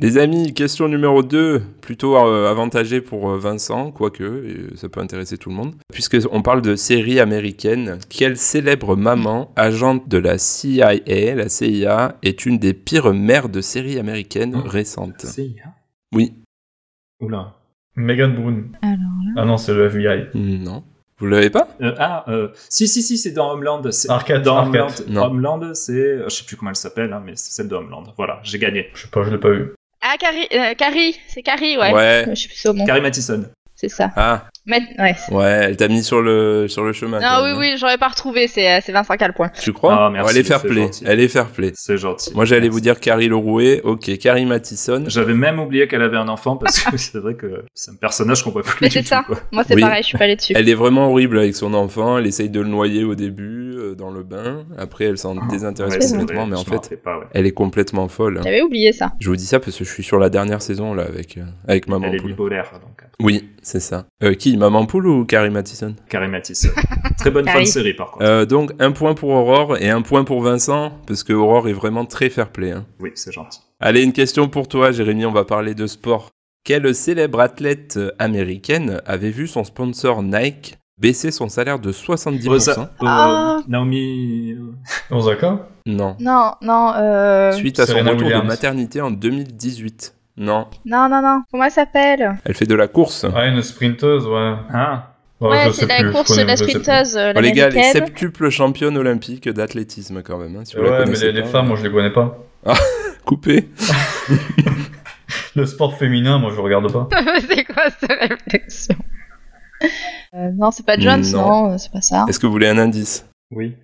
Les amis, question numéro 2, plutôt euh, avantagée pour euh, Vincent, quoique euh, ça peut intéresser tout le monde. Puisqu'on parle de série américaine, quelle célèbre maman, agente de la CIA, la CIA, est une des pires mères de séries américaines
Mmh.
récentes
CIA
Oui.
hein. Oula.
Megan Boone. Ah non, c'est le FBI.
Mmh.
Non. Vous l'avez pas
Euh, ah, euh, si, si, si, c'est dans Homeland. c'est-
Arcade,
dans
Arcade.
Homeland.
Non.
Homeland, c'est. euh, Je sais plus comment elle s'appelle, hein, mais c'est celle de Homeland. Voilà, j'ai gagné.
Je sais pas, je l'ai pas vu.
Ah, Carrie, euh, Carrie, c'est Carrie, ouais. Je suis plus au nom.
Carrie Mathison.
C'est ça.
Ah,
Mais- ouais.
ouais, elle t'a mis sur le, sur le chemin. hein.
Non, Ah oui, oui, j'aurais pas retrouvé, c'est euh, c'est Vincent qui a le point.
Tu crois
Ah, merci,
Oh, Elle est fair
c'est
play.
gentil.
Elle est fair play.
C'est gentil.
Moi j'allais vous dire Carrie Lerouet, ok, Carrie Mathison.
J'avais même oublié qu'elle avait un enfant parce que c'est vrai que c'est un personnage qu'on voit plus.
Mais
du
c'est
tout,
ça.
quoi.
Moi, c'est
Oui.
pareil, je suis pas allée dessus.
Elle est vraiment horrible avec son enfant. Elle essaye de le noyer au début euh, dans le bain. Après, elle s'en désintéresse
Ah, ouais, c'est
complètement,
vrai,
mais
je
en
m'en
fait,
rappelais pas, ouais.
elle est complètement folle. hein.
J'avais oublié ça.
Je vous dis ça parce que je suis sur la dernière saison là avec euh, avec maman
Elle est
poule.
bipolaire, donc.
Oui, c'est ça. Euh, qui, maman poule ou Carrie Mathison
Oh,
Carrie Mathison. Très bonne
Ah
fin de
Carrie.
série, par contre.
Euh, Donc un point pour Aurore et un point pour Vincent parce que Aurore est vraiment très fair play. hein.
Oui, c'est gentil.
Allez, une question pour toi, Jérémy. On va parler de sport. Quelle célèbre athlète américaine avait vu son sponsor Nike baisser son salaire de 70%
Rosa- euh,
Ah.
Naomi euh,
Osaka
Non.
Non, non, euh...
Suite à son
Serena
retour
Williams.
de maternité en 2018. Non.
Non, non, non. Comment elle s'appelle
Elle fait de la course.
Ouais, une sprinteuse, ouais.
Ah.
Ouais, c'est la course de la sprinteuse euh,
Oh, les gars, elle est
l'américaine.
septuple championne olympique d'athlétisme quand même. hein, si vous la
Ouais, mais
connaissez
les, les
pas.
femmes, moi je les connais pas.
Ah, coupé.
Le sport féminin, moi je regarde pas.
c'est quoi cette réflexion Euh, Non, c'est pas Jones,
Non.
non, euh, c'est pas ça.
Est-ce que vous voulez un indice
Oui.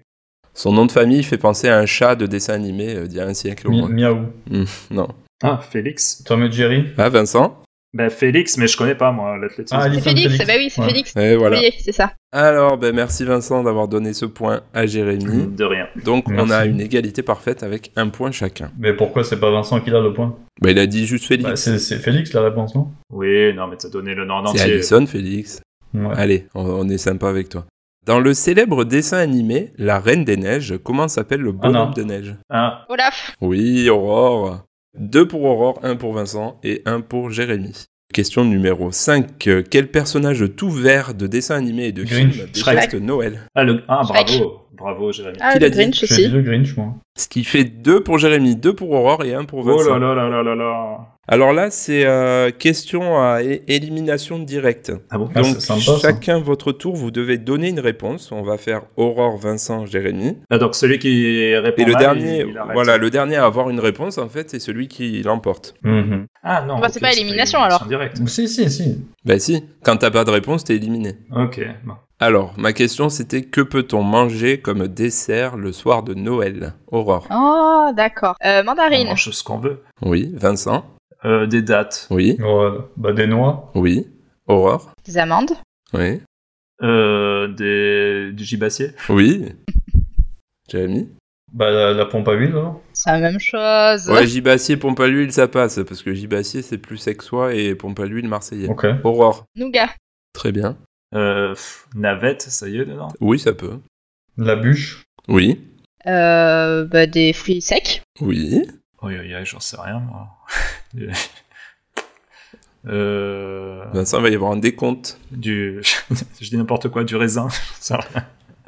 Son nom de famille fait penser à un chat de dessin animé euh, d'il y a un siècle au
Mi-
moins.
Miaou.
Hmm, non.
Ah, Félix.
Tom et Jerry.
Ah, Vincent
Bah, Félix, mais je connais pas, moi, l'athlétisme.
Ah,
C'est Félix, bah oui, c'est Félix.
Et voilà.
Oui, c'est ça.
Alors, ben, merci Vincent d'avoir donné ce point à Jérémy.
De rien.
Donc, on
Mm. Merci.
a une égalité parfaite avec un point chacun.
Mais pourquoi c'est pas Vincent qui l'a le point
Ben, il a dit juste Félix.
Bah, C'est c'est Félix la réponse, non
Oui, non, mais t'as donné le nom en
C'est
entier.
Alison, Félix.
Ouais.
Allez, on, on est sympa avec toi. Dans le célèbre dessin animé La Reine des Neiges, comment s'appelle le bonhomme
non.
de neige
Ah,
Olaf.
Oui, Aurore. Deux pour Aurore, un pour Vincent et un pour Jérémy. Question numéro 5. Quel personnage tout vert de dessin animé et de
Grinch.
film
Shrek.
déteste Noël
ah, le... ah
Shrek.
bravo. Bravo, Jérémy.
Ah,
Qui
le
l'a dit
Grinch
J'ai dit
aussi.
le Grinch, moi.
Ce qui fait deux pour Jérémy, deux pour Aurore et un pour
Oh
Vincent.
là là là là là là.
Alors là, c'est euh, question à é- élimination directe.
Ah bon
Ah,
Donc
c'est sympa, ça.
chacun votre tour, vous devez donner une réponse. On va faire Aurore, Vincent, Jérémy.
Ah, donc celui qui répond
Et le
mal,
dernier,
il- il arrête.
voilà, le dernier à avoir une réponse en fait, c'est celui qui l'emporte.
Mhm.
Ah non.
Bah, c'est
ok,
pas élimination, alors.
directe.
Mm-hmm. Si, si, si.
Bah si, quand t'as pas de réponse, t'es éliminé.
Ok. bon.
Alors, ma question c'était que peut-on manger comme dessert le soir de Noël Aurore.
Oh, d'accord. Euh,
On
mandarine.
mange ce qu'on veut.
Oui, Vincent.
Euh, des dates.
Oui,
Ouais, bah, des noix.
oui. Aurore.
Des amandes.
Oui.
Euh, des... Du gibassier.
Oui. Jérémy.
Bah, la, la pompe à huile, alors.
C'est la même chose.
Ouais, gibassier, pompe à l'huile, ça passe, parce que gibassier c'est plus sexois et pompe à l'huile marseillais.
Ok.
Aurore.
Nougat.
Très bien.
Euh, pff, navette, ça y est, dedans.
Oui, ça peut.
La bûche.
Oui.
Euh, bah, des fruits secs.
Oui.
Oui, oui, oui, j'en sais rien, moi. Du- euh...
Vincent, il va y avoir un décompte.
Du... Je dis n'importe quoi, du raisin. Ça-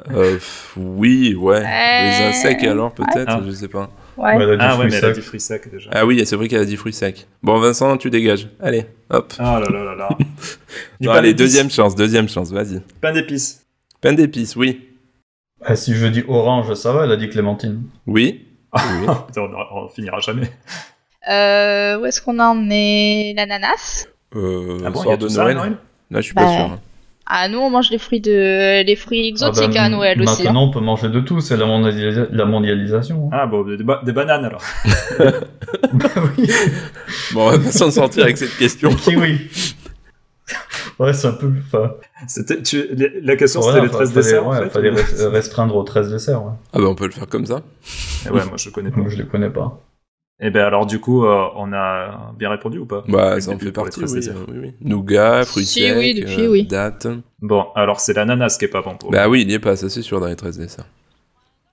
Euh, pff, oui, ouais. Les
Euh,
insectes, alors peut-être,
Ah.
je sais pas.
Ouais.
Bah, elle a dit
ah ouais,
fruits
mais elle a
secs.
dit fruits secs déjà.
Ah oui, c'est vrai qu'elle a dit fruits secs. Bon, Vincent, tu dégages. Allez, hop.
Ah là là là là. Du
Non,
pain
allez,
d'épices.
deuxième chance, deuxième chance, vas-y.
Pain d'épices.
Pain d'épices, oui.
Ah, si je dis orange, ça va, elle a dit clémentine.
Oui. Oui.
Ah, putain, on, aura- on finira jamais.
Euh, où est-ce qu'on en est L'ananas.
Euh,
Ah bon, il y
soir
a
de
tout ça à
Noël.
Noël
Là, je suis
Bah,
pas sûr. hein.
Ah, nous, on mange les fruits, de... les fruits exotiques
Ah bah,
à Noël aussi. hein.
Maintenant, on peut manger de tout, c'est la, mondialisa- la mondialisation. hein.
Ah bon, des, ba- des bananes alors. Ah,
bah oui,
Bon, on va pas s'en sortir avec cette question.
kiwi. ouais, c'est un peu. Enfin,
C'était, tu, les- la question
voilà,
c'était les
fa-
13
fallait-
desserts.
ouais,
en fait,
fallait
ou-
res- restreindre aux 13 desserts. Ouais.
Ah bah, on peut le faire comme ça.
Eh ouais, moi je connais pas.
Moi, je les connais pas.
Eh ben alors du coup, euh, on a bien répondu ou pas
Bah,
Avec
ça en
des
fait
bulles pour les
partie,
treize
oui,
desserts.
euh, oui, oui. Nougat, fruits
Si,
secs,
oui, depuis,
euh,
oui.
dates.
Bon, alors c'est l'ananas qui est pas bon pour
Bah oui, il y est pas, ça c'est sûr, dans les 13 desserts.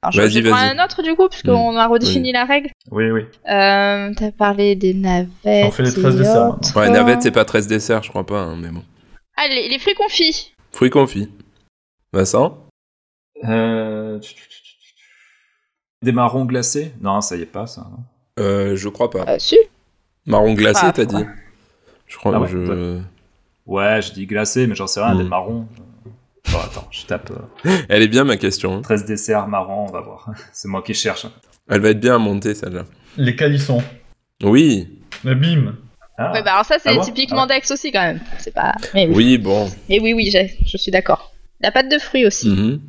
Alors, je
Vas-y,
je prends
vas-y.
un autre du coup, parce qu'on a redéfini la règle.
Oui, oui.
Euh, T'as parlé des navettes.
On fait les
et
13 desserts, maintenant.
autres.
Ouais, navette, c'est pas 13 desserts, je crois pas, hein, mais bon.
Ah, les, les fruits confits.
Fruits confits. Vincent
Euh... Des marrons glacés Non, ça y est pas ça. hein. non.
euh, Je crois pas.
Euh, si.
Marron glacé,
Ah,
t'as dit Je crois
Ah ouais,
je...
Ouais, je dis glacés, mais j'en sais rien,
Mm.
des marrons. Bon, attends, je tape euh,
Elle est bien ma question. hein.
13 desserts marrons, on va voir. C'est moi qui cherche. hein.
Elle va être bien à monter celle-là.
Les calissons.
Oui,
Le bim.
Ah,
Ouais, bah alors ça, c'est
Ah bon
typiquement
Ah.
d'Aix aussi quand même. C'est pas. Mais oui.
oui, bon.
Mais oui, oui, j'ai- je suis d'accord. La pâte de fruits aussi.
Mhm.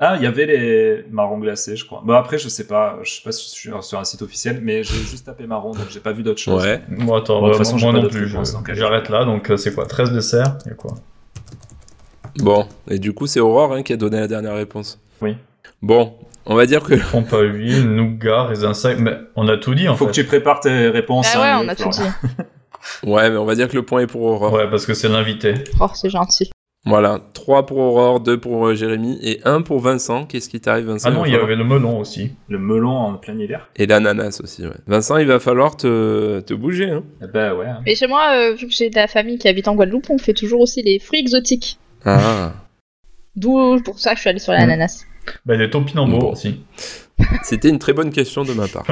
Ah, il y avait les marrons glacés, je crois. Bah après, je sais pas, je sais pas si je suis sur un site officiel, mais j'ai juste tapé marron, donc j'ai pas vu d'autres choses.
Ouais.
Moi, attends,
Bon, de toute
bah,
façon, j'ai
moi
pas
non
d'autres
plus. je-
réponses, donc, allez.
J'arrête là, donc euh, c'est quoi 13 desserts et quoi
Bon, et du coup, c'est Aurore hein, qui a donné la dernière réponse.
Oui.
Bon, on va dire que.
Pompe à huile, nougat, raisins secs. Mais on a tout dit en
Faut
fait.
que tu prépares tes réponses.
Bah
hein,
ouais, on a tout
Florian.
dit.
Ouais, mais on va dire que le point est pour Aurore.
Ouais, parce que c'est l'invité.
Oh, c'est gentil.
Voilà, 3 pour Aurore, 2 pour euh, Jérémy et 1 pour Vincent. Qu'est-ce qui t'arrive, Vincent
Ah non, il y
va falloir-
avait le melon aussi.
Le melon en plein hiver.
Et l'ananas aussi, ouais. Vincent, il va falloir te, te bouger. Hein.
Bah ouais.
Mais chez moi, euh, vu que j'ai de la famille qui habite en Guadeloupe, on fait toujours aussi les fruits exotiques.
Ah.
D'où pour ça que je suis allée sur l'ananas.
Bah, les topinambours aussi.
C'était une très bonne question de ma part.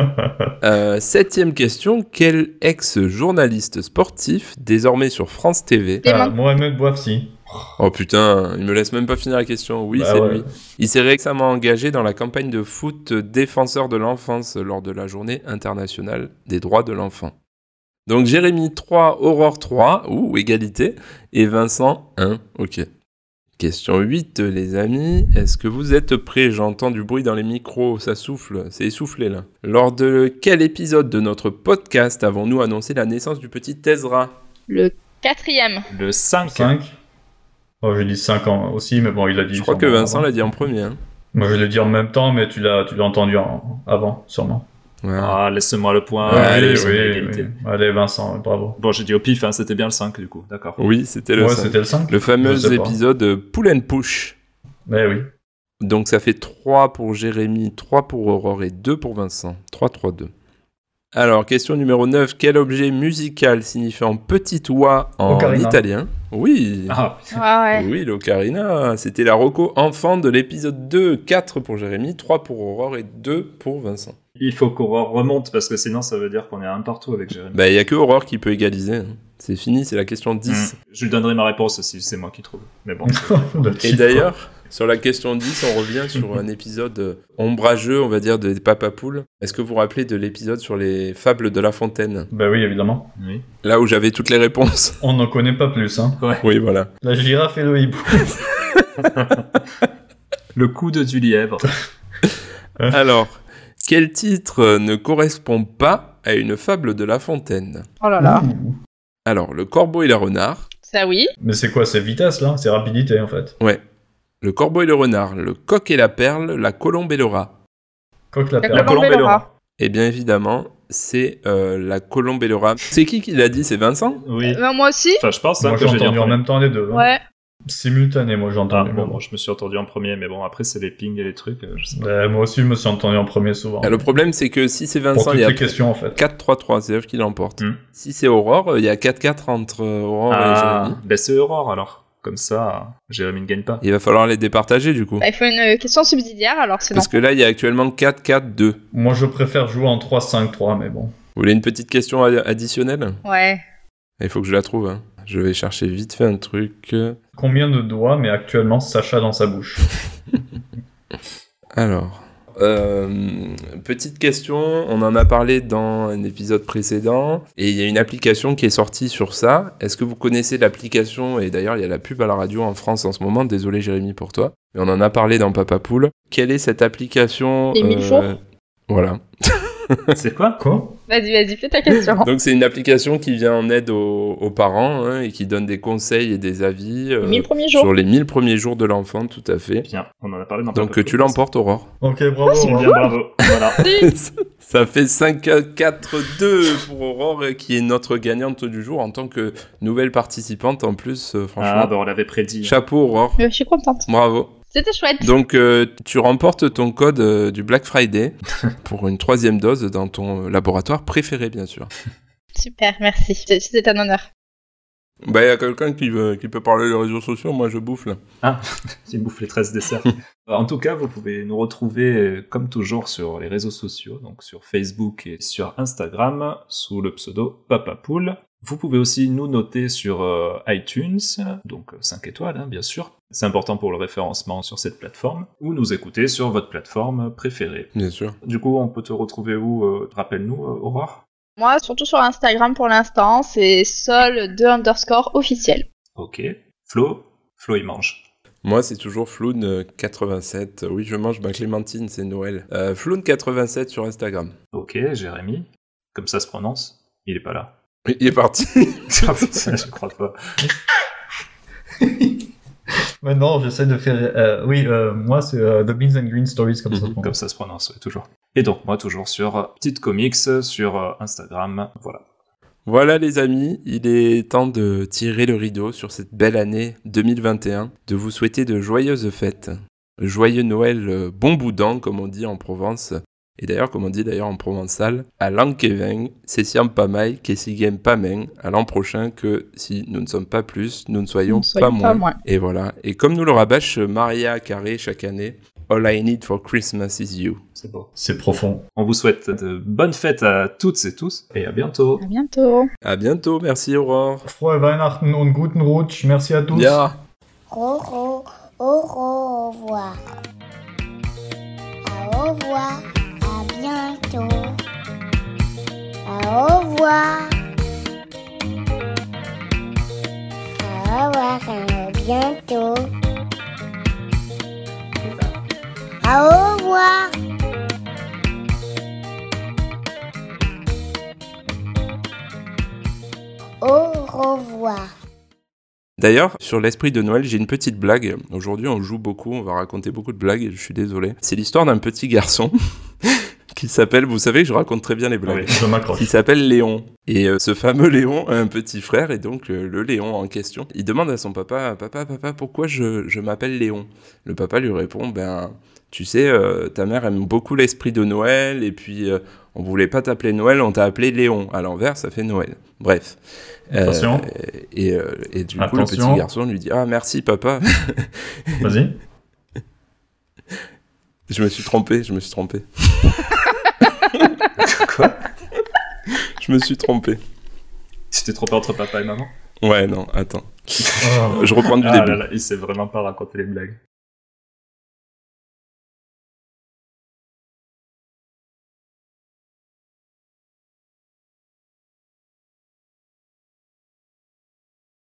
Euh, septième question. Quel ex-journaliste sportif, désormais sur France TV...
Ah, Mohamed Bouafsi.
Oh putain, il me laisse même pas finir la question. Oui,
Bah
c'est
ouais.
lui. Il s'est récemment engagé dans la campagne de foot défenseur de l'enfance lors de la journée internationale des droits de l'enfant. Donc Jérémy 3, Aurore 3, ouh, égalité, et Vincent 1, ok. Question 8, les amis. Est-ce que vous êtes prêts J'entends du bruit dans les micros, ça souffle, c'est essoufflé là. Lors de quel épisode de notre podcast avons-nous annoncé la naissance du petit Ezra
Le quatrième.
Le hein. 5.
5 Oh, j'ai dit 5 ans aussi, mais bon, il a dit.
Je crois que Vincent l'a dit en premier. hein.
Moi, je l'ai dit en même temps, mais tu l'as tu l'as entendu en- avant, sûrement.
Ah, laisse-moi le point.
hein. Ouais,
Allez,
oui,
c'est
oui,
l'égalité.
oui. Allez, Vincent, bravo.
Bon, j'ai dit au pif, hein, c'était bien le 5 du coup, d'accord.
Oui, c'était le,
Ouais,
5.
c'était le 5.
fameux
Je sais pas.
épisode euh, Pull and Push.
Mais Ben oui.
Donc ça fait 3 pour Jérémy, 3 pour Aurore et 2 pour Vincent. 3, 3, 2. Alors, question numéro 9. Quel objet musical signifiant petite oie en
Ocarina.
italien Oui.
Ah,
Ah ouais.
Oui, l'ocarina. C'était la roco enfant de l'épisode 2. 4 pour Jérémy, 3 pour Aurore et 2 pour Vincent.
Il faut qu'Aurore remonte parce que sinon ça veut dire qu'on est un partout avec Jérémy.
Bah, il n'y a que Aurore qui peut égaliser. hein. C'est fini, c'est la question 10.
Mm. Je lui donnerai ma réponse si c'est moi qui trouve. Mais bon.
Et d'ailleurs, sur la question 10, on revient sur un épisode euh, ombrageux, on va dire, des Papa Poules. Est-ce que vous vous rappelez de l'épisode sur les fables de La Fontaine
Bah oui, évidemment.
Là où j'avais toutes les réponses.
On n'en connaît pas plus, hein.
Oui, voilà.
La girafe et le hibou.
le coude du lièvre.
Alors, quel titre euh, ne correspond pas à une fable de La Fontaine
Oh là
Mm.
là.
Alors, le corbeau et la renard.
Ça oui.
Mais c'est quoi, c'est vitesse là C'est rapidité en fait.
Ouais. Le corbeau et le renard, le coq et la perle, la colombe et le rat.
Coq la
La
perle.
colombe et le rat.
Et bien évidemment, c'est euh, la colombe et le rat. C'est qui qui l'a dit C'est Vincent
Oui.
Non, Euh, moi aussi.
Enfin, je pense hein,
Moi
que
j'ai
j'ai dit
entendu en
premier.
même temps les deux. hein.
Ouais.
Simultané, moi j'ai
Ah,
entendu.
bon, moi, je me suis entendu en premier, mais bon, après, c'est les pings et les trucs. euh, je sais pas.
Ouais, Ben, moi aussi je me suis entendu en premier souvent.
Ah, Le problème, c'est que si c'est
Oh. Pour
Vincent,
toutes
il y a
les questions en fait.
4-3-3, c'est-à-dire qu'il emporte. Si c'est Aurore, euh, il y a 4-4 entre euh, Aurore et
ah,
Jérémy.
bah, c'est Aurore alors. Comme ça, Jérémy ne gagne pas.
Il va falloir les départager du coup.
Bah, il faut une euh, question subsidiaire, alors c'est non.
Parce que là, il y a actuellement 4-4-2.
Moi je préfère jouer en 3-5-3, mais bon.
Vous voulez une petite question ad- additionnelle
Ouais.
Il faut que je la trouve. hein. Je vais chercher vite fait un truc.
Combien de doigts met actuellement Sacha dans sa bouche
Alors, euh, petite question, on en a parlé dans un épisode précédent, et il y a une application qui est sortie sur ça. Est-ce que vous connaissez l'application Et d'ailleurs, il y a la pub à la radio en France en ce moment, désolé Jérémy pour toi, mais on en a parlé dans Papa Poule. Quelle est cette application euh,
Les mille jours
Voilà.
C'est quoi
Quoi
Vas-y, vas-y, fais ta question.
Donc c'est une application qui vient en aide aux, aux parents hein, et qui donne des conseils et des avis euh,
Les 1000 premiers jours.
sur les 1000 premiers jours de l'enfant, tout à fait.
Eh Bien, on en a parlé dans
Donc
Papa
tu l'emportes Aurore.
Ok, bravo.
Poule.
bravo.
Bien, bravo. Voilà.
Ça fait 5-4-2 pour Aurore qui est notre gagnante du jour en tant que nouvelle participante en plus, euh, franchement.
Ah, bah, on l'avait prédit.
Chapeau Aurore,
Euh, je suis contente.
bravo.
C'était chouette.
Donc euh, tu remportes ton code euh, du Black Friday pour une troisième dose dans ton euh, laboratoire préféré bien sûr.
Super, merci. C'est- C'était un honneur.
Bah il y a quelqu'un qui, veut- qui peut parler des réseaux sociaux, moi je bouffe là.
Ah, j'ai bouffé 13 desserts. Euh, en tout cas, vous pouvez nous retrouver euh, comme toujours sur les réseaux sociaux, donc sur Facebook et sur Instagram, sous le pseudo Papa Poule. Vous pouvez aussi nous noter sur euh, iTunes, donc 5 étoiles hein, bien sûr. C'est important pour le référencement sur cette plateforme, ou nous écouter sur votre plateforme préférée.
Bien sûr.
Du coup, on peut te retrouver où euh, Rappelle-nous, euh, Aurore
Moi, surtout sur Instagram pour l'instant, c'est sol 2 underscore officiel.
Ok. Flo Flo, il mange.
Moi, c'est toujours Floun87. Oui, je mange ma clémentine, c'est Noël. Euh, Floun87 sur Instagram.
Ok, Jérémy. Comme ça se prononce Il est pas là.
Il il est parti.
Ah, putain, je crois pas.
Ouais, non, j'essaie de faire. euh, oui, euh, moi c'est euh, The Beans and Green Stories comme ça. se
Mhm, Comme
prononce.
ça se prononce, ouais, toujours. Et donc, moi, toujours sur euh, Petite Comics, sur euh, Instagram, voilà.
Voilà les amis, il est temps de tirer le rideau sur cette belle année 2021, de vous souhaiter de joyeuses fêtes. Joyeux Noël euh, bon boudin comme on dit en Provence. Et d'ailleurs, comme on dit d'ailleurs en provençal, à l'an que vient, c'est siam pas mal, que si game pas main, à l'an prochain que si nous ne sommes pas plus, nous ne soyons,
Nous ne soyons pas moins.
Et voilà. Et comme nous le rabâche Maria Carré chaque année, All I need for Christmas is you.
C'est beau.
C'est profond.
On vous souhaite de bonnes fêtes à toutes et tous et à bientôt.
À bientôt.
À bientôt, merci Aurore.
Frohe Weihnachten und guten Rutsch. Merci à tous.
Ja.
Au, au, au, au revoir. Au revoir, à bientôt. Au revoir. Au revoir, à bientôt. Au revoir. Au revoir.
D'ailleurs, sur l'esprit de Noël, j'ai une petite blague. Aujourd'hui, on joue beaucoup, on va raconter beaucoup de blagues, et je suis désolé. C'est l'histoire d'un petit garçon qui s'appelle, vous savez, que je raconte très bien les blagues.
Oui, je m'accroche.
Qui s'appelle Léon. Et euh, ce fameux Léon a un petit frère, et donc euh, le Léon en question, il demande à son papa, papa, papa, pourquoi je, je m'appelle Léon Le papa lui répond, ben, tu sais, euh, ta mère aime beaucoup l'esprit de Noël, et puis euh, on voulait pas t'appeler Noël, on t'a appelé Léon. À l'envers, ça fait Noël. Bref. Euh,
Attention.
et, euh, et du coup, le
Attention.
petit garçon lui dit, ah merci papa.
Vas-y.
Je me suis trompé, je me suis trompé.
Quoi
Je me suis trompé.
Tu t'es trompé entre papa et maman
Ouais, non, attends. Je reprends du
Ah
début.
là là, il sait vraiment pas raconter les blagues.